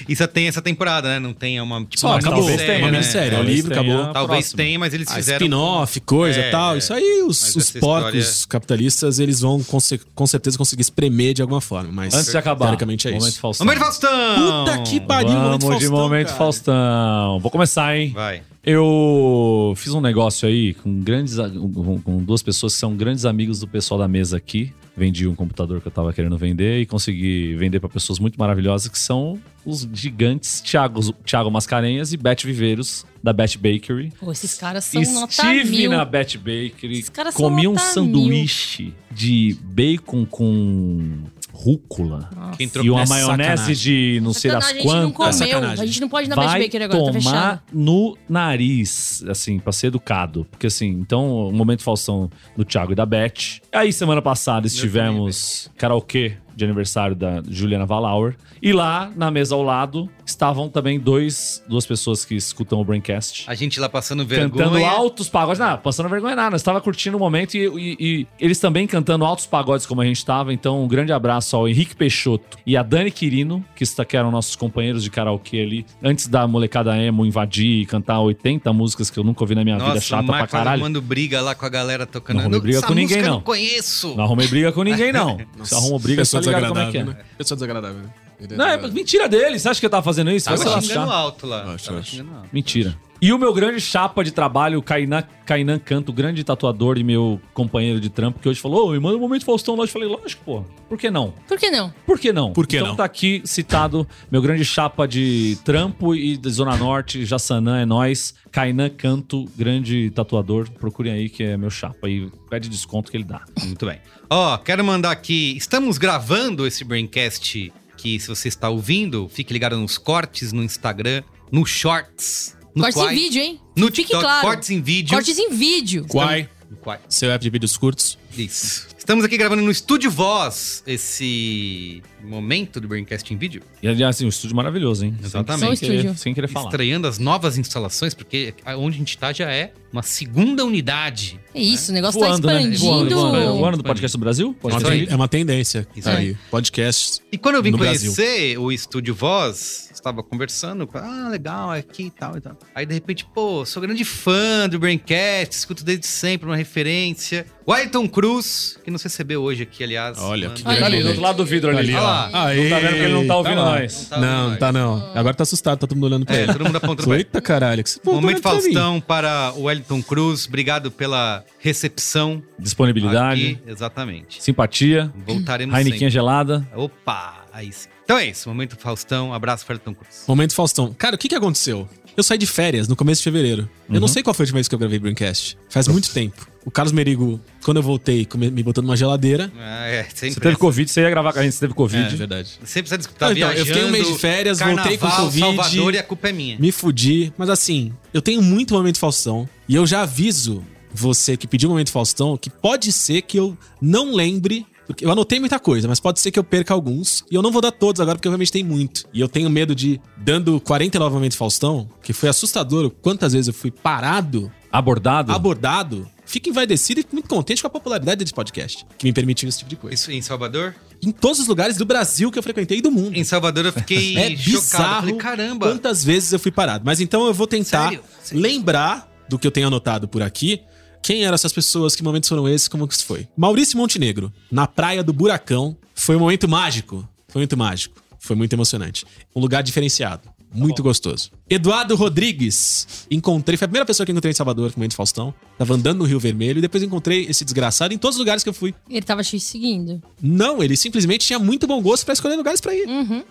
Speaker 1: E só tem essa temporada, né? Não tem é uma. Tipo,
Speaker 4: Só,
Speaker 1: uma
Speaker 4: acabou.
Speaker 1: minissérie,
Speaker 4: Tem, uma
Speaker 1: né?
Speaker 4: minissérie, é o
Speaker 1: Talvez-
Speaker 4: livro, acabou.
Speaker 2: tenha a
Speaker 1: Talvez
Speaker 2: próxima.
Speaker 1: tenha, mas eles
Speaker 4: Ah,
Speaker 1: fizeram.
Speaker 4: spin-off, coisa
Speaker 1: É,
Speaker 4: tal.
Speaker 1: é.
Speaker 4: Isso aí, os,
Speaker 1: Mas
Speaker 4: os
Speaker 1: essa
Speaker 4: porcos
Speaker 1: história- é-
Speaker 4: capitalistas, eles vão com, cer- com certeza conseguir espremer de alguma forma. Mas,
Speaker 2: Antes de acabar,
Speaker 4: teoricamente, é isso.
Speaker 2: momento Faustão.
Speaker 1: Momento Faustão!
Speaker 4: Puta que pariu,
Speaker 2: Vamos
Speaker 4: momento
Speaker 2: de
Speaker 4: Faustão,
Speaker 2: momento
Speaker 4: cara.
Speaker 2: Faustão. Vou começar, hein?
Speaker 1: Vai.
Speaker 2: Eu fiz um negócio aí com grandes, a- com, com duas pessoas que são grandes amigos do pessoal da mesa aqui. Vendi um computador que eu tava querendo vender e consegui vender pra pessoas muito maravilhosas que são os gigantes Thiago, Thiago Mascarenhas e Beth Viveiros, da Beth Bakery.
Speaker 3: Pô, esses caras são nota
Speaker 2: Estive
Speaker 3: mil.
Speaker 2: na Beth Bakery,
Speaker 3: Esses caras são
Speaker 2: comi um
Speaker 3: nota
Speaker 2: sanduíche de bacon com rúcula
Speaker 1: Quem
Speaker 2: e
Speaker 1: trocou
Speaker 2: uma
Speaker 1: é
Speaker 2: maionese
Speaker 1: sacanagem.
Speaker 2: de não sei das
Speaker 3: Sacanagem, a gente não
Speaker 2: quantas.
Speaker 3: comeu.
Speaker 4: sacanagem.
Speaker 3: A gente não pode ir na Best
Speaker 2: Vai
Speaker 3: Baker agora, tá fechado.
Speaker 2: tomar no nariz, assim, pra ser educado. Porque assim, então, o momento Faustão do Thiago e da Beth. Aí, semana passada, estivemos karaokê de aniversário da Juliana Valauer. E lá, na mesa ao lado, estavam também dois, duas pessoas que escutam o Braincast.
Speaker 1: A gente lá passando vergonha.
Speaker 2: Cantando altos pagodes. Não, passando vergonha nada. Estava curtindo o momento e, e- e eles também cantando altos pagodes como a gente estava. Então, um grande abraço ao Henrique Peixoto e a Dani Quirino, que, está, que eram nossos companheiros de karaokê ali, antes da molecada emo invadir e cantar 80 músicas que eu nunca ouvi na minha vida, é
Speaker 1: Nossa, o
Speaker 2: chata pra
Speaker 1: Marco
Speaker 2: caralho.
Speaker 1: arrumando briga lá com a galera tocando.
Speaker 2: Não arrumei briga
Speaker 1: essa
Speaker 2: com ninguém,
Speaker 1: música eu
Speaker 2: não.
Speaker 1: conheço.
Speaker 2: Não arrumei briga com ninguém, não. Só arrumou briga, só
Speaker 4: Pessoa
Speaker 2: ligado como é que é.
Speaker 4: desagradável, né? Pessoa desagradável, né?
Speaker 2: Não, é mentira dele. Você acha que eu tava fazendo isso? Vai se
Speaker 1: Tava
Speaker 2: lascar.
Speaker 1: xingando alto lá.
Speaker 4: Acho,
Speaker 1: Tava
Speaker 4: acho.
Speaker 1: xingando alto.
Speaker 2: Mentira. E o meu grande chapa de trabalho, o Kainan, Kainan Canto, grande tatuador e meu companheiro de trampo, que hoje falou, ô, me manda um momento Faustão lá. Eu falei, lógico, pô. Por que não?
Speaker 3: Por que não?
Speaker 2: Por que não?
Speaker 4: Por que
Speaker 2: então
Speaker 4: não?
Speaker 2: tá aqui citado meu grande chapa de trampo e de Zona Norte, Jaçanã é nós, Kainan Canto, grande tatuador. Procurem aí que é meu chapa e pede desconto que ele dá.
Speaker 1: Muito bem. Ó, quero mandar aqui. Estamos gravando esse Braincast que, se você está ouvindo, fique ligado nos cortes no Instagram, no Shorts, no
Speaker 3: Cortes
Speaker 1: Quai,
Speaker 3: em vídeo, hein?
Speaker 1: no
Speaker 3: Fique
Speaker 1: TikTok,
Speaker 3: claro.
Speaker 1: cortes em vídeo.
Speaker 3: Cortes em vídeo.
Speaker 4: Quai,
Speaker 1: No Quai.
Speaker 4: seu app de vídeos curtos.
Speaker 1: Isso. Estamos aqui gravando no Estúdio Voz esse momento do Braincast em vídeo.
Speaker 2: E aliás, assim, um estúdio maravilhoso, hein?
Speaker 1: Exatamente.
Speaker 2: Sem querer,
Speaker 3: um Estúdio.
Speaker 2: sem querer falar.
Speaker 1: Estreando as novas instalações, porque onde a gente está já é uma segunda unidade.
Speaker 3: É isso, o negócio
Speaker 2: Voando,
Speaker 3: tá
Speaker 2: né?
Speaker 3: expandindo.
Speaker 2: Voando, voando.
Speaker 1: Expandindo.
Speaker 2: Voando do podcast do Brasil?
Speaker 4: É uma
Speaker 1: Isso aí.
Speaker 4: ten- É uma tendência.
Speaker 1: Isso
Speaker 4: Tá
Speaker 1: aí.
Speaker 4: aí. Podcast.
Speaker 1: E quando eu vim
Speaker 4: No Brasil.
Speaker 1: conhecer o Estúdio Voz, estava conversando, ah, legal, é aqui e tal e tal. Aí de repente, pô, sou grande fã do Braincast, escuto desde sempre, uma referência. O Ayrton Cruz, que nos recebeu hoje aqui, aliás.
Speaker 4: Olha,
Speaker 1: Mano,
Speaker 4: que
Speaker 2: Tá ali, do outro lado do vidro ali.
Speaker 4: Ali,
Speaker 1: ó.
Speaker 2: ó.
Speaker 4: Aê,
Speaker 2: Não tá vendo que ele não tá ouvindo
Speaker 4: lá.
Speaker 2: nós.
Speaker 1: Tá ouvindo
Speaker 4: não,
Speaker 1: nós.
Speaker 4: tá não. Agora tá assustado, tá todo mundo olhando pra
Speaker 1: É,
Speaker 4: ele.
Speaker 1: todo mundo apontando pra ele.
Speaker 4: Eita caralho, que é você apontou
Speaker 1: Momento
Speaker 4: pra mim?
Speaker 1: Faustão para o Wellington Cruz, obrigado pela recepção.
Speaker 2: Disponibilidade,
Speaker 1: aqui. Exatamente.
Speaker 2: simpatia,
Speaker 1: Voltaremos
Speaker 2: Heinequinha gelada.
Speaker 4: é
Speaker 1: sempre. Opa, aí sim. Então é isso, Momento Faustão, abraço para Wellington Cruz.
Speaker 4: Momento Faustão. Cara, o que que aconteceu? Eu saí de férias no começo de fevereiro. Eu não sei qual foi a última vez que eu gravei Braincast. Faz muito tempo. O Carlos Merigo, quando eu voltei, come- me botou numa geladeira.
Speaker 1: Ah, é, sempre
Speaker 2: Você teve
Speaker 1: essa.
Speaker 2: Covid, você ia gravar com a gente, você teve Covid.
Speaker 4: É, verdade.
Speaker 1: Você precisa disputar
Speaker 4: Então,
Speaker 1: então, viajando.
Speaker 4: eu fiquei um mês de férias, voltei com
Speaker 1: carnaval,
Speaker 4: Covid.
Speaker 1: Salvador e a culpa é minha.
Speaker 4: Me fudi, mas assim, eu tenho muito momento Faustão. E eu já aviso você que pediu momento Faustão que pode ser que eu não lembre. Porque eu anotei muita coisa, mas pode ser que eu perca alguns. E eu não vou dar todos agora, porque eu realmente tenho muito. E eu tenho medo de, dando 49 momentos Faustão, que foi assustador o quantas vezes eu fui parado
Speaker 2: Abordado?
Speaker 4: abordado, fico envaidecido e muito contente com a popularidade desse podcast, que me permitiu esse tipo de coisa.
Speaker 1: Isso em Salvador?
Speaker 4: Em todos os lugares do Brasil que eu frequentei e do mundo.
Speaker 1: Em Salvador eu fiquei
Speaker 4: é
Speaker 1: chocado. Eu
Speaker 4: bizarro
Speaker 1: Falei, caramba.
Speaker 4: quantas vezes eu fui parado. Mas então eu vou tentar
Speaker 1: Sério? Sério?
Speaker 4: lembrar do que eu tenho anotado por aqui. Quem eram essas pessoas, que momentos foram esses, como que isso foi. Maurício Montenegro, na Praia do Buracão, foi um momento mágico. Foi muito mágico. Foi muito emocionante. Um lugar diferenciado.
Speaker 1: Tá
Speaker 4: Muito gostoso. Eduardo Rodrigues. Encontrei, foi a primeira pessoa que eu encontrei em Salvador com o Momento Faustão. Tava andando no Rio Vermelho e depois encontrei esse desgraçado em todos os lugares que eu fui.
Speaker 3: Ele tava te seguindo.
Speaker 4: Não, ele simplesmente tinha muito bom gosto pra escolher lugares pra ir.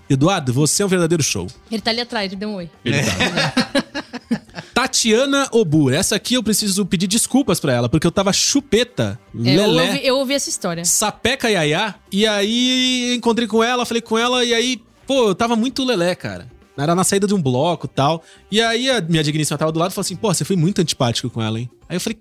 Speaker 4: Eduardo, você é um verdadeiro show.
Speaker 3: Ele tá ali atrás, ele deu um oi.
Speaker 4: Tatiana Obur. Essa aqui eu preciso pedir desculpas pra ela, porque eu tava chupeta,
Speaker 3: É, eu,
Speaker 4: lelé,
Speaker 3: ouvi, eu ouvi essa história.
Speaker 4: sapeca iaiá. E aí encontrei com ela, falei com ela, e aí, pô, eu tava muito lelé, cara. Era na saída de um bloco e tal. E aí a minha digníssima tava do lado e falou assim: pô, você foi muito antipático com ela, hein? Aí eu falei: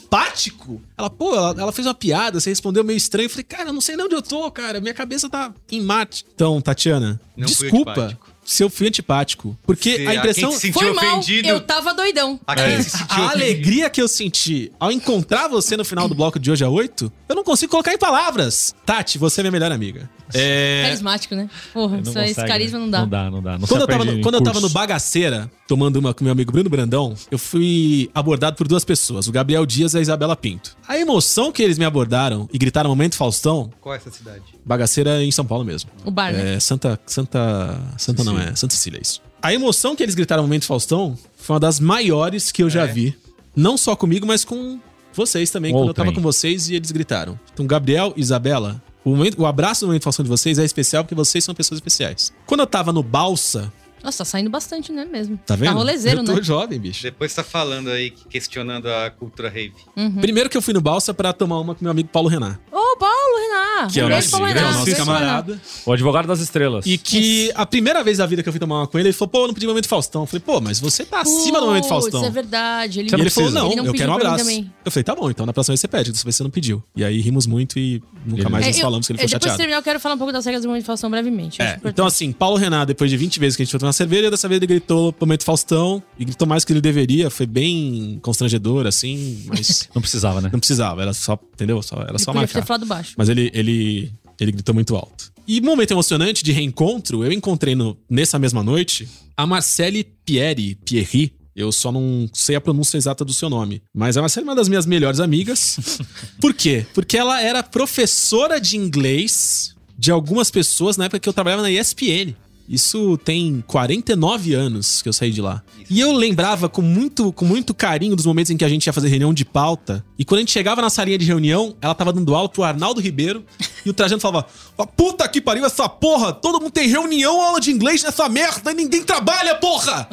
Speaker 4: antipático? Ela, pô, ela, ela fez uma piada, você respondeu meio estranho. Eu falei: cara, eu não sei nem onde eu tô, cara. Minha cabeça tá em mate. Então, Tatiana,
Speaker 1: Não fui
Speaker 4: desculpa.
Speaker 1: antipático.
Speaker 4: Se eu fui antipático. Porque
Speaker 1: Se-
Speaker 4: a impressão.
Speaker 1: Quem se sentiu
Speaker 3: Foi mal,
Speaker 1: ofendido. É.
Speaker 3: eu tava doidão.
Speaker 1: A quem se sentiu
Speaker 4: É. A
Speaker 1: ofendido.
Speaker 4: alegria que eu senti ao encontrar você no final do bloco de hoje a 8, eu não consigo colocar em palavras. Tati, você é minha melhor amiga. É,
Speaker 3: Carismático, né? Porra,
Speaker 2: Não
Speaker 3: só
Speaker 2: consegue,
Speaker 3: esse
Speaker 2: né?
Speaker 3: carisma não dá.
Speaker 2: Não dá, não dá. Não
Speaker 4: quando
Speaker 2: se
Speaker 4: eu, tava
Speaker 2: aprende
Speaker 4: no,
Speaker 2: em
Speaker 4: quando eu tava no
Speaker 2: curso.
Speaker 4: Bagaceira, tomando uma com meu amigo Bruno Brandão, eu fui abordado por duas pessoas, o Gabriel Dias e a Isabela Pinto. A emoção que eles me abordaram e gritaram Momento Faustão,
Speaker 1: Qual é essa cidade?
Speaker 4: Bagaceira é em São Paulo mesmo.
Speaker 3: O bar, né?
Speaker 4: É, Santa. Santa. Santa não é. Santa Cecília, é isso. A emoção
Speaker 3: É.
Speaker 4: que eles gritaram no momento Faustão foi uma das maiores que eu já vi. Não só comigo, mas com vocês também,
Speaker 2: Um
Speaker 4: quando eu
Speaker 2: outrem.
Speaker 4: tava com vocês e eles gritaram. Então, Gabriel e Isabela, o, momento, o abraço do momento de fação de vocês é especial porque vocês são pessoas especiais. Quando eu tava no Balsa,
Speaker 3: Nossa, tá saindo bastante, né, mesmo?
Speaker 4: tá vendo?
Speaker 3: Tá rolezeiro,
Speaker 4: eu tô
Speaker 3: né?
Speaker 4: jovem, bicho.
Speaker 1: Depois tá falando aí, que- questionando a cultura rave.
Speaker 3: Uhum.
Speaker 4: Primeiro que eu fui no Balsa pra tomar uma com meu amigo Paulo Renan.
Speaker 3: Ô, Paulo, Renan!
Speaker 4: Que é
Speaker 3: um
Speaker 4: o
Speaker 3: beijo
Speaker 4: nosso,
Speaker 3: pro
Speaker 4: é o
Speaker 3: Renan.
Speaker 4: nosso
Speaker 3: beijo pro Renan.
Speaker 4: camarada.
Speaker 2: O advogado das estrelas.
Speaker 4: E que a primeira vez da vida que eu fui tomar uma com ele, ele falou, pô, eu não pedi momento Faustão. Eu falei, pô, mas você tá acima do momento
Speaker 3: Putz,
Speaker 4: Faustão.
Speaker 3: é verdade. Ele,
Speaker 4: E ele falou, não,
Speaker 3: ele
Speaker 4: eu
Speaker 3: pediu
Speaker 4: quero um
Speaker 3: pra mim
Speaker 4: abraço.
Speaker 3: também.
Speaker 4: Eu falei, tá bom, então na próxima vez você pede, dessa vez você não pediu. E aí rimos muito e nunca
Speaker 2: Ele-
Speaker 4: mais
Speaker 2: É,
Speaker 4: nos
Speaker 3: eu-
Speaker 4: falamos que ele
Speaker 3: eu,
Speaker 4: foi
Speaker 3: Depois de
Speaker 4: chateado.
Speaker 3: terminar, eu quero falar um pouco das regras do momento de Faustão brevemente. Eu acho
Speaker 4: É,
Speaker 3: importante.
Speaker 4: então assim, Paulo Renan, depois de 20 vezes que a gente foi tomar cerveja, dessa vez ele gritou momento Faustão e gritou mais que ele deveria, foi bem constrangedor, assim, mas
Speaker 2: Não precisava, né?
Speaker 4: não precisava, era só, entendeu? Só- era
Speaker 3: Ele
Speaker 4: só
Speaker 3: podia
Speaker 4: marcar.
Speaker 3: ter falado baixo.
Speaker 4: Mas ele, ele, ele gritou muito alto. E momento emocionante de reencontro, eu encontrei no- nessa mesma noite a Marcele Pieri, Pierri. Eu só não sei a pronúncia exata do seu nome. Mas a Marcele é uma das minhas melhores amigas. Por quê? Porque ela era professora de inglês de algumas pessoas na época que eu trabalhava na ESPN. Isso tem 49 anos que eu saí de lá. E eu lembrava com muito, com muito carinho dos momentos em que a gente ia fazer reunião de pauta. E quando a gente chegava na salinha de reunião, ela tava dando aula pro Arnaldo Ribeiro. e o Trajano falava: "Ó, Puta que pariu essa porra! Todo mundo tem reunião, aula de inglês nessa merda e ninguém trabalha, porra!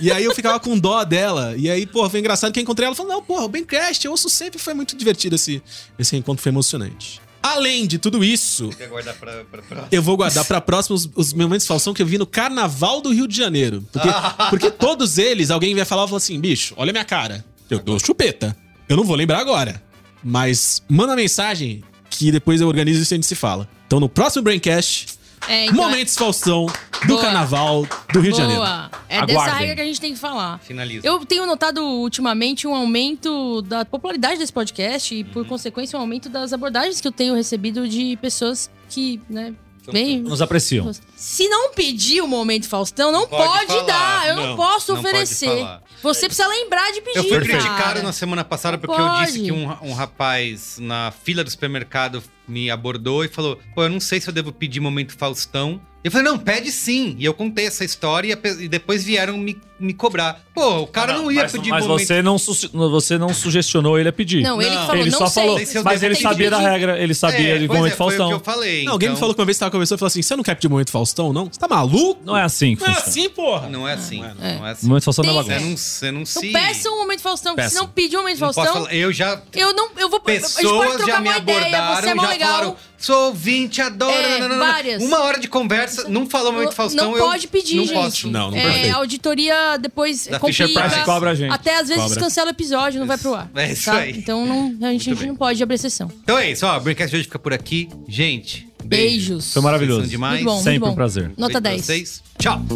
Speaker 4: e aí eu ficava com dó dela. E aí, porra, foi engraçado que eu encontrei ela e falei: Não, porra, o Bencast, eu ouço sempre. Foi muito divertido esse, esse encontro, foi emocionante. Além de tudo isso,
Speaker 1: Quer guardar pra, pra, pra...
Speaker 4: eu vou guardar pra próxima os, os momentos de falsão que eu vi no Carnaval do Rio de Janeiro. Porque, porque todos eles, alguém vai falar e fala assim, bicho, olha a minha cara. Eu dou chupeta. Eu não vou lembrar agora. Mas manda mensagem que depois eu organizo isso e a gente se fala. Então no próximo Braincast,
Speaker 3: É, então,
Speaker 4: momentos Faustão do
Speaker 3: Boa.
Speaker 4: Carnaval do Rio de Janeiro.
Speaker 3: Boa. É dessa
Speaker 2: Aguardem.
Speaker 3: regra que a gente tem que falar.
Speaker 1: Finaliza.
Speaker 3: Eu tenho notado ultimamente um aumento da popularidade desse podcast e, por consequência, um aumento das abordagens que eu tenho recebido de pessoas que, né,
Speaker 1: Então,
Speaker 3: bem.
Speaker 2: Nos apreciam.
Speaker 3: Se não pedir o momento Faustão, não
Speaker 1: Pode falar.
Speaker 3: pode, dar. Eu não,
Speaker 4: Não,
Speaker 3: posso
Speaker 1: não pode
Speaker 3: oferecer.
Speaker 1: falar.
Speaker 3: Você precisa lembrar de pedir.
Speaker 1: Eu fui
Speaker 3: cara.
Speaker 1: criticado na semana passada
Speaker 3: Não
Speaker 1: porque eu disse
Speaker 3: pode.
Speaker 1: que um, ra- um rapaz na fila do supermercado me abordou e falou: pô, eu não sei se eu devo pedir momento Faustão. Eu falei, não, pede sim. E eu contei essa história e a pe- e depois vieram me, me cobrar. Pô, o cara não, ia
Speaker 2: mas,
Speaker 4: Tipo
Speaker 1: pedir
Speaker 2: mas
Speaker 1: momento
Speaker 2: você não, su- você não sugestionou ele a pedir.
Speaker 3: Não, ele
Speaker 1: Não.
Speaker 3: que falou,
Speaker 2: ele
Speaker 3: não
Speaker 2: só
Speaker 3: sei.
Speaker 2: falou.
Speaker 1: se eu
Speaker 2: Mas
Speaker 1: devo
Speaker 2: ele
Speaker 1: ter que
Speaker 2: sabia da
Speaker 3: pedir.
Speaker 2: regra, ele sabia
Speaker 1: É,
Speaker 2: de
Speaker 1: pois
Speaker 2: momento
Speaker 1: é,
Speaker 2: Faustão.
Speaker 1: Foi o que eu falei.
Speaker 4: Não, alguém
Speaker 1: então-
Speaker 4: me falou que uma vez você tava conversando e falou assim: você não quer pedir momento Faustão, não? Você tá maluco?
Speaker 2: Não é assim que
Speaker 4: Não é
Speaker 2: funciona.
Speaker 4: assim, porra.
Speaker 1: Não é assim.
Speaker 4: É.
Speaker 1: Não é assim.
Speaker 2: Momento Faustão da
Speaker 3: Tem-
Speaker 1: Você
Speaker 2: bagunça.
Speaker 1: não, você não
Speaker 3: Então
Speaker 1: se.
Speaker 3: peça um momento Faustão, porque se
Speaker 2: Peça.
Speaker 3: não pedir um momento
Speaker 1: não posso
Speaker 3: Faustão,
Speaker 1: falar. Eu já.
Speaker 3: eu não. Eu vou. a gente pode
Speaker 1: Pessoas
Speaker 3: trocar
Speaker 1: já me
Speaker 3: uma ideia.
Speaker 1: abordaram,
Speaker 3: Você é mó
Speaker 1: já
Speaker 3: legal.
Speaker 1: falaram, sou ouvinte, adoro.
Speaker 3: É,
Speaker 1: nananana."
Speaker 3: várias.
Speaker 1: Uma hora de conversa, não falou momento Faustão.
Speaker 3: não
Speaker 1: eu
Speaker 3: pode pedir,
Speaker 1: não
Speaker 3: gente.
Speaker 1: Posso.
Speaker 4: Não, não
Speaker 3: é,
Speaker 4: perfeito.
Speaker 3: A auditoria depois
Speaker 1: Da
Speaker 3: complica.
Speaker 1: Fisher Price
Speaker 2: cobra a gente.
Speaker 3: Até às vezes
Speaker 4: Cobra.
Speaker 3: cancela o episódio, não vai pro ar.
Speaker 1: É isso aí.
Speaker 3: Então não- a gente, a gente não pode abrir exceção.
Speaker 1: Então é isso, ó. O Braincast de hoje fica por aqui. Gente, beijo.
Speaker 3: Beijos.
Speaker 2: Foi maravilhoso. um
Speaker 1: Vocês são demais.
Speaker 3: Muito bom,
Speaker 2: Sempre
Speaker 3: muito bom.
Speaker 2: um prazer.
Speaker 1: Beijo pra
Speaker 3: Nota 10.
Speaker 1: vocês. Tchau.